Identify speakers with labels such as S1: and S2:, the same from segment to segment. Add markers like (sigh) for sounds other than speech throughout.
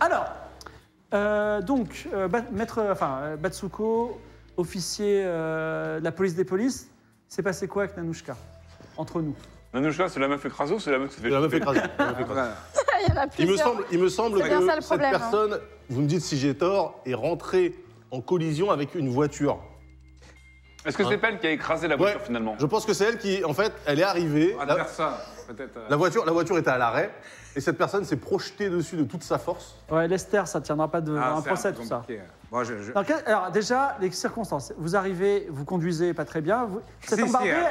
S1: Alors, euh, donc, euh, Ba- maître, enfin, euh, Batsuko, officier euh, de la police des polices, c'est passé quoi avec Nanushka Entre nous.
S2: Nanouchka, c'est la meuf écrasée ou c'est la meuf qui se fait
S3: La meuf
S2: choper
S3: écrasée, la meuf écrasée.
S4: (laughs) Il y en a
S3: Il me
S4: plusieurs.
S3: semble, il me semble
S4: C'est bien
S3: que
S4: ça, le
S3: cette
S4: problème, hein.
S3: personne, vous me dites si j'ai tort, est rentrée en collision avec une voiture.
S2: Est-ce que c'est pas elle qui a écrasé la voiture
S3: Hein Ouais.
S2: Ah, finalement Ah,
S3: Je pense que c'est elle qui, en fait, elle est arrivée.
S5: Ah,
S3: La,
S2: ça, peut-être. euh,
S3: la voiture, la voiture était à l'arrêt et cette personne s'est projetée dessus de toute sa force.
S1: Ouais, Lester, ça tiendra pas de,
S5: Ah,
S1: un
S5: c'est
S1: procès,
S5: peu
S1: tout ça.
S5: compliqué. Bon, je- je-
S1: Dans quel- alors, déjà, les circonstances. Vous arrivez, vous conduisez pas très bien. Vous,
S5: Si, si, hein,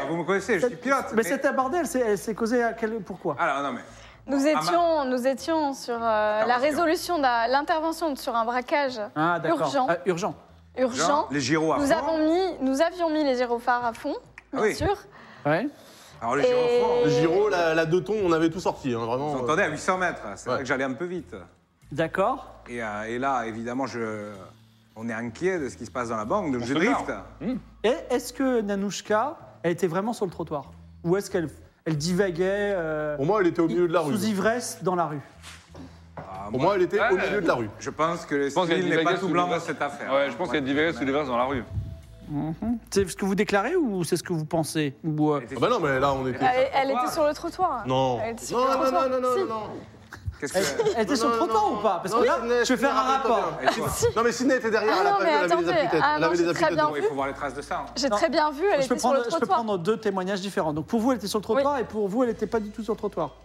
S5: vous me connaissez, je suis
S1: cette-
S5: pilote. Ah.
S1: Mais, cette abordée, elle s'est- elle s'est causée à quel, pourquoi
S5: Alors, non, mais.
S4: Nous
S5: Ah, ma-
S4: étions, nous étions sur euh, la
S5: Intervention.
S4: résolution, d'un- l'intervention sur un braquage
S1: Ah, d'accord.
S4: Urgent.
S1: Ah, urgent.
S4: urgent.
S5: Genre, les gyros à
S4: Nous,
S5: fond.
S4: avons mis, nous avions mis les gyrophares à fond, euh,
S5: Ah
S4: bien
S5: oui.
S4: sûr.
S1: Ouais.
S5: Alors, les gyros à fond,
S4: Et-
S3: Le Giro, la, la deux tons, on avait tout sorti, hein,
S5: vous
S3: vraiment.
S5: entendez, à 800 mètres. C'est
S3: Ouais.
S5: vrai que j'allais un peu vite.
S1: D'accord.
S5: Et, euh, et là, évidemment, je... on est inquiet de ce qui se passe dans la banque, donc
S2: On
S5: je
S2: se Mmh.
S5: drift.
S2: barre.
S1: Et est-ce que Nanouchka, elle était vraiment sur le trottoir Ou est-ce qu'elle elle divaguait euh,
S3: Pour moi, elle était au milieu de la rue. hein.
S1: sous ivresse dans la rue
S5: Ah,
S3: Pour moi, elle était au
S2: Ouais.
S3: milieu de la rue.
S5: Je pense que le
S2: pense qu'il y a
S5: style
S2: des
S5: n'est pas
S2: baguettes
S5: tout
S2: sous
S5: blanc
S2: les
S5: dans
S2: vestes.
S5: cette affaire.
S2: Ouais, je pense qu'il y a des vrais sous des vrais dans la rue.
S1: C'est ce que vous déclarez ou c'est ce que vous pensez Ou, euh,
S5: Elle était-
S3: Ah bah non, mais là, on était.
S4: Elle, elle était sur le trottoir.
S3: Non.
S4: Elle était sur
S3: Non,
S4: le
S3: non, non,
S4: trottoir.
S3: non, non,
S4: Si.
S3: non, non.
S5: Qu'est-ce que.
S1: Elle était sur le
S3: Non, non,
S1: trottoir
S3: non.
S1: ou pas Parce
S3: Non,
S1: que là,
S3: Sidney,
S1: je vais faire un
S3: Sidney,
S1: rapport.
S5: Elle était-
S3: Non, mais Sidney était derrière,
S4: Ah
S3: elle a
S4: non,
S3: pas
S4: mais
S3: vu, elle avait des
S4: attendez.
S3: appliquettes.
S4: Ah
S3: Elle
S4: non,
S3: avait des
S4: c'est très
S3: appliquettes
S4: bien
S3: dedans.
S5: Bon, il faut voir les traces de ça. hein.
S4: J'ai
S1: Non.
S4: très bien vu, elle
S1: Je peux,
S4: était sur le
S1: prendre, je peux
S4: trottoir.
S1: prendre deux témoignages différents. Donc pour vous, elle était sur le trottoir et pour vous, elle n'était pas du tout sur le trottoir.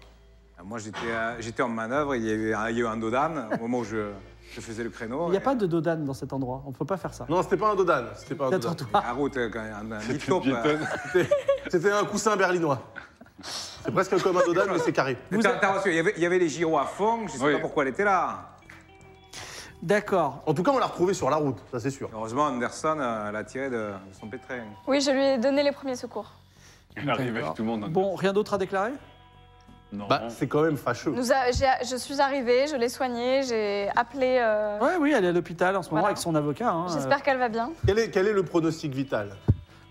S5: Moi, j'étais euh, j'étais en manœuvre, il y a eu un, il y a eu un dodan au moment où je, je faisais le créneau.
S1: Il n'y a
S5: Et
S1: pas de dodane dans cet endroit. On ne peut pas faire ça.
S3: Non, c'était pas un Dodan. C'était pas un
S1: C'est un
S3: Dodan.
S1: trottoir.
S5: La route, euh, quand un, un big top. euh, (laughs)
S3: C'était- C'était un coussin berlinois. C'est presque comme un Dodan, mais c'est carré.
S5: Mais
S1: Vous
S5: t'as-
S1: êtes-
S5: t'as reçu, euh. il y avait, il y avait les gyros à fond, je sais
S2: Oui.
S5: pas pourquoi elle était là.
S1: D'accord.
S3: En tout cas, on l'a retrouvé sur la route, ça c'est sûr.
S5: Heureusement, Anderson euh, l'a tirée de de son pétrin.
S4: Oui, je lui ai donné les premiers secours.
S2: Elle arrive avec
S1: D'accord.
S2: tout le monde.
S1: Bon, rien d'autre à déclarer
S2: non.
S3: Bah, c'est quand même fâcheux.
S4: Nous a- j'ai- je suis arrivée, je l'ai soignée, j'ai appelé. euh,
S1: Ouais, Oui, elle est à l'hôpital en ce moment
S4: Voilà.
S1: avec son avocat. hein.
S4: J'espère qu'elle va bien.
S3: Quel est, quel est le pronostic vital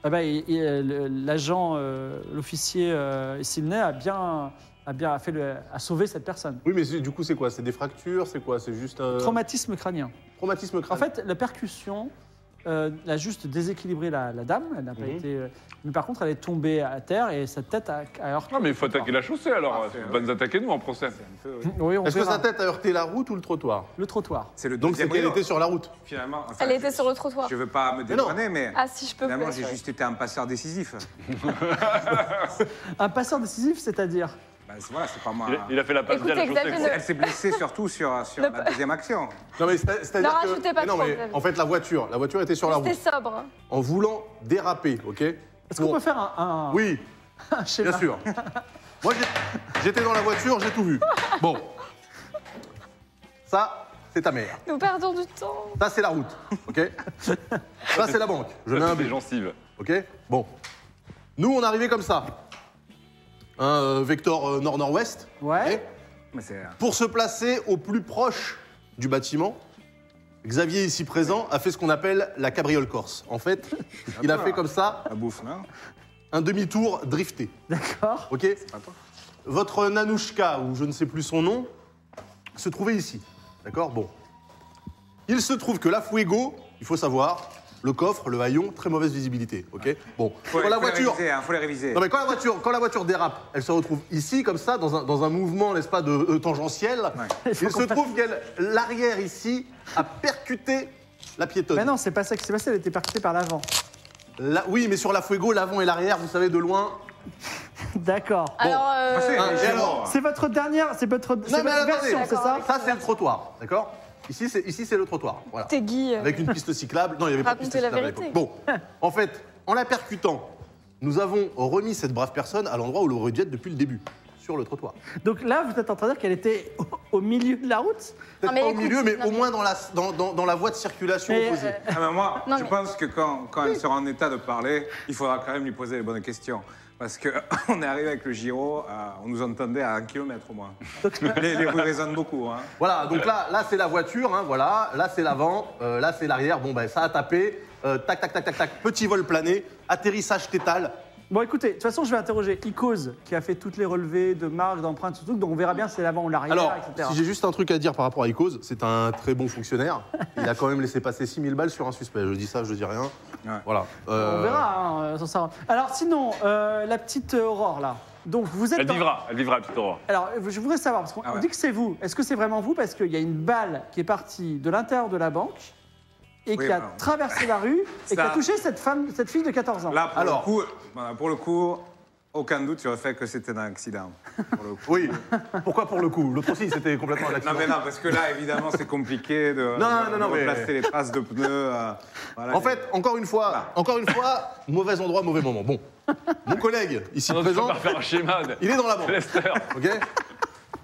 S1: Ah bah, et- et, euh, le- l'agent, euh, l'officier euh, Sidney a bien, a bien a fait le- a sauvé cette personne.
S3: Oui, mais c'est- du coup, c'est quoi C'est des fractures C'est quoi C'est juste
S1: Euh.
S3: un
S1: Traumatisme crânien.
S3: traumatisme
S1: En
S3: crânien
S1: fait, la percussion euh, a juste déséquilibré la, la dame. Elle n'a pas
S3: Mhm.
S1: été. euh, mais par contre, elle est tombée à terre et sa tête a, a heurté.
S2: Non, Ah, mais il faut attaquer la chaussée alors.
S5: Parfait,
S2: Faut pas nous attaquer nous en procès.
S5: C'est un peu. oui.
S1: (laughs) Oui, on
S3: Est-ce que
S1: verra.
S3: sa tête a heurté la route ou le trottoir
S1: Le trottoir.
S5: C'est le
S3: Donc c'est
S5: deuxième
S3: qu'elle
S5: rio,
S3: était sur la route.
S5: finalement. Enfin,
S4: Elle était
S5: je-
S4: sur le trottoir.
S5: Je veux pas me
S3: non.
S5: détourner, mais.
S4: Ah, si je peux
S5: Finalement,
S4: vous
S5: j'ai
S4: assurer.
S5: juste été un passeur décisif.
S1: Un passeur décisif, c'est-à-dire
S5: Bah, c'est- voilà, c'est pas moi.
S2: Il a, il a fait la passe
S4: Écoutez,
S2: bien à la chaussée.
S4: Xavier
S2: quoi.
S5: Elle s'est blessée surtout sur, sur
S4: Le-
S5: la deuxième action.
S3: Non, mais c'est-
S4: Ne
S3: c'est-à-dire que.
S4: rajoutez pas
S3: mais non,
S4: trop,
S3: mais
S4: Xavier.
S3: en fait, la voiture, la voiture était sur la
S4: C'était
S3: route.
S4: sobre.
S3: En voulant déraper, ok
S1: Est-ce qu'on
S3: Bon.
S1: peut faire un, un,
S3: Oui,
S1: un schéma
S3: bien sûr. Moi, j'ai- j'étais dans la voiture, j'ai tout vu. Bon. Ça, c'est ta mère.
S4: Nous perdons du temps.
S3: Ça, c'est la route, ok Ça, c'est la banque. Je mets
S2: Ça,
S3: un
S2: c'est
S3: but.
S2: des gencives.
S3: Ok Bon. Nous, on arrivait comme ça. Un euh, vecteur euh, nord-nord-ouest.
S1: Ouais.
S3: ok
S5: Mais c'est.
S3: Pour se placer au plus proche du bâtiment, Xavier, ici présent, a fait ce qu'on appelle la cabriole corse. En fait, il a fait comme ça
S5: La bouffe, non
S3: un demi-tour drifté.
S1: D'accord.
S3: Ok Votre Nanouchka, ou je ne sais plus son nom, se trouvait ici. D'accord Bon. Il se trouve que la Fuego, il faut savoir, le coffre, le haillon, très mauvaise visibilité. Ok Bon.
S5: Faut,
S3: Quand la
S5: faut les
S3: voiture.
S5: réviser, hein, faut les réviser.
S3: Non mais quand la voiture, quand la voiture dérape, elle se retrouve ici comme ça dans un, dans un mouvement, n'est-ce pas, de euh, tangentiel.
S1: Il
S3: Il
S1: faut qu'on
S3: se trouve qu'elle l'arrière ici a percuté la piétonne.
S1: Mais non, c'est pas ça qui s'est passé. Elle était percutée par l'avant. (laughs)
S3: La- oui, mais sur la Fuego, l'avant et l'arrière, vous savez de loin.
S1: D'accord.
S4: Alors, euh,
S5: Passez,
S3: Hein,
S5: les
S3: et
S5: gyros.
S2: Ah.
S3: alors
S1: C'est votre dernière, c'est votre, c'est votre
S3: attendez,
S1: version, c'est ça
S3: Ça c'est le trottoir, d'accord Ici c'est ici c'est le trottoir, voilà.
S4: t'es Guy. euh,
S3: Avec une piste cyclable. Non, il n'y avait pas de piste
S4: Racontez la
S3: cyclable. à
S4: vérité.
S3: l'époque. Bon, en fait, en la percutant, Nous avons remis cette brave personne à l'endroit où l'on aurait dû être depuis le début, sur le trottoir.
S1: Donc là, vous êtes en train de dire qu'elle était au, au milieu de la route
S3: Peut-être
S4: mais
S3: pas au
S4: écoute,
S3: milieu, mais
S4: non,
S3: au
S4: mais-
S3: moins dans la, dans, dans- dans la voie de circulation
S1: Mais,
S3: opposée.
S1: euh,
S5: Ah, mais moi,
S4: Non,
S5: je
S4: mais-
S5: pense que quand, quand elle sera en état de parler, il faudra quand même lui poser les bonnes questions. Parce (laughs) qu'on est arrivé avec le Giro, euh, on nous entendait à un kilomètre
S4: (laughs)
S5: au moins. les, les rues résonnent beaucoup. Hein.
S3: Voilà, donc là, là c'est la voiture, hein, voilà, là c'est l'avant, euh, là c'est l'arrière, bon ben ça a tapé, euh, tac tac tac tac tac, petit vol plané, atterrissage tétal.
S1: Bon, écoutez, de toute façon, je vais interroger Icos, qui a fait toutes les relevés de marques, d'empreintes, tout, truc, donc on verra bien si c'est l'avant ou l'arrière,
S3: Alors,
S1: etc.
S3: si j'ai juste un truc à dire par rapport à Icos, c'est un très bon fonctionnaire, il a quand même laissé passer 6000 balles sur un suspect, je dis ça, je dis rien,
S5: Ouais.
S3: voilà.
S1: On
S3: Euh,
S1: verra, hein, euh, sans savoir. Alors, sinon, euh, la petite euh, Aurore, là. Donc, vous êtes.
S2: Elle
S1: dans-
S2: vivra, elle vivra, petite aurore.
S1: Alors, je voudrais savoir, parce qu'on
S5: Ah ouais.
S1: dit que c'est vous. Est-ce que c'est vraiment vous Parce qu'il y a une balle qui est partie de l'intérieur de la banque et
S5: Oui,
S1: qui a
S5: bah, on-
S1: traversé la
S5: (laughs)
S1: rue et qui a
S5: Ça-
S1: touché cette, femme, cette fille de 14 ans. Ah,
S5: Là, pour,
S3: Alors.
S5: le coup, voilà, pour le coup, aucun doute sur le fait que c'était un accident. Pour le coup.
S3: Euh, Oui, pourquoi pour le coup L'autre aussi, c'était complètement un accident.
S5: Non, mais non, parce que là, évidemment, c'est compliqué
S3: Non,
S5: de, de-
S3: non,
S5: de
S3: non, mais-
S5: replacer les traces de pneus. euh, voilà,
S3: En
S5: les-
S3: fait, encore une fois,
S5: Voilà.
S3: encore une fois, mauvais endroit, mauvais moment. Bon, mon collègue
S5: Ah
S3: ici
S2: Non,
S3: présent,
S2: pas faire un schéma. de-
S3: il est dans la banque,
S2: Lester.
S3: ok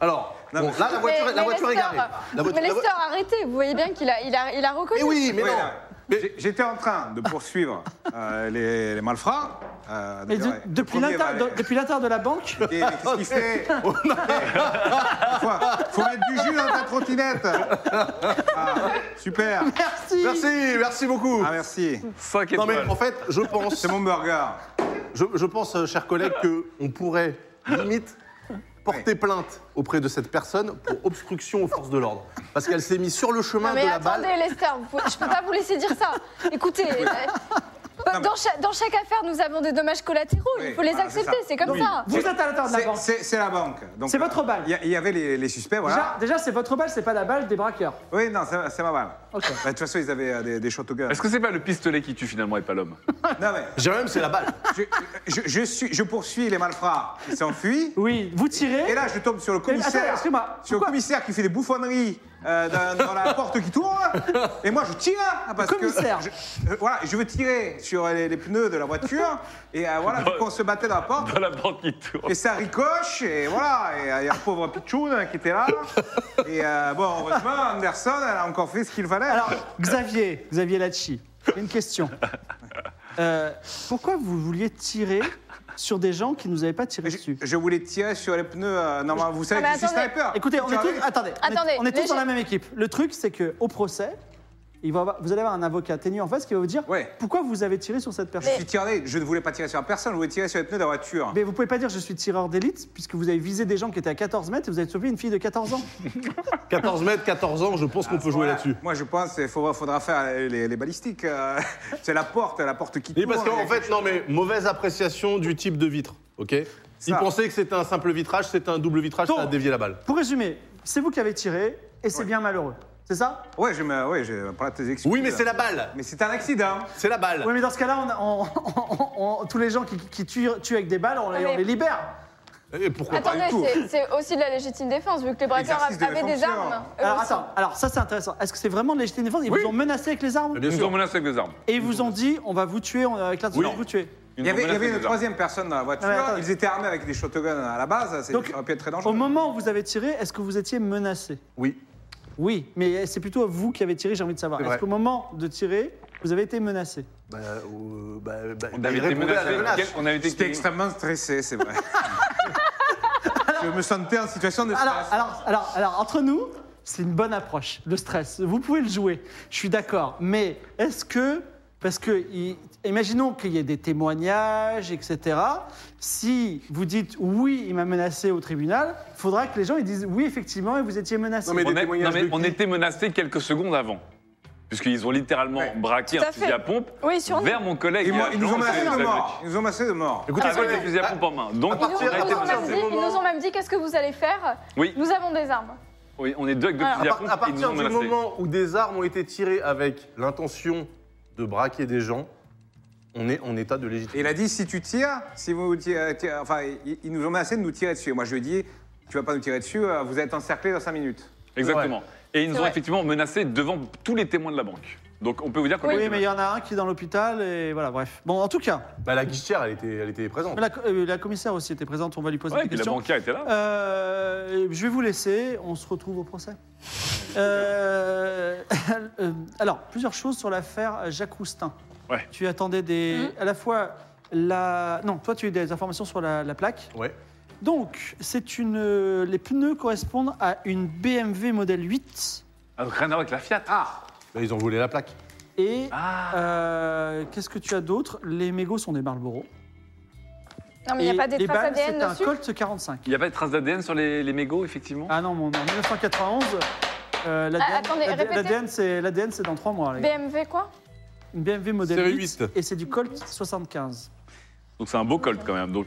S3: Alors,
S5: Non,
S3: bon,
S5: mais-
S3: là la voiture, la voiture est garée. La voiture-
S4: mais
S3: la vo-
S4: Lester, arrêtez. Vous voyez bien qu'il a, il a, il a reconnu.
S3: Mais oui, mais
S5: Oui,
S3: non.
S5: là, j'ai- J'étais en train de poursuivre euh, les, les malfrats. euh,
S1: Mais du-
S5: d'ailleurs, le
S1: depuis
S5: premier
S1: l'intérieur
S5: va aller-
S1: de- depuis l'intérieur de la
S5: (laughs)
S1: banque,
S5: Et Qu'est-ce qu'il fait
S3: Oh,
S5: faut, faut mettre du jus dans ta trottinette Ah, Super
S1: merci.
S3: Merci, merci beaucoup.
S5: Ah, merci.
S2: 5
S3: Non mais
S2: étoiles.
S3: en fait, je pense,
S5: C'est mon burger.
S3: je, je pense, euh, chers collègues, que on pourrait limite porter plainte auprès de cette personne pour obstruction aux forces de l'ordre, parce qu'elle s'est mise sur le chemin
S4: Non, mais
S3: de la
S4: attendez,
S3: balle.
S4: Lester, vous pouvez- je peux pas vous laisser dire
S3: (laughs)
S4: ça. Écoutez, euh, dans, chaque, dans chaque affaire, nous avons des dommages collatéraux.
S5: Oui,
S4: il faut les
S5: voilà,
S4: accepter,
S5: ça.
S4: c'est comme
S5: Oui.
S4: ça.
S1: Vous êtes à l'intérieur de la
S5: C'est-
S1: banque.
S5: C'est c'est la banque. Donc,
S1: C'est votre balle.
S5: Il y a- il y, avait les, les suspects, voilà.
S1: Déjà, déjà, c'est votre balle, c'est pas la balle des braqueurs.
S5: Oui, non, c'est c'est ma balle.
S1: Ok.
S5: Bah, de toute façon, ils avaient euh, des, des shotguns.
S2: Est-ce que c'est pas le pistolet qui tue finalement et pas l'homme
S5: Non, mais
S3: Jérôme, c'est la balle.
S5: je, je, je suis, je poursuis les malfrats. Ils s'enfuient.
S1: Oui, vous tirez.
S5: Et là, je tombe sur le
S1: Mais attends,
S5: commissaire.
S1: excuse-moi,
S5: sur le
S1: pourquoi-
S5: commissaire qui fait des bouffonneries euh, dans, dans la porte qui tourne. Et moi, je tire. hein, Parce
S1: commissaire.
S5: Que je, euh, voilà, je veux tirer sur les, les pneus de la voiture. Et euh, voilà, vu qu'on se battait dans la porte.
S2: Dans la bande qui tourne.
S5: Et ça ricoche, et voilà, et euh, il y a le pauvre Pichoun hein, qui était là. Et euh, bon, heureusement, Anderson, elle a encore fait ce qu'il fallait.
S1: Alors, Xavier, Xavier Lachi, j'ai une question. Euh, pourquoi vous vouliez tirer sur des gens qui nous avaient pas tiré
S5: je,
S1: dessus
S5: je voulais tirer sur les pneus. euh, non, mais vous savez
S4: Ah, mais
S5: que je suis
S4: attendez.
S5: sniper.
S1: Écoutez, on est tous, attendez, on est-
S4: Attendez,
S1: on est tous dans
S4: léger-
S1: la même équipe. Le truc, c'est que au procès, il va avoir- vous allez avoir un avocat tenu en face qui va vous dire
S5: Ouais.
S1: pourquoi vous avez tiré sur cette
S5: Je
S1: personne.
S5: suis tiré, je ne voulais pas tirer sur la personne, je voulais tirer sur les pneus de la voiture.
S1: Mais vous pouvez pas dire je suis tireur d'élite puisque vous avez visé des gens qui étaient à 14 mètres et vous avez sauvé une fille de 14 ans.
S3: 14 mètres, 14 ans, je pense qu'on peut jouer
S5: Voilà.
S3: là-dessus.
S5: Moi, je pense qu'il faudra, faudra faire les, les balistiques. euh, (laughs) c'est la porte, la porte qui
S3: Oui,
S5: tourne.
S3: parce qu'en fait, non, mais mauvaise appréciation du type de vitre, ok Il
S5: Ça.
S3: pensait que c'était un simple vitrage, c'était un double vitrage, ça a
S1: Donc.
S3: dévié la balle.
S1: Pour résumer, c'est vous qui avez tiré et c'est bien malheureux. C'est ça
S5: Ouais, je me, ouais, je prends tes excuses.
S3: Oui, mais c'est la balle
S5: Mais c'est un accident.
S3: C'est la balle
S1: Oui, mais dans ce cas-là, on a- on- on- on- tous les gens qui, qui tuent, tuent avec des balles, on, les-
S4: Ah,
S1: on
S4: mais-
S1: les libère.
S3: Et pourquoi pas
S4: Attendez,
S5: du tout.
S4: c'est- c'est aussi de la légitime défense, vu que les braqueurs
S5: Exercice de
S4: avaient des
S5: fonction.
S4: armes. Euh, eux
S1: Alors
S4: aussi.
S1: attends, alors ça c'est intéressant. Est-ce que c'est vraiment de légitime défense Ils
S3: Oui.
S1: vous ont menacé avec les armes
S3: Bien
S2: Ils nous
S3: sûr.
S2: ont menacés avec des armes.
S1: et ils vous ont dit on va vous tuer, on, avec l'arme on
S3: Oui.
S1: va vous tuer.
S2: Ils
S5: Il
S2: nous
S5: y
S2: ont
S5: avait, il y
S2: menacés
S5: avait
S2: avec
S5: une
S2: des armes.
S5: troisième personne dans la voiture.
S1: Non, mais attendez.
S5: Ils étaient armés avec des shotguns à la base. C'est-
S1: Donc,
S5: ça aurait pu être très dangereux.
S1: Au moment où vous avez tiré, est-ce que vous étiez menacé
S3: Oui.
S1: Oui, mais c'est plutôt vous qui avez tiré, j'ai envie de savoir.
S3: C'est
S1: Est-ce
S3: vrai.
S1: qu'au moment de tirer, vous avez été menacé
S3: Bah, euh, bah, bah,
S2: On
S3: il
S2: avait été
S3: répondait à la
S2: menacés.
S3: menace.
S2: Quel- On avait été
S5: J'étais extrêmement stressé, c'est vrai. (laughs) je me sentais en situation de stress.
S1: alors, alors, alors, alors, entre nous, c'est une bonne approche, le stress. Vous pouvez le jouer, je suis d'accord. Mais est-ce que, parce que, i- imaginons qu'il y ait des témoignages, etc. Si vous dites oui, il m'a menacé au tribunal, il faudra que les gens ils disent oui, effectivement, et vous étiez menacé.
S3: Non, mais-
S2: On,
S3: des
S2: est-
S3: témoignages
S2: non, mais
S3: de
S2: on
S3: qui
S2: était menacés quelques secondes avant. Puisqu'ils ont littéralement braqué
S4: Tout à
S2: un fusil
S4: fait.
S2: à pompe
S4: Oui, sur nous.
S2: vers mon collègue.
S5: Et moi, ils nous ont
S2: lancé
S5: menacés
S2: des
S5: de
S2: trucs.
S5: mort. Ils nous ont menacés de mort.
S3: Écoutez, Ah,
S2: Avec des fusils à pompe en main. Donc,
S4: Ils nous,
S2: on a
S4: ils
S2: été
S4: nous ont même
S2: menacés.
S4: dit, ils nous ont même dit qu'est-ce que vous allez faire
S2: Oui,
S4: Nous avons des armes.
S2: oui, on est deux avec deux
S4: Voilà.
S2: fusils à
S3: à par-
S2: pompe.
S3: à
S2: Ils nous
S3: partir
S2: ont
S3: du
S2: menacés.
S3: moment où des armes ont été tirées avec l'intention de braquer des gens, on est en état de
S5: Et il
S3: légitimité.
S5: a dit si tu tires, si vous tirez, tirez- enfin, ils, ils nous ont menacés de nous tirer dessus. Et moi, je lui ai dit tu vas pas nous tirer dessus, euh, vous êtes encerclés dans 5 minutes.
S2: Exactement. Et ils nous
S4: C'est
S2: ont
S4: vrai.
S2: effectivement menacés devant tous les témoins de la banque. Donc on peut vous dire qu'on
S1: Oui,
S2: a été
S1: mais il y en a un qui est dans l'hôpital et voilà, bref. Bon, en tout cas,
S3: Bah, la guichetière, elle était, elle était présente.
S1: la, euh, la commissaire aussi était présente, on va lui poser
S2: Ouais,
S1: des
S2: puis la
S1: questions.
S2: banquière était là.
S1: Euh, je vais vous laisser, on se retrouve au procès. Euh, (laughs) euh, alors, plusieurs choses sur l'affaire Jacques Roustin.
S2: Ouais.
S1: Tu attendais des,
S4: Mhm.
S1: à la fois la... Non, toi tu as eu des informations sur la, la plaque.
S3: Ouais.
S1: Donc, c'est une... euh, Les pneus correspondent à une BMW modèle 8.
S2: Ah, donc rien à voir avec la Fiat. Ah
S3: Bah, ils ont volé la plaque.
S1: Et
S2: Ah.
S1: euh, qu'est-ce que tu as d'autre Les mégots sont des Marlboro.
S4: Non, mais il n'y a
S1: Et
S4: pas des
S1: les
S4: traces
S1: balles,
S4: ADN
S1: c'est un
S4: dessus
S1: Colt 45.
S2: Il n'y a pas de traces d'ADN sur les, les mégots, effectivement
S1: Ah non, mon, en 1991, euh, l'ADN,
S4: Ah, attendez,
S1: l'ADN,
S4: répétez.
S1: l'ADN, c'est, l'ADN, c'est dans 3 mois. les gars.
S4: BMW quoi
S1: Une BMW modèle
S3: Série
S1: 8,
S3: 8.
S1: et c'est du Colt 75.
S2: Donc c'est un beau Colt quand même. Donc,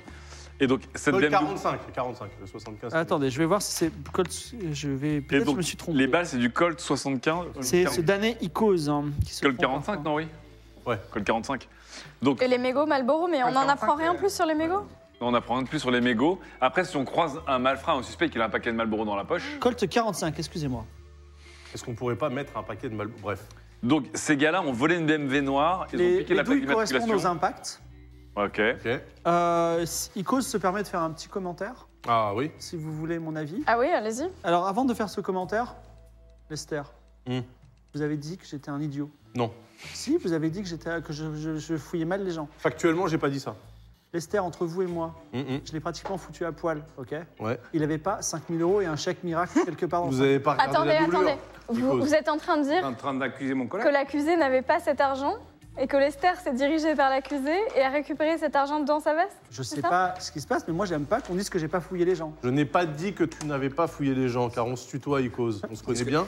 S2: et donc cette
S3: Paul,
S2: BMW
S3: 45, 45, le 75.
S1: Attendez, je vais voir si c'est Colt. Je vais
S2: et
S1: peut-être
S2: donc,
S1: je me suis trompé.
S2: Les balles, c'est du Colt 75.
S1: c'est,
S2: 40,
S1: c'est d'année Icos. Hein, qui se
S2: Colt
S1: font
S2: 45,
S1: parfois.
S2: non, oui
S3: Ouais.
S2: Colt 45. Donc
S4: Et les mégots Malboro, mais on n'en
S5: 45,
S4: apprend rien
S5: euh,
S4: plus sur les mégots
S2: on apprend rien de plus sur les mégots. Après, si on croise un malfrat, un suspect qu'il a un paquet de Malboro dans la poche.
S1: Colt 45, excusez-moi.
S3: Est-ce qu'on pourrait pas mettre un paquet de mal... Bref.
S2: Donc ces gars-là ont volé une BMW noire, ils ont
S1: Les,
S2: piqué
S1: les
S2: la plaque
S1: douilles correspondent aux
S2: d'immatriculation.
S1: impacts.
S2: Ok.
S3: Ok.
S1: Euh, Icos se permet de faire un petit commentaire,
S3: Ah oui.
S1: si vous voulez mon avis.
S4: Ah oui, allez-y.
S1: Alors, avant de faire ce commentaire, Lester,
S3: Hmm.
S1: vous avez dit que j'étais un idiot.
S3: Non.
S1: Si, vous avez dit que, j'étais, que je, je- je fouillais mal les gens.
S3: Factuellement, j'ai pas dit ça.
S1: Lester, entre vous et moi,
S3: Mm, mm.
S1: je l'ai pratiquement foutu à poil, ok
S3: Ouais.
S1: Il n'avait pas 5000 euros et un chèque miracle quelque part dans
S3: Ah, Vous
S1: sa-
S3: avez pas regardé
S4: Attendez,
S3: la doublure.
S4: attendez. Vous,
S3: Icos.
S4: vous êtes en train de
S5: T'es
S4: dire
S5: en train d'accuser mon
S4: que
S5: collègue
S4: l'accusé n'avait pas cet argent et que Lester s'est dirigé vers l'accusé et a récupéré cet argent dans sa veste
S1: Je sais
S4: C'est ça
S1: pas ce qui se passe, mais moi j'aime pas qu'on dise que j'ai pas fouillé les gens.
S3: Je n'ai pas dit que tu n'avais pas fouillé les gens, car on se tutoie, Icos. On se connaît bien.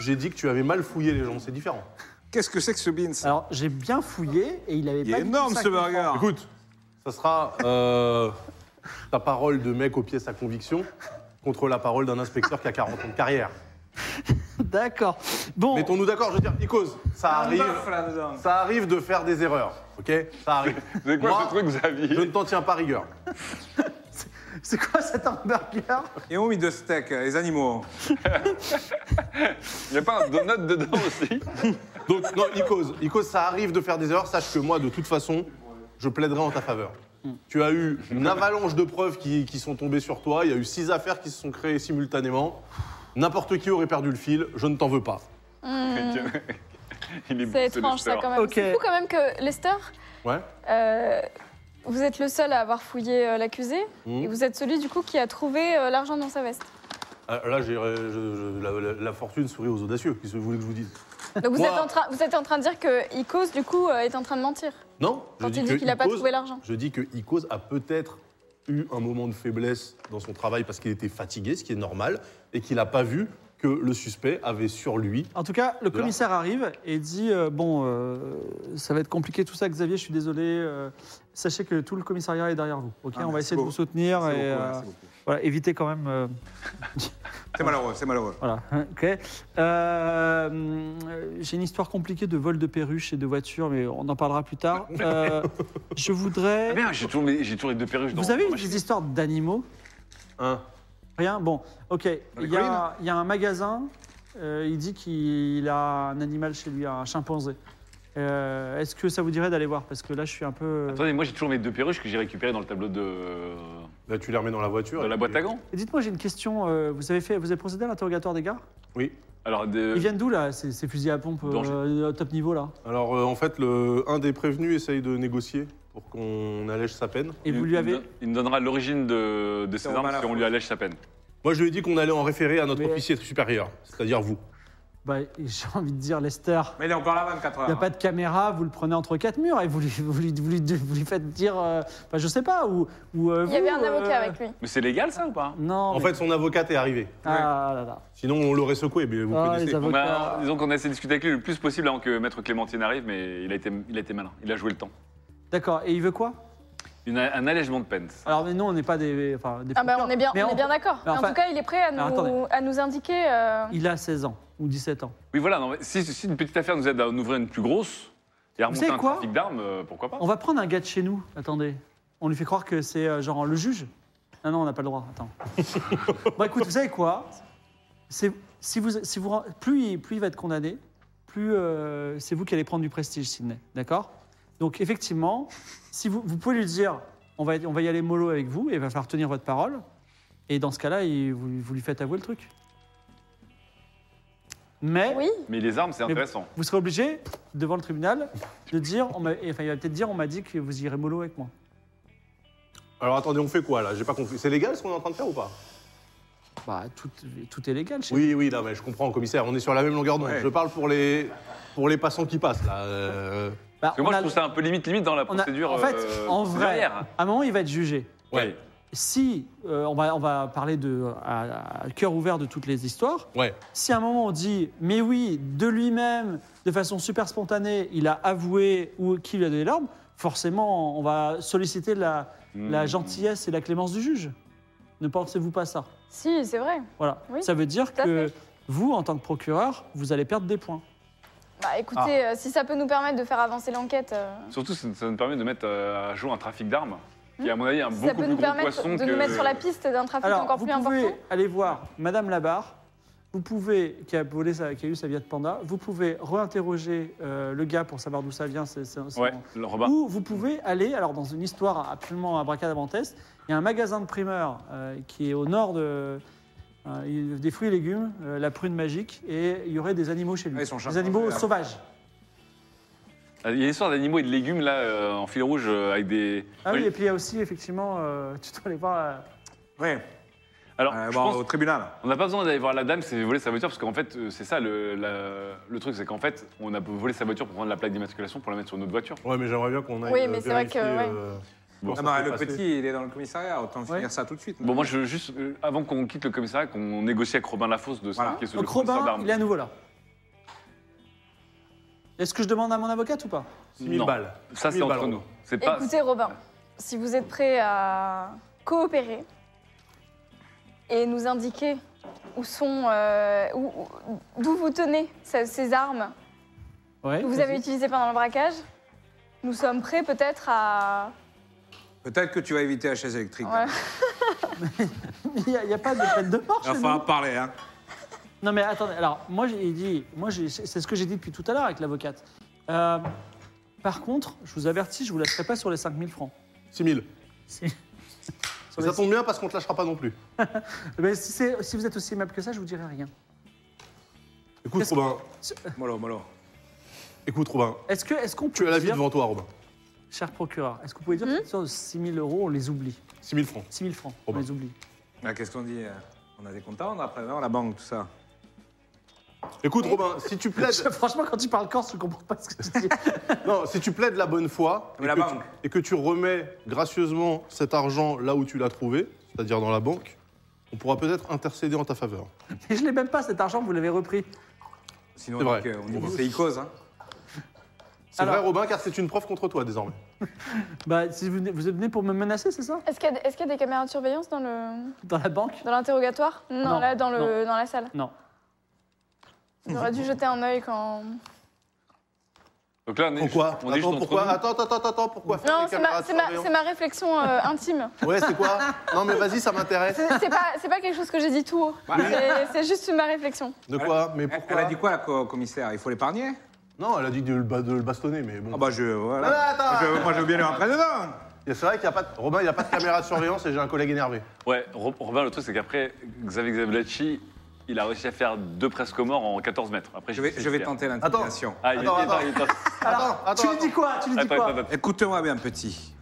S3: J'ai dit que tu avais mal fouillé les gens, c'est différent.
S5: Qu'est-ce que c'est que ce beans
S1: Alors j'ai bien fouillé et il avait
S5: Il
S1: pas.
S5: est
S1: du tout
S5: énorme ce
S1: 5000 francs.
S5: burger
S3: Écoute, ça sera euh, ta parole de mec au pied sa conviction contre la parole d'un inspecteur qui a 40 ans de carrière.
S1: D'accord. Bon,
S3: Mettons-nous d'accord, je veux dire, Icos,
S2: Ah,
S3: ça
S5: Un
S3: arrive,
S5: bœuf, là-dedans.
S3: ça arrive de faire des erreurs, ok Ça arrive.
S2: (laughs) C'est quoi
S3: Moi,
S2: ce truc,
S3: Je ne
S2: Xavier
S3: t'en tiens pas rigueur.
S1: c'est quoi cet hamburger
S5: Et on mis de steak, euh, les animaux.
S2: Il n'y a pas un donut dedans aussi
S4: (laughs)
S3: Donc, non, Icos, Icos, ça arrive de faire des erreurs. Sache que moi, de toute façon, je plaiderai en ta faveur. Tu as eu une avalanche de preuves qui, qui sont tombées sur toi. Il y a eu six affaires qui se sont créées simultanément. N'importe qui aurait perdu le fil. Je ne t'en veux pas.
S2: Il est beau,
S4: C'est
S2: ce
S4: étrange ça
S2: Lester.
S4: quand même.
S1: Ok.
S4: C'est fou quand même que Lester,
S3: Ouais
S4: euh, vous êtes le seul à avoir fouillé euh, l'accusé
S3: Mhm.
S4: et vous êtes celui du coup qui a trouvé euh, l'argent dans sa veste.
S3: Ah, Là, j'ai- je- je- la, la- la fortune sourit aux audacieux. Qu'est-ce que vous voulez que je vous dise
S4: Donc vous,
S3: Moi-
S4: êtes en train, vous êtes en train de dire que Icos du coup euh, est en train de mentir
S3: Non je
S4: quand
S3: dis
S4: il
S3: que
S4: dit qu'il n'a pas
S3: Icos-
S4: trouvé l'argent.
S3: Je dis que Icos a peut-être eu un moment de faiblesse dans son travail parce qu'il était fatigué, ce qui est normal, et qu'il n'a pas vu que le suspect avait sur lui.
S1: En tout cas, le
S3: Voilà.
S1: commissaire arrive et dit euh, Bon, euh, ça va être compliqué tout ça, Xavier, je suis désolé. euh, sachez que tout le commissariat est derrière vous. Ok,
S5: Ah,
S1: On va
S5: merci
S1: essayer de vous
S5: beaucoup.
S1: soutenir
S5: C'est
S1: et
S5: beaucoup,
S1: euh,
S5: hein, c'est beaucoup.
S1: voilà, évitez quand même. euh,
S5: C'est malheureux, c'est malheureux.
S1: Voilà, hein, ok. Euh, euh, J'ai une histoire compliquée de vol de perruches et de voitures, mais on en parlera plus tard. Euh, je
S2: Ah
S1: voudrais.
S2: merde, j'ai toujours, mes- j'ai toujours les deux perruches dans
S1: Vous avez
S2: dans
S1: eu
S2: ma
S1: des histoires d'animaux
S3: Hein
S1: Rien Bon, ok.
S5: les
S1: Il y, a,
S5: collines
S1: il y a un magasin, euh, il dit qu'il a un animal chez lui, un chimpanzé. Euh, Est-ce que ça vous dirait d'aller voir Parce que là, je suis un peu.
S2: Attendez, moi j'ai toujours mes deux perruches que j'ai récupérées dans le tableau de,
S3: Là, bah, tu les remets dans la voiture.
S2: de
S3: et
S2: la
S3: puis-
S2: boîte à gants.
S1: Et Dites-moi, j'ai une question. euh, vous, avez fait, vous avez procédé à l'interrogatoire des gars
S3: Oui.
S2: Alors, de-
S1: Ils viennent d'où, là, ces, ces fusils à pompe euh,
S2: Danger.
S1: top niveau, là
S3: Alors, euh, en fait, le, un des prévenus essaye de négocier pour qu'on allège sa peine.
S1: Et
S2: il-
S1: vous lui
S2: il
S1: avez.
S2: me- Il me donnera l'origine de, de ces
S5: Romain
S2: armes si on
S5: Lafosse.
S2: lui allège sa peine.
S3: Moi, je lui ai dit qu'on allait en référer à notre
S1: Mais-
S3: officier supérieur, c'est-à-dire vous.
S1: Bah, (laughs) j'ai envie de dire, Lester.
S5: Mais il est encore là 24 heures.
S1: Il n'y a pas de caméra, vous le prenez entre quatre murs et vous lui, vous lui, vous lui- vous lui faites dire, euh, enfin, je sais pas, ou... ou, euh,
S4: Il y avait
S1: vous,
S4: un avocat
S1: euh,
S4: avec lui.
S2: Mais c'est légal ça ou pas
S1: Non,
S3: En
S1: mais-
S3: fait, son avocat est arrivé.
S1: Ah là là.
S3: Sinon, on l'aurait secoué, mais vous
S1: Ah, les
S3: connaissez.
S1: avocats.
S2: Bon, bah, Disons qu'on a essayé de discuter avec lui le plus possible avant que Maître Clémentine arrive, mais il a été, il a été malin. Il a joué le temps.
S1: D'accord, et il veut quoi
S2: Une- un allègement de peine.
S1: Alors, mais nous, on n'est pas des... Enfin, des
S4: Ah bah
S1: flippers.
S4: on est bien,
S1: Mais
S4: on est bien d'accord.
S1: mais
S4: Mais
S1: enfin-
S4: en tout cas, il est prêt à
S1: Alors,
S4: nous, à nous indiquer. euh,
S1: Il a 16 ans, ou 17 ans.
S2: Oui, voilà. non, mais si, si une petite affaire nous aide à en ouvrir une plus grosse et à
S1: Vous
S2: remonter
S1: savez
S2: un
S1: quoi
S2: trafic d'armes, euh, pourquoi pas
S1: On va prendre un gars de chez nous, attendez. On lui fait croire que c'est euh, genre le juge Non, non, on n'a pas le droit, attends. bon, écoute, vous savez quoi C'est- si vous, si vous, plus, il, plus il va être condamné, plus euh, c'est vous qui allez prendre du prestige, Sydney. D'accord Donc, effectivement, si vous, vous pouvez lui dire on va, on va y aller mollo avec vous et il va falloir tenir votre parole. Et dans ce cas-là, il- vous, vous lui faites avouer le truc. Mais
S4: Oui,
S2: Mais les armes, c'est
S1: Mais-
S2: intéressant.
S1: vous serez obligé, devant le tribunal, de dire on m'a- et, enfin, il va peut-être dire on m'a dit que vous irez mollo avec moi.
S3: Alors attendez, on fait quoi là J'ai pas compris. C'est légal ce qu'on est en train de faire ou pas
S1: Bah, tout, tout est légal chez
S3: Oui, oui, non, mais je comprends, commissaire. On est sur la même longueur d'onde.
S5: Ouais.
S3: Je parle pour les pour les passants qui passent là. euh,
S1: Bah,
S2: Parce que moi,
S1: on
S2: je
S1: a-
S2: trouve ça un peu limite, limite dans la
S1: on a-
S2: procédure.
S1: en fait,
S2: euh,
S1: en vrai,
S2: derrière.
S1: à un moment, il va être jugé.
S2: Ouais.
S1: Si, euh, on, va, on va parler de, à- à cœur ouvert de toutes les histoires,
S3: Ouais.
S1: si à un moment on dit, mais oui, de lui-même, de façon super spontanée, il a avoué ou qui lui a donné l'arme, forcément, on va solliciter la, la
S2: Mmh.
S1: gentillesse et la clémence du juge. Ne pensez-vous pas ça
S4: si, c'est vrai.
S1: Voilà.
S4: Oui,
S1: ça veut dire
S4: à
S1: que vous, en tant que procureur, vous allez perdre des points.
S4: Bah
S2: Ah.
S4: écoutez, euh, si ça peut nous permettre de faire avancer l'enquête, euh,
S2: Surtout, ça ça nous permet de mettre euh, à jour un trafic d'armes, qui est, à mon avis, un
S4: si ça
S2: beaucoup
S4: peut
S2: plus
S4: nous
S2: gros
S4: permettre
S2: poisson
S4: de
S2: que...
S4: nous mettre sur la piste d'un trafic
S1: Alors,
S4: encore
S1: vous
S4: plus
S1: pouvez
S4: important.
S1: aller voir Madame Labarre, vous pouvez, qui a volé sa- qui a eu sa vie de panda, vous pouvez réinterroger euh, le gars pour savoir d'où ça vient. c'est- c'est- c'est-
S2: Ouais, le Robin.
S1: Ou vous pouvez aller, alors dans une histoire absolument abracadabantesque, il y a un magasin de primeurs euh, qui est au nord de, euh, des fruits et légumes, euh, la prune magique, et il y aurait des animaux chez lui.
S5: Ah, ils sont
S1: des
S5: charpents,
S1: animaux
S5: là.
S1: sauvages.
S2: Il y a l'histoire d'animaux et de légumes, là, euh, en fil rouge, euh, avec des...
S1: Ah oui,
S2: Oui.
S1: et puis il y a aussi effectivement, euh, tu dois aller voir. euh,
S5: Oui,
S2: Alors,
S5: euh,
S2: je
S5: bon,
S2: pense-
S5: au tribunal.
S2: On n'a pas besoin d'aller voir la dame qui s'est fait voler sa voiture, parce qu'en fait, euh, c'est ça le, la- le truc, c'est qu'en fait, on a volé sa voiture pour prendre la plaque d'immatriculation pour la mettre sur notre voiture.
S3: Ouais, mais j'aimerais bien qu'on aille.
S4: Oui, mais c'est vrai
S3: vérifier,
S4: que, ouais.
S3: euh,
S2: Bon,
S3: comment
S5: Ah
S3: ça
S5: bah,
S3: s'est
S5: le
S3: passé.
S5: petit, il est dans le commissariat, autant
S1: Ouais.
S5: finir ça tout de suite.
S2: Bon, moi, je veux juste, euh, avant qu'on quitte le commissariat, qu'on négocie avec Robin Lafosse de
S5: Voilà.
S2: savoir qui est ce
S1: Donc
S2: le fournisseur
S1: Robin,
S2: d'armes.
S1: il est à nouveau là. Est-ce que je demande à mon avocate ou pas
S3: 6 000
S2: Non.
S3: balles.
S2: Ça, c'est
S3: 6 000
S2: entre
S3: balles,
S2: nous.
S3: Robin.
S2: C'est pas.
S4: Écoutez, Robin, si vous êtes prêt à coopérer et nous indiquer où sont, euh, où- où- d'où vous tenez ce- ces armes
S1: Ouais.
S4: que vous
S1: vas-y.
S4: avez utilisées pendant le braquage, nous sommes prêts peut-être à.
S5: Peut-être que tu vas éviter la chaise électrique. hein.
S4: Ouais.
S1: Il n'y a, il y a pas de peine de mort
S5: Il va
S1: chez
S5: falloir
S1: nous.
S5: parler, hein.
S1: Non mais attendez, alors moi j'ai dit, moi j'ai- c'est ce que j'ai dit depuis tout à l'heure avec l'avocate. Euh, par contre, je vous avertis, je vous laisserai pas sur les 5000 francs.
S3: 6 000.
S1: Sur
S3: Mais
S1: les-
S3: ça tombe bien parce qu'on te lâchera pas non plus.
S1: Mais si, c'est- si vous êtes aussi aimable que ça, je vous dirai rien.
S3: Écoute,
S1: Qu'est-ce que-
S3: Robin.
S5: Molo, molo.
S3: Écoute, Robin.
S1: Est-ce que, est-ce qu'on peut
S3: Tu as la vie
S1: dire,
S3: devant toi, Robin.
S1: cher procureur, est-ce que vous pouvez dire
S4: Hmm
S1: que sur de 6000 euros, on les oublie,
S3: 6 000 francs.
S1: 6000 francs, on
S3: Oh ben.
S1: les oublie.
S5: Bah, Qu'est-ce qu'on dit euh, On a des comptes à rendre après, non La banque, tout ça.
S3: Écoute, Robin, si
S1: (laughs)
S3: tu plaides,
S1: Franchement, quand tu parles corse, je comprends pas ce que tu dis.
S3: (laughs) non, si tu plaides la bonne foi
S5: Mais
S3: et
S5: la
S3: que, tu,
S5: banque.
S3: et que tu remets gracieusement cet argent là où tu l'as trouvé, c'est-à-dire dans la banque, on pourra peut-être intercéder en ta faveur.
S1: Et je l'ai même pas cet argent, vous l'avez repris.
S5: Sinon,
S3: C'est
S5: on
S3: vrai.
S5: dit que- on dit
S3: Bon,
S5: que
S3: bah.
S5: c'est Icos, hein.
S3: C'est
S1: Alors-
S3: vrai, Robin, car c'est une preuve contre toi désormais.
S1: Bah, si vous, venez- vous venez pour me menacer, c'est ça
S4: Est-ce qu'il y, a des- est-ce qu'il y a des caméras de surveillance dans le
S1: Dans la banque
S4: dans l'interrogatoire non,
S1: Non,
S4: là dans le dans la
S2: (laughs)
S4: salle.
S1: Non.
S4: J'aurais dû jeter un œil quand.
S2: Donc là, on est juste,
S3: Pourquoi
S2: on est juste
S3: Attends,
S2: entre
S3: pourquoi
S2: nous.
S3: Attends, attends, attends, attends, pourquoi faire
S4: Non,
S3: des
S4: c'est
S3: caméras
S4: ma,
S3: de
S4: c'est ma-
S3: surveillance
S4: c'est ma réflexion euh, intime.
S3: Ouais, c'est quoi Non, mais vas-y, ça m'intéresse.
S4: C'est c'est pas c'est pas quelque chose que j'ai dit tout haut.
S5: Bah.
S4: C'est- C'est juste ma réflexion.
S3: De quoi Mais pourquoi
S5: Elle a dit quoi, la co- commissaire Il faut l'épargner
S3: Non, elle a dit de le, ba- de le bastonner, mais bon.
S5: Ah bah, je. Voilà.
S3: Ah, attends.
S5: Moi, je- moi, je veux bien lui rentrer dedans.
S3: C'est vrai qu'il n'y a pas de... Robin, il n'y a pas de caméra de surveillance et j'ai un collègue énervé.
S2: Ouais, Ro- Robin, le truc, c'est qu'après, Xavier Xavlacci, il a réussi à faire deux presque morts en 14 mètres. Après,
S5: Je vais, je vais tenter l'intimidation.
S2: Ah, il
S3: Attends,
S2: est- il est-
S3: (laughs) attends.
S2: il est-
S3: Attends, attends.
S1: tu lui dis quoi Tu lui dis
S2: Attends,
S1: quoi
S2: attends, attends.
S5: Écoute-moi bien, petit.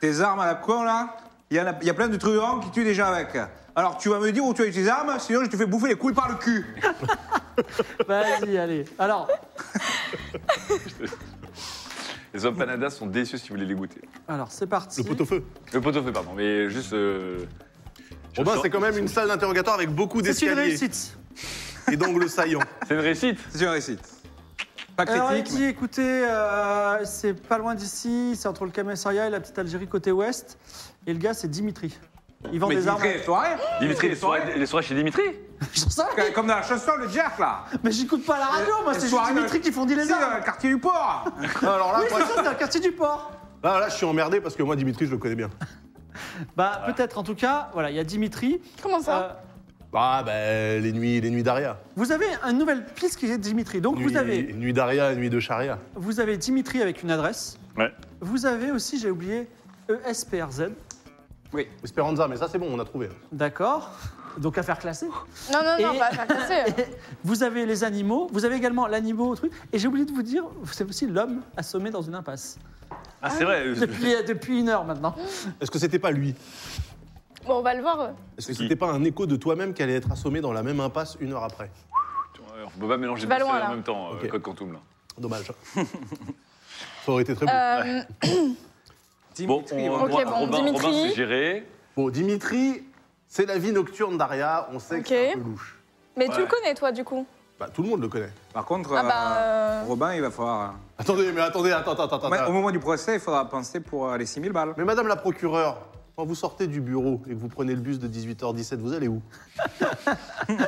S5: Tes armes à la con, là, il y, en a- il y a plein de truands qui tuent des gens avec. Alors, tu vas me dire où tu as eu tes armes, sinon je te fais bouffer les couilles par le cul.
S1: Vas-y, allez. Alors,
S2: Les hommes Panada sont déçus si vous voulez les goûter.
S1: alors c'est parti.
S3: Le pot-au-feu.
S2: Le pot au feu, pardon, mais juste. euh,
S3: Robin, c'est quand même une salle d'interrogatoire avec beaucoup
S1: C'est une
S3: d'escaliers
S1: réussite.
S3: et d'angles saillants.
S2: C'est une réussite
S5: C'est une réussite. Pas
S1: Alors, il
S5: critique,
S1: dit
S5: mais
S1: écoutez, euh, c'est pas loin d'ici, c'est entre le commissariat et la petite Algérie côté ouest. Et le gars, c'est Dimitri. Il vend
S5: mais
S1: des armes. (laughs)
S5: Dimitri, soirée
S2: Dimitri, les soirées, les soirées chez Dimitri
S1: J'en sais rien,
S5: Comme dans la chanson, le Jack, là.
S1: mais j'écoute pas la radio, Ah moi,
S5: Les
S1: c'est juste
S5: soirées
S1: Dimitri
S5: dans-
S1: qui fondit les
S5: Si, euh, dans
S1: armes.
S5: le quartier du port.
S3: Non, Bah, Alors là,
S1: Oui,
S3: moi, bah,
S1: c'est ça, c'est dans le quartier du port.
S3: là, là, je suis emmerdé parce que moi, Dimitri, je le connais bien.
S1: Bah, peut-être, en tout cas, voilà, il y a Dimitri.
S4: Comment ça
S1: Euh,
S3: Bah, ben, les nuits, les nuits d'Aria.
S1: Vous avez une nouvelle piste qui est Dimitri. Donc vous
S3: Nuit-
S1: avez,
S3: Nuit d'Aria et nuit de Charia.
S1: vous avez Dimitri avec une adresse.
S2: Ouais.
S1: Vous avez aussi, j'ai oublié, E ESPRZ.
S3: Esperanza, mais ça c'est bon, on a trouvé.
S1: D'accord. Donc à faire classer.
S4: Non, non, non, bah,
S1: Et-
S4: pas pas cassé.
S1: Vous avez les animaux. Vous avez également l'animal au truc. Et j'ai oublié de vous dire, c'est aussi l'homme assommé dans une
S2: (laughs)
S1: impasse.
S2: Ah, c'est vrai.
S1: Depuis, euh, depuis une heure maintenant.
S3: Est-ce que c'était pas lui
S4: Bon, on va le voir. euh,
S3: Est-ce que
S2: Qui
S3: c'était pas un écho de toi-même qui allait être assommé dans la même impasse une heure après
S2: On peut pas mélanger
S4: Tu
S2: deux
S4: vas loin,
S2: séries
S4: là.
S2: en même temps, euh,
S3: Ok.
S2: Code Quantum. Là.
S3: Dommage. ça aurait été très beau.
S4: Euh,
S2: Bon,
S5: Dimitri,
S2: on,
S5: on-
S4: Ok,
S2: moi,
S4: bon,
S2: Robin,
S4: Dimitri.
S2: Robin, c'est géré.
S3: Bon, Dimitri, c'est la vie nocturne d'Aria, on sait
S4: Ok.
S3: que c'est un peu louche.
S4: Mais tu
S2: Ouais.
S4: le connais, toi, du coup
S3: Bah, tout le monde le connaît.
S5: Par contre,
S4: Ah bah,
S5: euh,
S4: euh,
S5: Robin, il va falloir.
S3: Attendez, mais attendez, attends, attends, attends.
S5: Ouais,
S3: attends.
S5: au moment du procès, il faudra penser pour euh, les 6000 balles.
S3: Mais madame la procureure, quand vous sortez du bureau et que vous prenez le bus de 18h17, vous allez où Si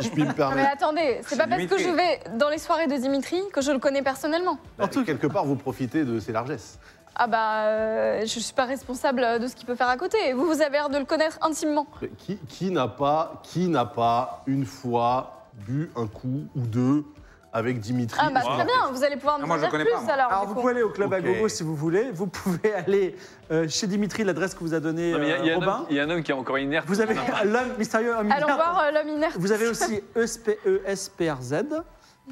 S3: je puis me
S4: Ah, mais (laughs)
S3: permettre.
S4: attendez, c'est
S5: C'est
S4: pas parce que
S5: Dimitri.
S4: je vais dans les soirées de Dimitri que je le connais personnellement.
S3: Bah, quelque part, vous profitez de ses largesses.
S4: Ah bah, euh, je suis pas responsable de ce qu'il peut faire à côté. Vous, vous avez l'air de le connaître intimement.
S3: Mais Qui, qui n'a pas, qui n'a pas une fois bu un coup ou deux avec Dimitri
S4: Ah bah,
S3: et son
S4: très bien, vous allez pouvoir
S5: Ah,
S4: nous
S5: moi,
S4: en
S5: je
S4: dire
S5: connais
S4: plus
S5: pas, moi.
S4: alors.
S1: Alors
S4: du
S1: vous
S4: coup.
S1: pouvez aller au club à
S3: Ok.
S1: gogo si vous voulez. Vous pouvez (laughs) aller euh, chez Dimitri, l'adresse que vous a donnée
S2: Non, mais il y a- il y,
S1: euh,
S2: a un
S1: Robin.
S2: homme- il y a un homme qui est encore inerte.
S1: Vous avez (laughs) l'homme mystérieux homme
S4: Ah, Allons
S1: inerte.
S4: voir euh, l'homme inerte.
S1: Vous avez aussi E ESP ESPRZ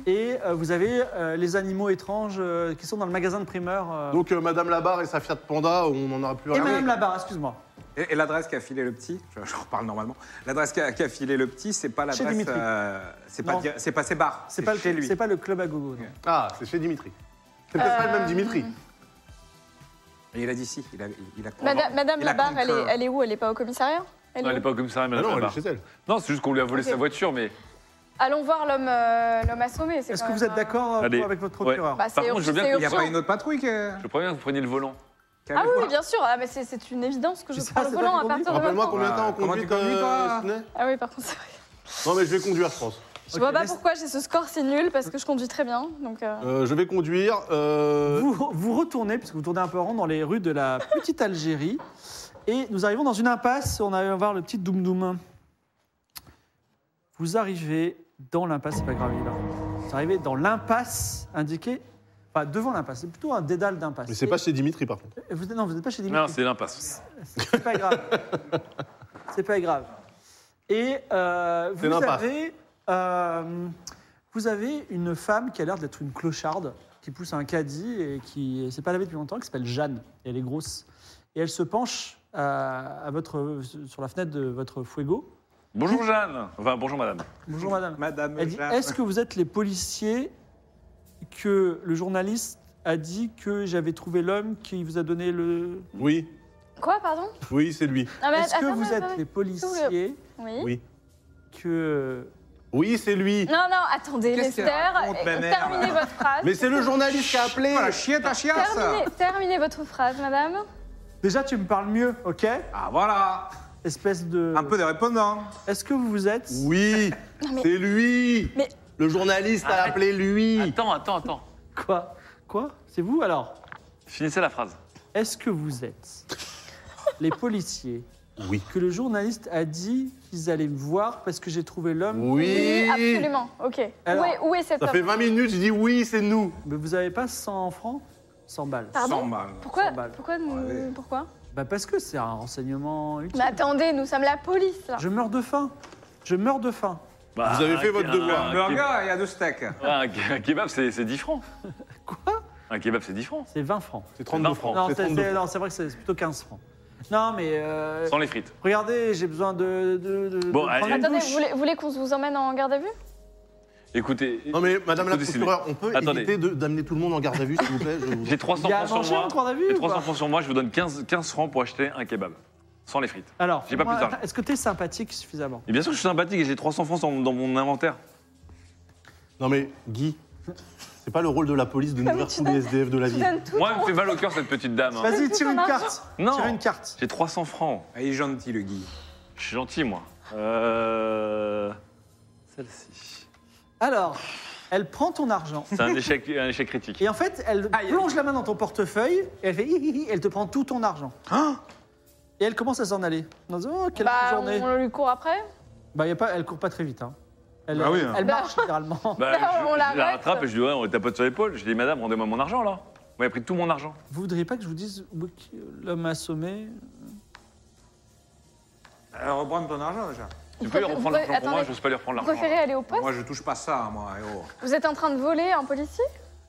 S1: et euh, vous avez euh, les animaux étranges euh, qui sont dans le magasin de primeurs. euh.
S3: Donc euh, Madame Labarre et sa Fiat Panda, on n'en aura plus
S1: et
S2: euh,
S3: rien.
S1: Madame Labarre, excuse-moi.
S5: Et, et l'adresse qu'a filé le petit, je, je reparle normalement. L'adresse qu'a qu'a filé le petit, c'est pas
S1: Chez
S5: l'adresse.
S1: Dimitri.
S5: euh, c'est pas,
S1: Non.
S5: di- c'est pas ses bars.
S1: C'est pas
S5: chez
S1: le
S5: lui.
S1: c'est pas le club à gogo. non.
S3: Ah, c'est chez Dimitri. C'est peut-être pas le même Dimitri. Ah
S5: Et il a dit si. Il a, il- il a-
S4: Madame, Madame
S5: il a
S4: Labarre, elle est,
S1: euh.
S5: conquer.
S4: elle est où Elle est pas au commissariat Elle
S2: Non,
S4: est
S2: elle est
S4: où
S2: pas comme ça,
S3: Ah
S2: madame.
S3: non, elle est
S2: Labarre.
S3: chez elle.
S2: Non, c'est juste qu'on lui a volé
S4: Ok.
S2: sa voiture, mais.
S4: Allons voir l'homme euh, l'homme assommé. c'est
S1: Est-ce
S4: quand
S1: que vous
S4: même,
S1: êtes
S4: euh,
S1: d'accord euh,
S2: Allez.
S1: pour- avec votre procureur
S4: Bah,
S2: Par
S4: c'est
S2: contre, je veux bien
S4: c'est
S2: que-
S5: Il n'y a
S4: urgent.
S5: pas une autre patrouille qui
S1: Ah
S5: est.
S2: Je préviens, vous preniez le volant.
S5: qui est
S4: Ah
S5: avec
S4: oui,
S5: moi.
S4: bien sûr. Ah, mais c'est- c'est une évidence que je
S1: C'est ça,
S4: prends le
S1: c'est
S4: volant
S1: toi
S4: à
S1: qui
S4: partir de
S3: Rappelle-moi
S4: maintenant.
S3: combien de temps on
S5: Ah, Comment tu
S3: conduit
S5: conduis, toi
S3: euh, Sydney
S4: Ah oui, par contre, c'est vrai.
S3: Non, mais je vais conduire, je pense.
S4: Je
S1: Ok,
S4: vois pas
S1: laisse-
S4: pourquoi j'ai ce score si nul parce que je conduis très bien. Donc, euh,
S3: Euh, je vais conduire. euh,
S1: Vous, vous retournez, puisque vous tournez un peu en rond dans les rues de la petite Algérie, et nous arrivons dans une impasse. On va voir le petit Doum Doum. Vous arrivez dans l'impasse, c'est pas grave, il est là. Vous arrivez dans l'impasse indiquée, enfin devant l'impasse, c'est plutôt un dédale d'impasse.
S3: Mais c'est pas chez Dimitri, par contre.
S1: Et Vous, non, vous n'êtes pas chez
S2: Non,
S1: Dimitri.
S2: c'est l'impasse.
S1: C'est pas grave. c'est pas grave. Et euh,
S3: C'est
S1: vous
S3: l'impasse.
S1: avez, euh, vous avez une femme qui a l'air d'être une clocharde, qui pousse un caddie et qui s'est pas lavée depuis longtemps, qui s'appelle Jeanne. Et elle est grosse. Et elle se penche euh, à, à votre, sur la fenêtre de votre fuego.
S2: Bonjour, Jeanne. Enfin, bonjour, madame.
S1: Bonjour madame.
S5: Madame.
S1: Elle dit
S5: Jeanne.
S1: Est-ce que vous êtes les policiers que le journaliste a dit que j'avais trouvé l'homme qui vous a donné le.
S3: Oui,
S4: Quoi, pardon
S3: oui, c'est lui.
S4: Ah, mais
S1: Est-ce que
S4: attends,
S1: vous
S4: attends,
S1: êtes les
S4: Est-ce
S1: policiers
S4: attends. Oui.
S3: Oui.
S1: que.
S3: Oui, c'est lui.
S4: Non, non, attendez,
S5: Qu'est-ce qu'elle
S4: Lester,
S5: raconte, ma
S4: euh,
S5: mère,
S4: terminez votre phrase.
S3: Mais c'est le journaliste qui a appelé.
S5: Oh, la chiette, la chiasse
S4: Terminez, terminez votre phrase, madame.
S1: Déjà, tu me parles mieux, ok
S5: Ah voilà
S1: Espèce de.
S5: Un peu de répondant.
S1: Est-ce que vous êtes.
S3: Oui,
S4: mais-
S3: c'est lui.
S4: Mais-
S3: Le journaliste a
S2: Arrête.
S3: appelé lui.
S2: Attends, attends, attends.
S1: Quoi Quoi C'est vous alors
S2: Finissez la phrase.
S1: Est-ce que vous êtes les policiers
S3: Oui.
S1: que le journaliste a dit qu'ils allaient me voir parce que j'ai trouvé l'homme
S3: Oui.
S4: absolument. Ok.
S1: Alors,
S4: où, est, où est cet
S3: Ça
S4: homme
S3: fait 20 minutes, je dis oui, c'est nous.
S1: Mais vous avez pas 100 francs 100 balles.
S4: Pardon
S5: 100 balles.
S4: Ah Pourquoi
S1: 100 balles.
S4: Pourquoi nous-
S5: Ouais.
S4: Pourquoi
S1: Bah parce que c'est un renseignement utile.
S4: Mais attendez, nous sommes la police là.
S1: Je meurs de faim. Je meurs de faim.
S2: Bah,
S3: Vous avez fait
S2: un-
S3: votre
S2: un-
S3: devoir.
S2: un
S4: Ah,
S5: Le
S2: kebab-
S5: hangar, il y a deux steaks.
S2: Ouais, Un ke- un kebab, c'est c'est 10 francs.
S1: Quoi
S2: Un kebab, c'est 10 francs.
S1: C'est 20 francs.
S3: C'est
S2: 32 francs.
S1: Non,
S3: C'est
S1: c'est
S3: 32
S1: c'est-
S3: francs.
S1: non, c'est vrai que c'est plutôt 15 francs. Non, mais. euh,
S2: Sans les frites.
S1: Regardez, j'ai besoin de. de, de-
S2: Bon,
S1: de
S2: allez.
S1: prendre une
S4: Attendez,
S1: douche.
S4: vous voulez, vous voulez qu'on vous emmène en garde à vue
S2: Écoutez,
S3: Non mais Madame la
S2: Écoutez, Sylvie.
S3: procureure, on peut
S2: Attendez.
S3: éviter de- d'amener tout le monde en garde à vue, s'il vous plaît. je vous-
S2: j'ai 300
S1: Il y a à
S2: francs
S1: manger
S2: sur moi.
S1: en cours d'avis
S2: J'ai
S4: Bah.
S1: ou
S2: 300
S1: pas
S2: francs sur moi, je vous donne 15, 15 francs pour acheter un kebab. Sans les frites.
S1: Alors,
S2: J'ai pas plus
S1: moi,
S2: d'argent.
S1: est-ce que tu es sympathique suffisamment
S2: Et bien sûr que je suis sympathique et j'ai 300 francs dans, dans mon inventaire.
S3: Non mais Guy, c'est pas le rôle de la police de nous
S4: mais
S3: faire
S4: tu
S3: tous les SDF de la
S4: Je
S3: ville.
S4: donne tout.
S2: Moi, elle me fait mal au cœur, cette petite dame. hein.
S1: Vas-y, tire une
S4: ton
S1: carte.
S2: Non.
S1: Tire une carte.
S2: J'ai 300 francs.
S5: Ah, il est gentil, le Guy.
S2: Je suis gentil, moi. Euh... Celle-ci.
S1: Alors, elle prend ton argent.
S2: C'est un
S4: (laughs)
S2: échec, un échec critique.
S1: Et en fait, elle
S5: Aïe, aïe.
S1: plonge la main dans ton portefeuille, et elle fait hi, hi, hi, elle te prend tout ton argent. et elle commence à s'en aller. En disant, oh, quelle
S4: Bah,
S1: journée.
S4: on, on lui court après.
S1: Bah, y a pas, elle court pas très vite. Hein. Elle,
S5: Bah oui, hein.
S1: elle
S4: Bah.
S1: marche généralement.
S2: Bah,
S4: Non,
S2: je,
S4: on
S2: je
S4: l'arrête.
S2: la rattrape et je lui dis, ouais, on le tapote sur l'épaule. Je lui dis, madame, rendez-moi mon argent là. Vous m'avez pris tout mon argent.
S1: Vous voudriez pas que je vous dise où est que l'homme assommé
S5: Alors, reprendre Euh, ton argent déjà.
S2: Tu
S4: Vous
S2: peux lui
S4: préfé-
S2: reprendre
S4: vous-
S2: l'argent pour moi,
S4: attendez.
S2: je n'ose pas lui reprendre
S4: Vous
S2: l'argent. là.
S4: préférez aller au poste
S5: Moi, je touche pas ça, moi, eh, oh. héros.
S4: Vous êtes en train de voler un policier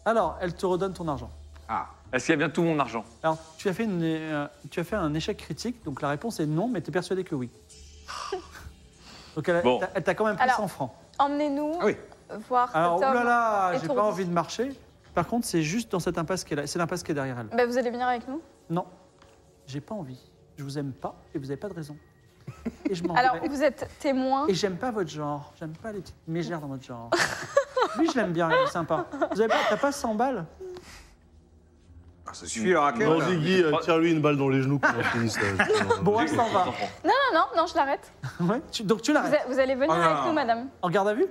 S1: Alors, elle te redonne ton argent.
S5: Ah,
S2: Est-ce qu'il y a bien tout mon argent
S1: Alors, tu as, fait une, euh, tu as fait un échec critique, donc la réponse est non, mais tu es persuadé que oui. Donc, elle, a-
S2: Bon.
S1: t'a- elle t'a quand même pris
S4: Alors.
S1: 100 francs.
S4: Emmenez-nous
S5: ah oui. oh
S4: voir
S1: Alors,
S4: cet homme.
S1: oulala, là là, j'ai
S4: étourdi.
S1: pas envie de marcher. Par contre, c'est juste dans cette impasse qu'elle a. C'est l'impasse qui est derrière elle.
S4: Bah, vous allez venir avec nous
S1: Non, j'ai pas envie. Je vous aime pas et vous avez pas de raison. Et je m'en
S4: Alors,
S1: vais.
S4: vous êtes témoin.
S1: Et j'aime pas votre genre. J'aime pas les petites mégères dans votre genre. Lui, je l'aime bien, il est sympa. Vous avez pas, t'as pas 100 balles
S5: Ah, ça suffit le racket.
S3: Non,
S5: là.
S3: Ziggy, euh, tire-lui une balle dans les genoux pour qu'on finisse euh, là.
S4: (laughs)
S1: Bon, elle s'en va.
S4: Non, non, non, je l'arrête.
S1: Ouais, tu- donc tu
S4: Vous,
S1: l'arrêtes.
S4: a- vous allez venir
S5: Oh là
S4: avec
S5: là.
S4: nous, madame.
S1: En garde à vue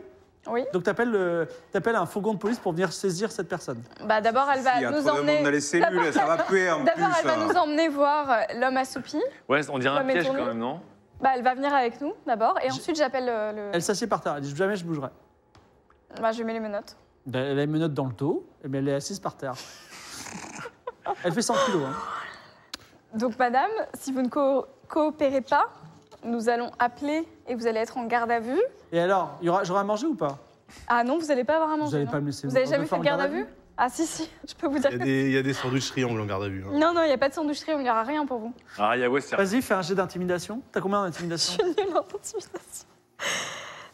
S4: Oui.
S1: Donc t'appelles le- t'appelles un fourgon de police pour venir saisir cette personne.
S4: Bah, d'abord, elle va
S5: Il y a
S4: nous
S5: trop de
S4: emmener.
S5: monde dans les cellules, ça va puer en plus. hein.
S4: D'abord, elle va
S5: là.
S4: nous emmener voir euh, l'homme assoupi.
S2: Ouais, on dirait
S4: Ouais,
S2: un
S4: mais
S2: piège
S4: tournez.
S2: quand même, non
S4: Bah, elle va venir avec nous, d'abord. Et ensuite, j'appelle euh, le.
S1: Elle s'assied par terre. Elle dit jamais je bougerai.
S4: Bah, je lui mets les menottes.
S1: Bah, Elle a une menotte dans le dos, mais elle est assise par terre. (laughs) Elle fait 100 kilos. hein.
S4: Donc, madame, si vous ne co- coopérez pas, nous allons appeler et vous allez être en garde à vue.
S1: Et alors, il y aura- j'aurai à manger ou pas
S4: Ah non, vous n'allez pas avoir à manger.
S1: Vous n'allez
S4: non.
S1: pas me laisser
S4: Vous avez
S1: me
S4: jamais fait
S1: faire
S4: de
S1: en
S4: garde à vue Ah si, si, je peux vous dire.
S3: Il y a des- il y a des sandwichs triangles en garde à vue. hein.
S4: Non, non, il n'y a pas de sandwicherie, il n'y aura rien pour vous. (laughs)
S2: Ah, Yahweh, c'est
S1: Vas-y, fais un jet d'intimidation. T'as combien
S4: Je
S1: d'intimidation
S4: suis nulle en intimidation.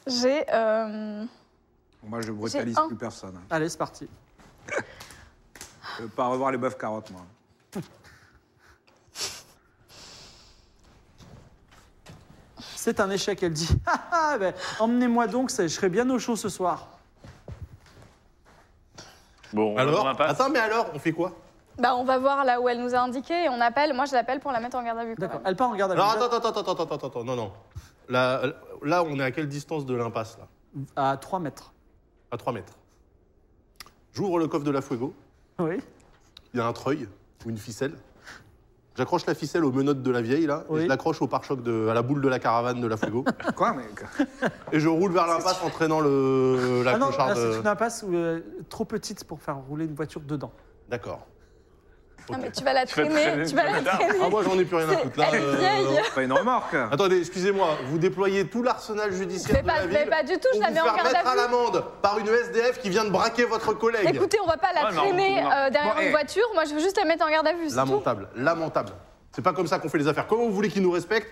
S4: J'ai... euh,
S5: Moi, je brutalise
S4: un.
S5: plus
S1: (laughs)
S5: personne. hein.
S1: Allez, c'est parti.
S5: Je veux pas revoir les bœufs carottes, moi.
S1: C'est un échec, elle dit. (laughs) Ah, ah, ben, emmenez-moi donc, c'est- je serai bien au chaud ce soir.
S2: Bon, on va
S3: Alors
S2: dans l'impasse.
S3: Attends, mais alors, on fait quoi
S4: Bah, on va voir là où elle nous a indiqué et on appelle. Moi, je l'appelle pour la mettre en garde à vue. quand
S1: D'accord.
S4: même.
S1: Elle part en garde à vue.
S3: Alors, attends, attends, attends, attends, attends, attends, non, non. Là, là, on est à quelle distance de l'impasse, là
S1: À 3 mètres.
S3: À 3 mètres. J'ouvre le coffre de la Fuego,
S1: Oui.
S3: il y a un treuil ou une ficelle. J'accroche la ficelle aux menottes de la vieille, là,
S1: Oui.
S3: et je l'accroche au pare-choc, de- à la boule de la caravane de la Fuego.
S5: Quoi, mec
S4: (laughs)
S3: et je roule
S1: (laughs)
S3: vers l'impasse en traînant le, la
S1: ah non, là,
S3: clocharde.
S1: c'est une impasse où, euh, trop petite pour faire rouler une voiture dedans.
S3: D'accord.
S4: Non, mais tu vas la
S2: Tu vas
S4: traîner,
S2: traîner
S4: tu vas la
S2: plus tard.
S4: traîner.
S3: Ah, moi, j'en ai plus rien à
S4: C'est-
S3: foutre, là. euh,
S4: elle est vieille. hein.
S5: Pas une remorque
S3: Attendez, excusez-moi, vous déployez tout l'arsenal judiciaire
S4: Mais
S3: de
S4: pas-
S3: la
S4: mais
S3: ville
S4: pas du tout, je
S3: pour
S4: la
S3: vous
S4: mets en
S3: faire
S4: garde à
S3: mettre à
S4: vue.
S3: l'amende par une SDF qui vient de braquer votre collègue.
S4: Écoutez, on va pas la
S3: Ah
S2: Ouais, mais on-
S4: traîner
S2: on-
S4: euh, derrière
S5: Bon,
S4: une
S5: eh.
S4: voiture. Moi, je veux juste la mettre en garde à vue, c'est tout.
S3: Lamentable, lamentable. C'est pas comme ça qu'on fait les affaires. Comment vous voulez qu'ils nous respectent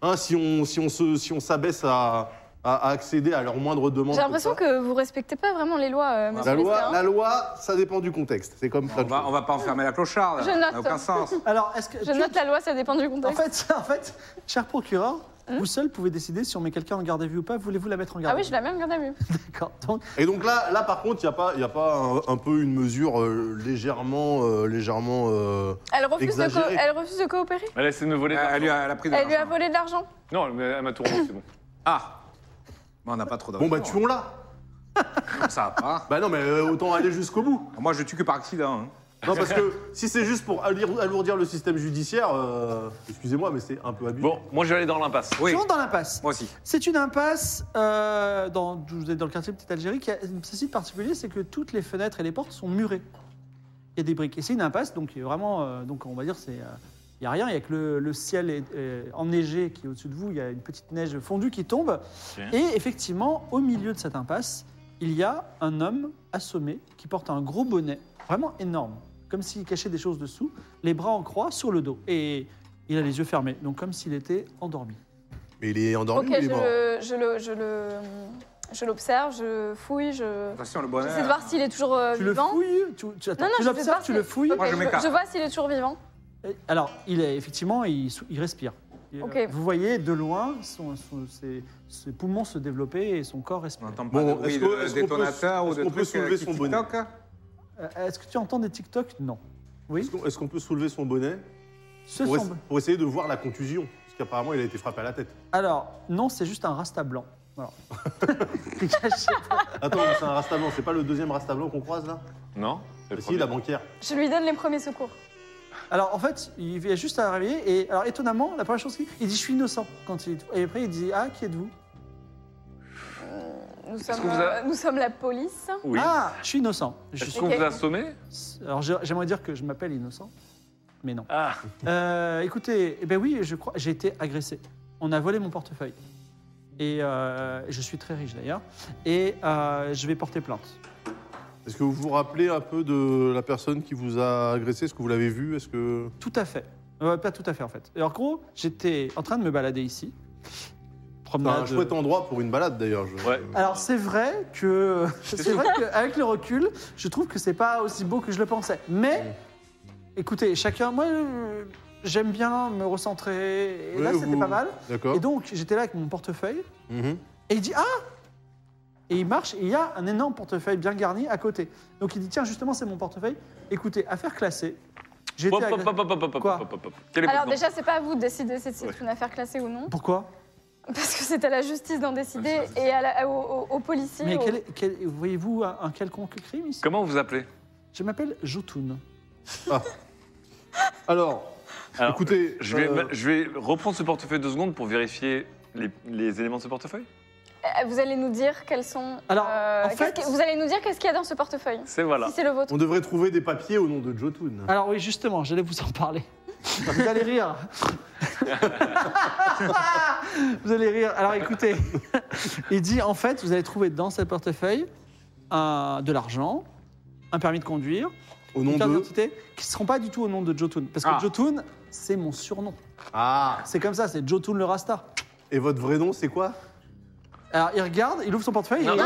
S3: hein, si on si on se si on s'abaisse à, à- à accéder à leurs moindres demandes
S4: J'ai l'impression
S3: comme ça.
S4: que vous respectez pas vraiment les lois, euh, monsieur
S3: la loi
S4: Lester, hein.
S3: la loi ça dépend du contexte. C'est comme
S5: on
S3: plein de
S5: va,
S3: choses.
S5: on va pas enfermer la clocharde.
S4: Je
S5: Ça
S4: note.
S5: n'a aucun sens.
S1: Alors, est-ce que.
S4: Je
S1: tu-
S4: note la loi, ça dépend du
S1: En
S4: contexte.
S1: fait, (laughs) en fait, cher procureur, vous seul pouvez décider si on met quelqu'un en garde à vue ou pas. Voulez-vous la mettre en garde à
S4: Hein Ah oui,
S1: vue
S4: je la mets en garde à vue.
S1: D'accord. Donc,
S3: Et donc là là par contre il y a pas il y a pas un, un peu une mesure euh, légèrement euh, légèrement euh,
S4: Elle refuse, de co-
S3: Exagéré.
S4: elle refuse de coopérer.
S2: Elle essaie de me voler. de
S4: Ah,
S5: Elle, Euh, elle lui
S2: l'argent.
S5: a, elle a pris de
S4: Elle lui a
S5: l'argent.
S4: volé de l'argent.
S2: Non, mais elle m'a tourné, c'est bon.
S5: Ah Mais on n'a pas trop d'argent. hein.
S3: bon bah tuons la.
S5: Ça va pas.
S3: Bah non mais euh, autant aller jusqu'au bout.
S5: Moi, je tue que par accident. hein.
S3: Non parce
S5: (laughs)
S3: que si c'est juste pour alourdir alourdir le système judiciaire euh, excusez-moi mais c'est un peu abusé.
S2: Bon, moi je vais aller dans l'impasse.
S5: Oui,
S1: tu rentres dans l'impasse.
S5: moi aussi.
S1: C'est une impasse euh, dans, vous êtes dans le quartier Petite Algérie qui a une petite particulier, c'est que toutes les fenêtres et les portes sont murées. Il y a des briques. Et c'est une impasse, donc il y a vraiment, euh, donc on va dire, c'est, euh, il n'y a rien, il y a que le, le ciel est, est enneigé qui est au-dessus de vous, il y a une petite neige fondue qui tombe.
S2: Ok.
S1: Et effectivement, au milieu de cette impasse, il y a un homme assommé qui porte un gros bonnet, vraiment énorme, comme s'il cachait des choses dessous, les bras en croix sur le dos. Et il a les yeux fermés, donc comme s'il était endormi.
S3: Mais il est endormi
S4: Ok,
S3: ou il est mort.
S4: je, je le, je le, je l'observe, je fouille, je.
S5: Attention, le bonheur.
S4: J'essaie de voir s'il est toujours euh,
S1: Tu le
S4: vivant.
S1: fouilles, tu, tu, attends,
S4: Non, non,
S1: tu
S4: je sais
S1: l'observes,
S4: pas
S1: tu
S4: si-
S1: le fouilles.
S4: Ok,
S5: Moi, je m'écarte.
S4: vois s'il est toujours vivant.
S1: Et- Alors, il est effectivement, il, sou- il respire. Et, euh,
S4: Ok.
S1: Vous voyez de loin son- son- ses, ses poumons se développer et son corps
S5: On
S1: respire.
S5: n'entend pas
S3: Bon,
S5: de bruit
S3: est-ce qu'on-
S5: de
S3: est-ce qu'on peut-
S5: détonateur ou
S3: est-ce
S5: de
S3: qu'on peut
S5: trucs, euh,
S3: soulever
S5: qui
S3: son bonnet
S5: TikTok.
S1: Euh, Est-ce que tu entends des TikTok Non. Oui.
S3: Est-ce qu'on- est-ce qu'on peut soulever son bonnet
S1: Ce
S3: pour, es-
S1: semble.
S3: pour essayer de voir la contusion. Parce qu'apparemment, il a été frappé à la tête.
S1: Alors, non, c'est juste un rasta blanc.
S5: (laughs)
S1: Voilà. Il cachait-
S3: Attends, mais c'est un rastablan, c'est pas le deuxième rastablan qu'on croise là
S2: Non
S3: Mais Si, la banquière.
S4: Je lui donne les premiers secours.
S1: alors, en fait, il vient juste à réveiller et alors étonnamment, la première chose qu'il il dit, je suis innocent quand il et après il dit, ah, qui êtes-vous
S4: Nous sommes,
S2: que vous a-
S4: euh, nous sommes la police.
S2: Oui.
S1: Ah, je suis innocent. Je
S2: Est-ce
S1: suis...
S2: qu'on
S4: Ok.
S2: vous a assommé
S1: Alors je- j'aimerais dire que je m'appelle innocent, mais non.
S2: Ah,
S1: Euh, écoutez, eh ben oui, je crois, j'ai été agressé. On a volé mon portefeuille. Et euh, je suis très riche d'ailleurs. Et euh, je vais porter plainte.
S3: Est-ce que vous vous rappelez un peu de la personne qui vous a agressé Est-ce que vous l'avez vu Est-ce que.
S1: Tout à fait. Euh, pas tout à fait en fait. Alors gros, j'étais en train de me balader ici.
S3: C'est un
S1: Promenade.
S3: chouette endroit pour une balade d'ailleurs. je-
S2: Ouais.
S1: Alors c'est vrai
S3: (laughs)
S1: que c'est vrai qu'avec le recul, je trouve que c'est pas aussi beau que je le pensais. Mais écoutez, chacun, moi euh, j'aime bien me recentrer. Et
S3: Ouais,
S1: là c'était
S3: vous- hein.
S1: pas mal.
S3: D'accord.
S1: Et donc j'étais là avec mon portefeuille
S3: Mhm.
S1: et il dit ah et il marche et il y a un énorme portefeuille bien garni à côté. Donc il dit tiens justement c'est mon portefeuille. Écoutez affaire classée. J'ai été
S2: Hop, hop,
S1: agressé.
S2: hop, hop, hop, hop,
S1: Quoi
S2: hop, hop, hop. Quel est votre
S4: Alors
S2: nom
S4: déjà, c'est pas à vous de décider si c'est
S2: Ouais.
S4: une affaire classée ou non, (laughs)
S1: Pourquoi
S4: parce que c'est à la justice d'en décider
S2: Ouais, c'est ça,
S4: et à la- aux, aux- aux policiers.
S1: Mais
S4: aux-
S1: quel, est- quel- voyez-vous un, un quelconque crime ici
S2: Comment vous vous appelez
S1: Je m'appelle Jotun.
S3: Ah. Alors,
S2: Alors,
S3: écoutez.
S2: je vais,
S3: euh,
S2: je vais reprendre ce portefeuille deux secondes pour vérifier les, les éléments de ce portefeuille.
S4: Euh, Vous allez nous dire quels sont. euh,
S1: Alors, en
S4: qu'est-ce
S1: fait-
S4: que- vous allez nous dire qu'est-ce qu'il y a dans ce portefeuille.
S2: C'est voilà.
S4: Si c'est le vôtre.
S3: On devrait trouver des papiers au nom de Jotun.
S1: Alors oui, justement, j'allais vous en parler. Vous allez rire. vous allez rire. Alors écoutez, (laughs) il dit en fait, vous allez trouver dans ce portefeuille un- de l'argent, un permis de conduire,
S3: Au nom
S1: une carte
S3: de.
S1: d'identité qui ne seront pas du tout au nom de Jotun. Parce que
S2: Ah.
S1: Jotun, c'est mon surnom.
S3: Ah
S1: C'est comme ça, c'est Jotun le Rasta.
S3: Et votre vrai nom, c'est quoi
S1: Alors il regarde, il ouvre son portefeuille.
S2: Non,
S1: et...
S2: non,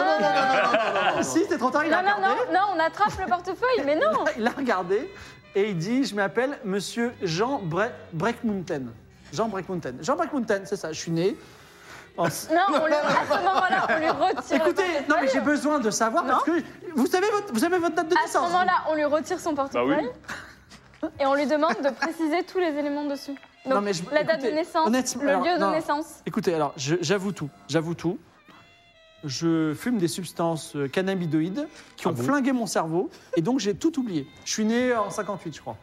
S1: Si, c'est trop tard, il a
S4: Non, non,
S1: regardé.
S4: non, non, on attrape le portefeuille,
S1: (laughs)
S4: mais non
S1: Il a regardé et il dit Je m'appelle Monsieur Jean Bre- Breckmountain. Jean Breckmountain. Jean Breckmountain, c'est ça, je suis né. en-
S4: Non, on le, à ce moment-là, on lui retire. le
S1: Écoutez,
S4: portefeuille.
S1: non mais j'ai besoin de savoir parce que vous savez votre, vous savez votre date de
S4: À ce
S1: naissance.
S4: moment-là, on lui retire son portefeuille et on lui demande de préciser tous les éléments dessus. Donc,
S1: Non, mais je-
S4: la date
S1: écoutez,
S4: de naissance,
S1: honnêtement,
S4: le
S1: alors,
S4: lieu
S1: non.
S4: de naissance.
S1: Écoutez, alors je- j'avoue tout, j'avoue tout. Je fume des substances euh, cannabidoïdes qui ont flingué mon cerveau et donc j'ai tout oublié. Je suis né en 58, je crois.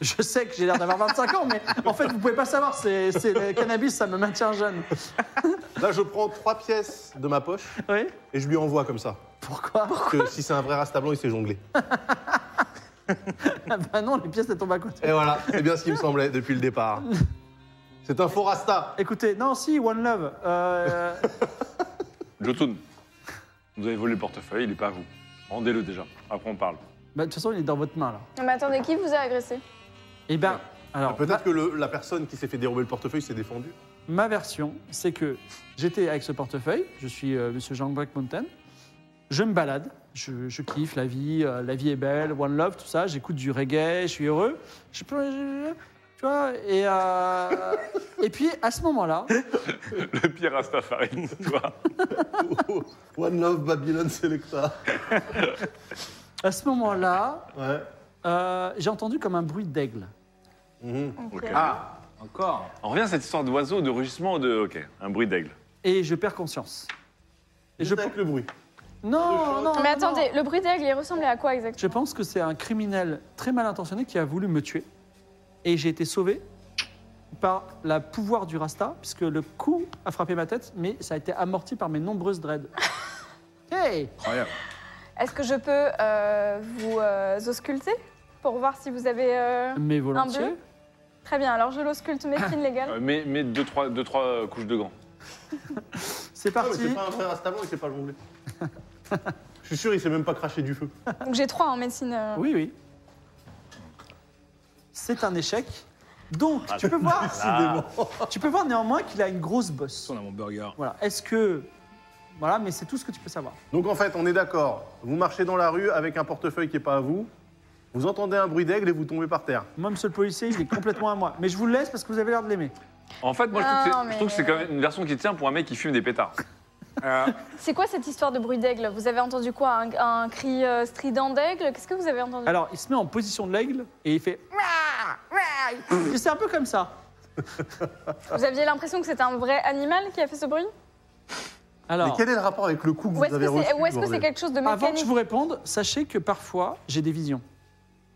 S1: Je sais que j'ai l'air d'avoir 25 ans, mais en fait, vous pouvez pas savoir. C'est c'est- le cannabis, ça me maintient jeune.
S3: Là, je prends trois pièces de ma poche
S1: Oui
S3: et je lui envoie comme ça.
S1: Pourquoi
S3: Parce que si c'est un vrai rasta blanc, il sait jongler.
S1: Ah bah non, les pièces, elles tombent à côté.
S3: Et voilà, (laughs) c'est bien ce qui me semblait depuis le départ. C'est un faux rasta.
S1: Écoutez, non, si, One Love. euh,
S2: Jotun, vous avez volé le portefeuille, il n'est pas à vous. Rendez-le déjà. Après, on parle. (laughs)
S1: bah, de toute façon, il est dans votre main, là.
S4: Non, Mais attendez, qui vous a agressé
S1: Eh ben, alors, ma,
S3: Peut-être que le- la personne qui s'est fait dérober le portefeuille s'est défendue.
S1: ma version, c'est que j'étais avec ce portefeuille, je suis euh, monsieur Jean Blackmountain, je me balade, je, je kiffe la vie, euh, la vie est belle, One Love, tout ça, j'écoute du reggae, je suis heureux. Je, peux- je- tu vois, et, euh, et puis, à ce moment-là,
S2: Le pire Rastafari, tu vois.
S3: Oh, One Love Babylon Selecta.
S1: à ce moment-là,
S3: Ouais.
S1: euh, j'ai entendu comme un bruit d'aigle.
S2: Ok.
S5: Ah, encore
S2: On revient à cette histoire d'oiseau, de rugissement, de. Ok, un bruit d'aigle.
S1: Et je perds conscience. Et je...
S3: Juste avec le bruit.
S1: Non, non,
S4: Mais
S1: non, non.
S4: attendez, le bruit d'aigle, il ressemblait à quoi exactement
S1: Je pense que c'est un criminel très mal intentionné qui a voulu me tuer. Et j'ai été sauvé par la pouvoir du Rasta, puisque le coup a frappé ma tête, mais ça a été amorti par mes nombreuses dreads. Hey
S5: Incroyable.
S4: Est-ce que je peux euh, vous euh, ausculter pour voir si vous avez. euh,
S1: Mais
S4: Un
S1: volontiers.
S4: bleu Très bien, alors je l'ausculte médecine légale.
S2: Euh, mets mets deux, trois, deux, trois euh, couches de gants.
S1: C'est
S3: Ah, mais c'est
S1: parti.
S3: pas un vrai rasta blanc, il sait pas (laughs) jongler. je suis sûr, il s'est même pas craché du feu.
S1: Ah.
S4: Donc j'ai trois en médecine. euh,
S1: Oui, oui. C'est un échec. Donc,
S3: Ah,
S1: tu peux
S3: (laughs)
S1: voir, (laughs) tu peux voir néanmoins qu'il a une grosse bosse.
S5: On a mon burger.
S1: Voilà. Est-ce que. Voilà, mais c'est tout ce que tu peux savoir.
S3: Donc en fait, on est d'accord. Vous marchez dans la rue avec un portefeuille qui est pas à vous. Vous entendez un bruit d'aigle et vous tombez par terre.
S1: Moi, monsieur le policier, il est complètement à moi. Mais je vous le laisse parce que vous avez l'air de l'aimer.
S2: En fait, moi, je trouve que
S4: Non,
S2: c'est- je trouve que c'est
S4: mais- euh.
S2: quand même une version qui tient pour un mec qui fume des pétards.
S5: Euh,
S4: C'est quoi cette histoire de bruit d'aigle Vous avez entendu quoi un, un cri euh, strident d'aigle Qu'est-ce que vous avez entendu
S1: Alors, il se met en position de l'aigle et il fait. Et C'est un peu comme ça.
S4: Vous aviez l'impression que c'était un vrai animal qui a fait ce bruit
S3: Mais
S1: Alors,
S3: quel est le rapport avec le coup que
S4: Ou est-ce
S3: vous avez
S4: que
S3: reçu
S4: c'est ou est-ce que c'est
S3: bordel
S4: quelque chose de
S1: avant que je
S4: mécanique
S1: vous réponde, sachez que parfois, j'ai des visions.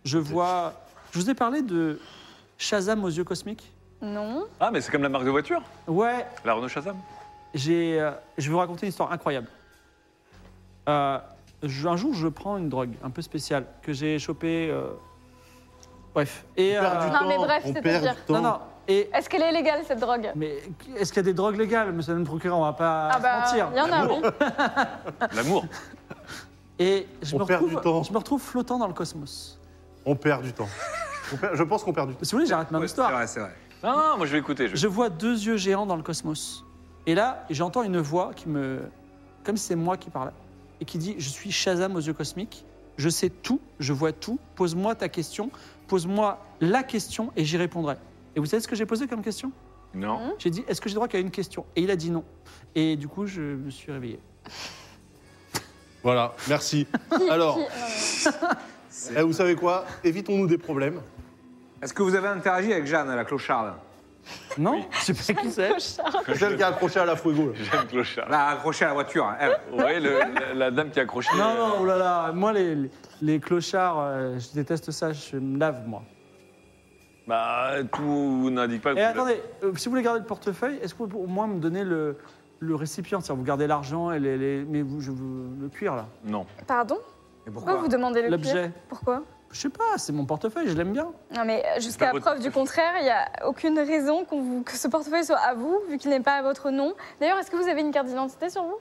S1: Je vois. Je vous ai parlé de Shazam aux yeux cosmiques
S4: Non.
S2: Ah, mais c'est comme la marque de voiture,
S1: Ouais,
S2: la Renault Shazam.
S1: j'ai, euh, je vais vous raconter une histoire incroyable. Euh, je- un jour, je prends une drogue un peu spéciale que j'ai chopée. euh, Bref. Et, euh,
S3: On perd du
S4: Non,
S3: temps,
S4: mais bref,
S3: on
S4: c'est-à-dire-
S3: perd du
S1: non,
S3: temps.
S1: non. Et,
S4: Est-ce qu'elle est légale cette drogue
S1: mais est-ce qu'il y a des drogues légales, monsieur le procureur On va pas
S4: Ah
S1: se
S4: bah,
S1: mentir.
S4: il y en a, oui.
S2: L'amour.
S1: Et je
S3: On
S1: me,
S3: perd
S1: retrouve,
S3: du temps.
S1: je me retrouve flottant dans le cosmos.
S3: On perd du temps. On perd- je pense qu'on perd du temps.
S1: Si vous voulez, j'arrête ma
S5: Ouais, c'est
S1: histoire.
S5: vrai, c'est vrai.
S2: Non, non, moi je vais écouter. Je...
S1: Je vois deux yeux géants dans le cosmos. Et là, j'entends une voix qui me. Comme si c'est moi qui parlais. Et qui dit Je suis Shazam aux yeux cosmiques. Je sais tout, je vois tout. Pose-moi ta question. Pose-moi la question et j'y répondrai. Et vous savez ce que j'ai posé comme question
S2: Non.
S4: Hein
S1: J'ai dit Est-ce que j'ai droit qu'à une question Et il a dit non. Et du coup, je me suis réveillé.
S3: Voilà, merci. Alors, eh, vous savez quoi Évitons-nous des problèmes.
S5: Est-ce que vous avez interagi avec Jeanne, la clocharde
S1: Non Je sais pas qui c'est.
S3: C'est celle qui a accroché à la Fuego. là.
S2: J'aime Clochard.
S5: Là, accrochée à la voiture, hein,
S3: Ah,
S5: elle.
S2: Vous voyez le- la, la dame qui a accroché.
S1: Non, non, oh là là. Moi, les, les- les clochards, euh, je déteste ça. Je me lave, moi.
S2: Bah, tout n'indique pas. que
S1: Et
S2: vous-
S1: attendez, euh, si vous voulez garder le portefeuille, est-ce que vous pouvez au moins me donner le, le récipient C'est-à-dire, vous gardez l'argent et les, les- mais vous, je veux le cuir, là.
S2: Non. (laughs)
S4: Pardon
S5: Mais
S4: Pourquoi
S5: pourquoi
S4: vous demandez le
S1: L'objet.
S4: pied Pourquoi
S1: Je sais pas, c'est mon portefeuille, je l'aime bien.
S4: Non, mais euh,
S2: pas
S4: jusqu'à
S2: votre
S4: preuve du contraire, il n'y a aucune raison qu'on vous- que ce portefeuille soit à vous, vu qu'il n'est pas à votre nom. D'ailleurs, est-ce que vous avez une carte d'identité sur vous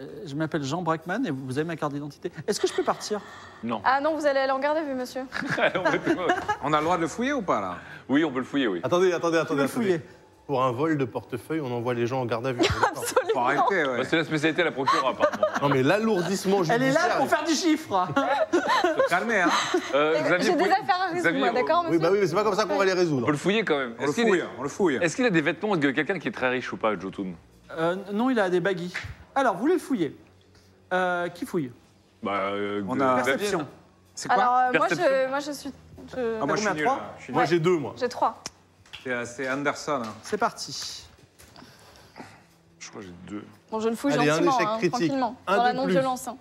S1: Euh, Je m'appelle Jean Brackman et vous avez ma carte d'identité. Est-ce que je peux partir
S2: Non.
S4: Ah non, vous allez aller en garde à vue, monsieur. (laughs)
S5: On a le droit de le fouiller ou pas, là
S2: oui, on peut le fouiller, oui.
S3: Attendez, attendez,
S1: Je
S3: attendez.
S1: vais
S3: attendez.
S1: fouiller.
S3: Pour un vol de portefeuille, on envoie les gens en garde à (laughs) vue.
S5: Faut
S4: Absolument.
S5: arrêter, ouais.
S2: Bah, c'est la spécialité de la procureure, apparemment.
S3: Non mais l'alourdissement
S1: Elle
S3: judiciaire.
S1: est là pour faire du chiffre
S5: Faut calmer, hein.
S2: Euh, Xavier,
S4: J'ai
S2: vous
S4: des
S2: pouvez-
S4: affaires à résoudre,
S2: Xavier,
S4: moi,
S2: on-
S4: d'accord,
S3: Oui,
S4: monsieur
S3: bah oui, mais c'est pas comme ça qu'on va les
S2: On peut
S3: résoudre.
S2: le hein. fouiller quand même.
S5: On le
S2: Est-ce qu'il
S5: fouille,
S2: est-
S5: on le fouille.
S2: est-ce qu'il a des vêtements de quelqu'un qui est très riche ou pas, Jotun
S1: Euh, Non, il a des baguilles. Alors, vous voulez le fouiller Euh, Qui fouille
S2: Bah, euh,
S5: On a-
S2: Xavier.
S1: Perception.
S5: C'est quoi
S4: Alors, euh, moi,
S2: Perception.
S4: je, moi, je suis. je-
S5: Ah, Moi, je suis
S1: combien,
S5: nul.
S1: trois
S5: là. Je suis nul.
S3: Moi j'ai deux, moi.
S4: J'ai trois.
S5: C'est, euh, C'est Anderson. hein.
S1: C'est parti.
S2: Je crois que j'ai deux.
S4: Bon, je le fous
S3: Allez, un
S4: gentiment,
S3: échec
S4: hein,
S3: critique.
S4: tranquillement,
S3: Un
S4: dans
S3: de
S4: la
S3: plus.
S4: non-violence. hein.